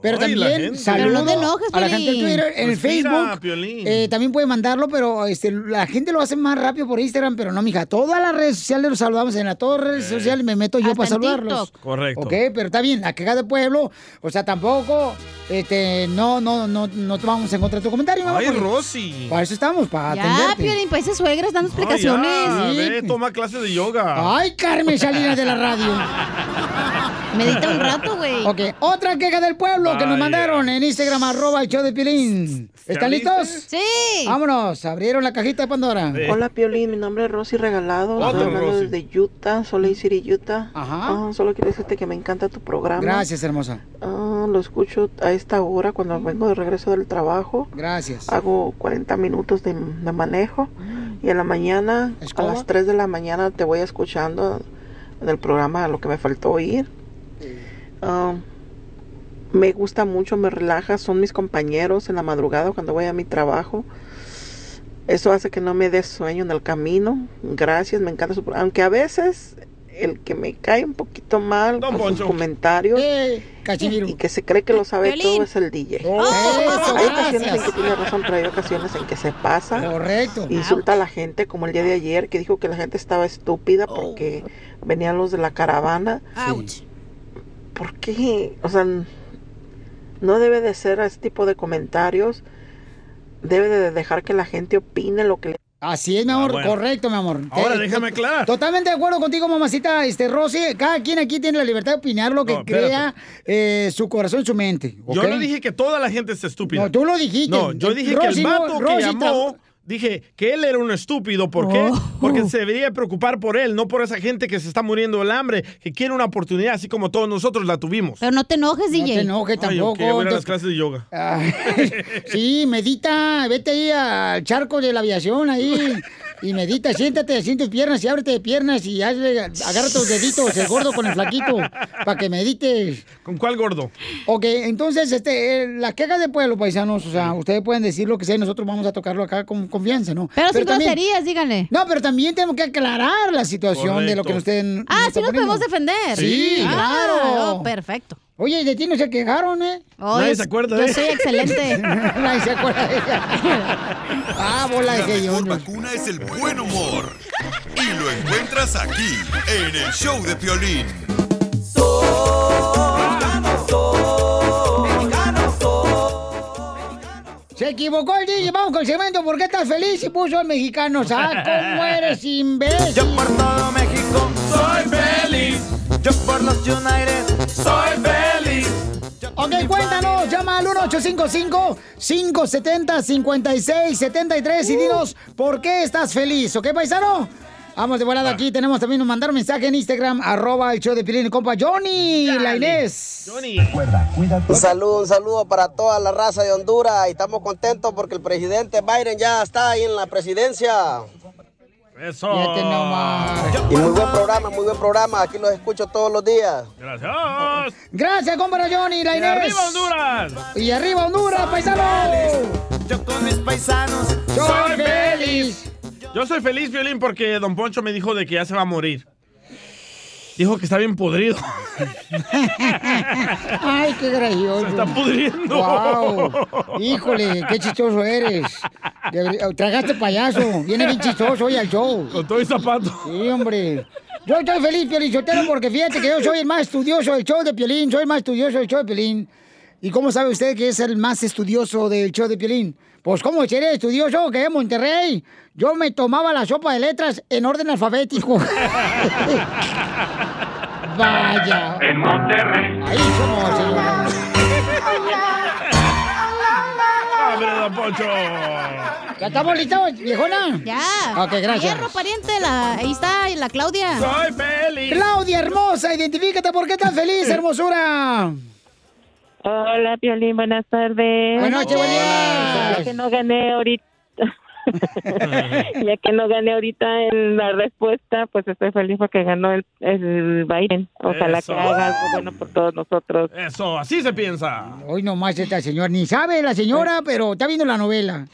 Speaker 2: Pero
Speaker 4: Ay, la
Speaker 2: también,
Speaker 4: gente.
Speaker 2: saludo
Speaker 4: Pero no te enojes,
Speaker 2: a la gente en
Speaker 4: Piolín.
Speaker 2: Twitter, en el
Speaker 4: Respira,
Speaker 2: Facebook,
Speaker 4: Piolín.
Speaker 2: eh, también puede mandarlo, pero este, la gente lo hace más rápido por Instagram, pero no, mija, todas las redes sociales los saludamos, en la torre redes sociales me meto yo
Speaker 3: Hasta
Speaker 2: para
Speaker 3: en
Speaker 2: saludarlos.
Speaker 3: TikTok.
Speaker 4: Correcto.
Speaker 2: Ok, Eh, pero está bien, la queja de pueblo, o sea, tampoco, este, no, no, no, no te vamos en contra de tu comentario, mi amor,
Speaker 4: Ay,
Speaker 2: porque
Speaker 4: Rosy.
Speaker 2: Para eso estamos, para
Speaker 3: Ya,
Speaker 2: atenderte.
Speaker 3: Piolín, pues, países suegras dando explicaciones.
Speaker 4: Ay, ya, ve, toma clases de yoga.
Speaker 2: Ay, Carmen Salinas de la radio.
Speaker 3: Medita un rato, güey.
Speaker 2: Ok, otra queja del pueblo que nos
Speaker 3: Vaya.
Speaker 2: mandaron en Instagram, arroba el show de Pilín. ¿Están
Speaker 3: abriste?
Speaker 2: listos?
Speaker 3: Sí.
Speaker 2: Vámonos, abrieron la cajita de Pandora.
Speaker 28: Hola Piolín, mi nombre es Rosy Regalado,
Speaker 2: Otro
Speaker 28: estoy hablando
Speaker 2: Rosy.
Speaker 28: desde Utah, Salt Lake City, Utah. Ah, solo quiero decirte que me encanta tu programa.
Speaker 2: Gracias, hermosa.
Speaker 28: Ah, lo escucho a esta hora cuando vengo de regreso del trabajo.
Speaker 2: Gracias.
Speaker 28: Hago 40 minutos de, de manejo y en la mañana, a
Speaker 2: ¿Escoba?
Speaker 28: las 3 de la mañana te voy escuchando en el programa lo que me faltó oír. Ah, me gusta mucho, me relaja, son mis compañeros en la madrugada cuando voy a mi trabajo. Eso hace que no me dé sueño en el camino. Gracias, me encanta su pro- Aunque a veces el que me cae un poquito mal con sus comentarios y que se cree que lo sabe Piolín. todo es el DJ. Oh, eso, hay ocasiones en gracias. que tiene razón, pero hay ocasiones en que se pasa.
Speaker 2: Correcto.
Speaker 28: Insulta a la gente, como el día de ayer que dijo que la gente estaba estúpida porque venían los de la caravana. ¿Por qué? O sea, no debe de ser ese tipo de comentarios. Debe de dejar que la gente opine lo que le
Speaker 2: Así
Speaker 4: Ah,
Speaker 2: es, mi amor,
Speaker 28: bueno.
Speaker 2: correcto, mi amor.
Speaker 28: Ahora
Speaker 2: Te-
Speaker 28: déjame
Speaker 2: to-
Speaker 28: aclarar.
Speaker 2: Totalmente de acuerdo contigo, mamacita, este Rosy. Cada quien aquí tiene la libertad de opinar lo que
Speaker 4: No, espérate.
Speaker 2: crea eh, su corazón y su mente. ¿ok?
Speaker 4: Yo no dije que toda la gente es estúpida.
Speaker 2: No, tú lo dijiste.
Speaker 4: No, yo dije que
Speaker 2: Rosy
Speaker 4: el
Speaker 2: no-
Speaker 4: vato que
Speaker 2: Rosy
Speaker 4: llamó,
Speaker 2: tra-
Speaker 4: dije que él era un estúpido. ¿Por qué?
Speaker 2: Oh.
Speaker 4: Porque se debería preocupar por él, no por esa gente que se está muriendo del hambre, que quiere una oportunidad así como todos nosotros la tuvimos.
Speaker 3: Pero no te enojes, DJ.
Speaker 2: te enojes
Speaker 4: Ay, ok, voy a ir a
Speaker 2: tampoco. ah,
Speaker 4: las clases de yoga.
Speaker 2: Sí, medita, vete ahí al charco de la aviación ahí. Y medita, siéntate, siente tus piernas y ábrete de piernas y hazle, agarra tus deditos, el gordo con el flaquito, para que medites.
Speaker 4: ¿Con cuál gordo?
Speaker 2: Ok, entonces, este, eh, las quejas de pueblo, paisanos, o sea, ustedes pueden decir lo que sea y nosotros vamos a tocarlo acá con confianza, ¿no?
Speaker 3: Pero, sin
Speaker 2: también-
Speaker 3: groserías, díganle.
Speaker 2: No, pero también tenemos que aclarar la situación de lo que nos
Speaker 3: Correcto.
Speaker 2: estén.
Speaker 3: Ah, sí
Speaker 2: están
Speaker 3: nos podemos
Speaker 2: poniendo.
Speaker 3: defender.
Speaker 2: Sí,
Speaker 3: Ah,
Speaker 2: claro.
Speaker 3: oh, perfecto.
Speaker 2: Oye, y de ti no se quejaron, ¿eh?
Speaker 3: Oh, Nadie yo- se acuerda yo de- soy excelente.
Speaker 2: Nadie se acuerda de ella. Ah, bola de
Speaker 1: La
Speaker 2: que yo.
Speaker 1: mejor vacuna es el buen humor. Y lo encuentras aquí, en el show de Piolín.
Speaker 2: Se equivocó el DJ, vamos con el segmento. ¿Por qué estás feliz? Y puso el mexicano. Ah, cómo eres imbécil. Yo por todo México
Speaker 7: Soy feliz.
Speaker 2: Yo por los United
Speaker 7: soy feliz.
Speaker 2: Ok, cuéntanos, llama al 1-855-570-5673
Speaker 4: Uh.
Speaker 2: y dinos por qué estás feliz, ¿ok, paisano? Vamos de volada aquí, tenemos también, nos mandaron mensaje en Instagram, arroba el show de Pilín y compa Johnny, la Inés.
Speaker 5: Un saludo, un saludo para toda la raza de Honduras y estamos contentos porque el presidente Biden ya está ahí en la presidencia.
Speaker 4: Eso.
Speaker 5: Fíjate Y muy buen programa, muy buen programa, aquí los escucho todos los días.
Speaker 4: Gracias.
Speaker 2: Gracias, compa Johnny, la
Speaker 5: Y
Speaker 2: Inés.
Speaker 5: arriba
Speaker 4: Honduras.
Speaker 2: Y arriba Honduras, paisano.
Speaker 4: Yo con mis paisanos
Speaker 2: soy feliz.
Speaker 4: Yo soy feliz, Violín, porque Don Poncho me dijo de que ya se va a morir. Dijo que está bien podrido.
Speaker 2: Ay, qué gracioso. Se está
Speaker 4: pudriendo.
Speaker 2: Wow. Híjole, qué chistoso eres. Deberí- Tragaste payaso. Viene bien chistoso hoy al show.
Speaker 4: Con todo y zapato.
Speaker 2: Sí, hombre. Yo estoy feliz, Piolín Sotelo, porque fíjate que yo soy el más estudioso del show de Piolín. Soy el más estudioso del show de Piolín. ¿Y cómo sabe usted que es el más estudioso del show de Piolín? Pues, ¿cómo seré estudioso que en Monterrey? Yo me tomaba la sopa de letras en orden alfabético. Vaya.
Speaker 7: En Monterrey.
Speaker 2: Ahí somos, señores.
Speaker 4: ¡Abre, Don Poncho!
Speaker 2: ¿Ya estamos listos, viejona?
Speaker 3: Ya.
Speaker 2: Ok, gracias.
Speaker 3: Fierro, Ah, pariente, la- ahí está la Claudia.
Speaker 2: Soy
Speaker 4: feliz.
Speaker 2: Claudia, hermosa, identifícate por qué estás feliz, hermosura.
Speaker 14: Hola, Piolín, buenas tardes.
Speaker 2: Buenas noches, buenas
Speaker 14: Ojalá que no gané ahorita. ya que no gané ahorita en la respuesta, pues estoy feliz porque ganó el, el Biden. Ojalá
Speaker 4: Eso.
Speaker 14: que haga algo bueno por todos nosotros.
Speaker 4: Eso, así se piensa.
Speaker 2: Hoy nomás esta señora, ni sabe la señora, pero está viendo la novela.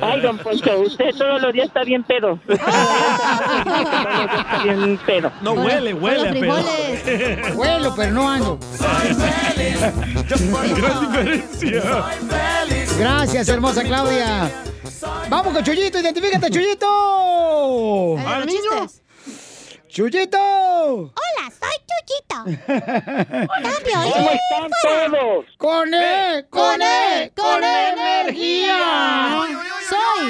Speaker 14: Ay, don
Speaker 23: pues,
Speaker 14: Poncho, usted todos los días está bien pedo. está bien pedo.
Speaker 4: No huele, huele a pedo.
Speaker 2: Huelo, pero no ando.
Speaker 4: Gran diferencia.
Speaker 2: Gracias, hermosa Claudia. Vamos con Chuyito, identifícate, Chuyito.
Speaker 29: Ay, niño.
Speaker 2: Chuyito.
Speaker 29: Hola, soy Chuchito.
Speaker 2: ¿Cómo están todos? Con E, con E, con E, energía.
Speaker 7: Soy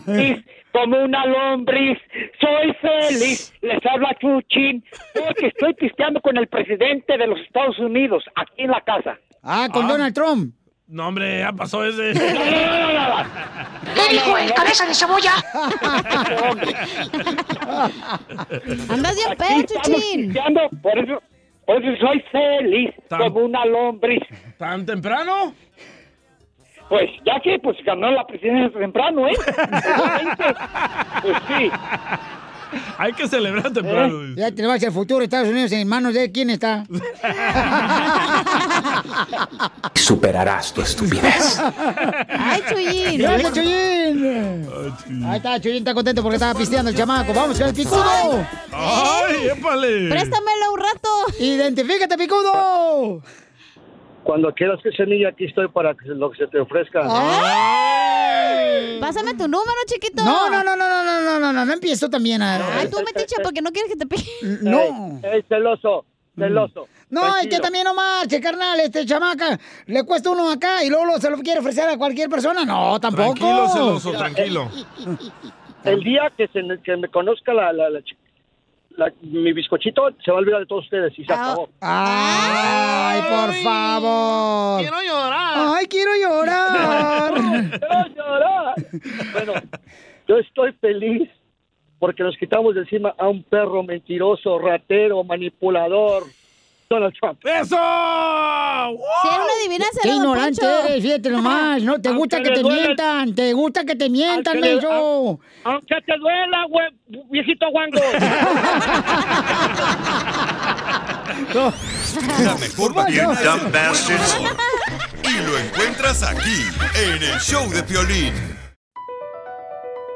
Speaker 23: feliz como una lombriz. Soy feliz. Les habla Chuchín. Porque estoy pisteando con el presidente de los Estados Unidos, aquí en la casa.
Speaker 2: Ah, con Donald Trump.
Speaker 4: No, hombre, ya pasó ese.
Speaker 29: ¿Qué dijo el cabeza de cebolla?
Speaker 7: Andas bien
Speaker 23: Aquí
Speaker 7: pedo,
Speaker 23: estamos
Speaker 7: Chuchín.
Speaker 23: pisteando, Por eso, por eso soy feliz como una lombriz.
Speaker 4: ¿Tan temprano?
Speaker 23: Pues ya que pues ganó la presidencia temprano, ¿eh? pues sí.
Speaker 4: Hay que celebrar temprano.
Speaker 2: Ya te vas al futuro de Estados Unidos en manos de quién está.
Speaker 6: Superarás tu estupidez.
Speaker 2: ¡Ay, Chuyín! ¡Gracias, Chuyín! Ahí está, Chuyín está contento porque estaba pisteando el chamaco. ¡Vamos, el picudo!
Speaker 4: ¡Ay, épale!
Speaker 2: ¡Préstamelo un rato! ¡Identifícate, picudo!
Speaker 17: Cuando quieras que se niño, aquí estoy para que se- lo que se te ofrezca.
Speaker 2: Ah.
Speaker 7: Pásame tu número, chiquito.
Speaker 2: No, no, no, no, no, no, no, no, no, no empiezo también a...
Speaker 7: Ay, tú metiche porque no quieres que te pegue.
Speaker 2: No.
Speaker 17: Es celoso, celoso.
Speaker 2: No, es
Speaker 17: Tranquilo.
Speaker 2: que también no marche, carnal, este chamaca. Le cuesta uno acá y luego lo- se lo quiere ofrecer a cualquier persona. No, tampoco.
Speaker 17: Tranquilo, celoso,
Speaker 4: tranquilo.
Speaker 17: El día que, se, que me conozca la, la- la chi- la- mi bizcochito, se va a olvidar de todos ustedes y se acabó.
Speaker 2: ¡Ay, por favor! ¡Quiero llorar! ¡Ay, quiero llorar!
Speaker 17: ¡Quiero llorar! Bueno, yo estoy feliz porque nos quitamos de encima a un perro mentiroso, ratero, manipulador, Donald Trump.
Speaker 4: ¡Eso!
Speaker 2: Si
Speaker 7: era una adivinanza,
Speaker 2: ¡Qué
Speaker 7: era don
Speaker 2: ignorante
Speaker 7: Poncho.
Speaker 2: eres! Fíjate nomás, ¿no? Te gusta
Speaker 17: Aunque le
Speaker 2: que te
Speaker 17: duela el-
Speaker 2: mientan, te gusta que te mientan,
Speaker 17: Aunque le-
Speaker 2: Mello.
Speaker 17: Aunque te duela, güey, viejito guango.
Speaker 1: La mejor mañana es el bueno y lo encuentras aquí, en el show de Piolín.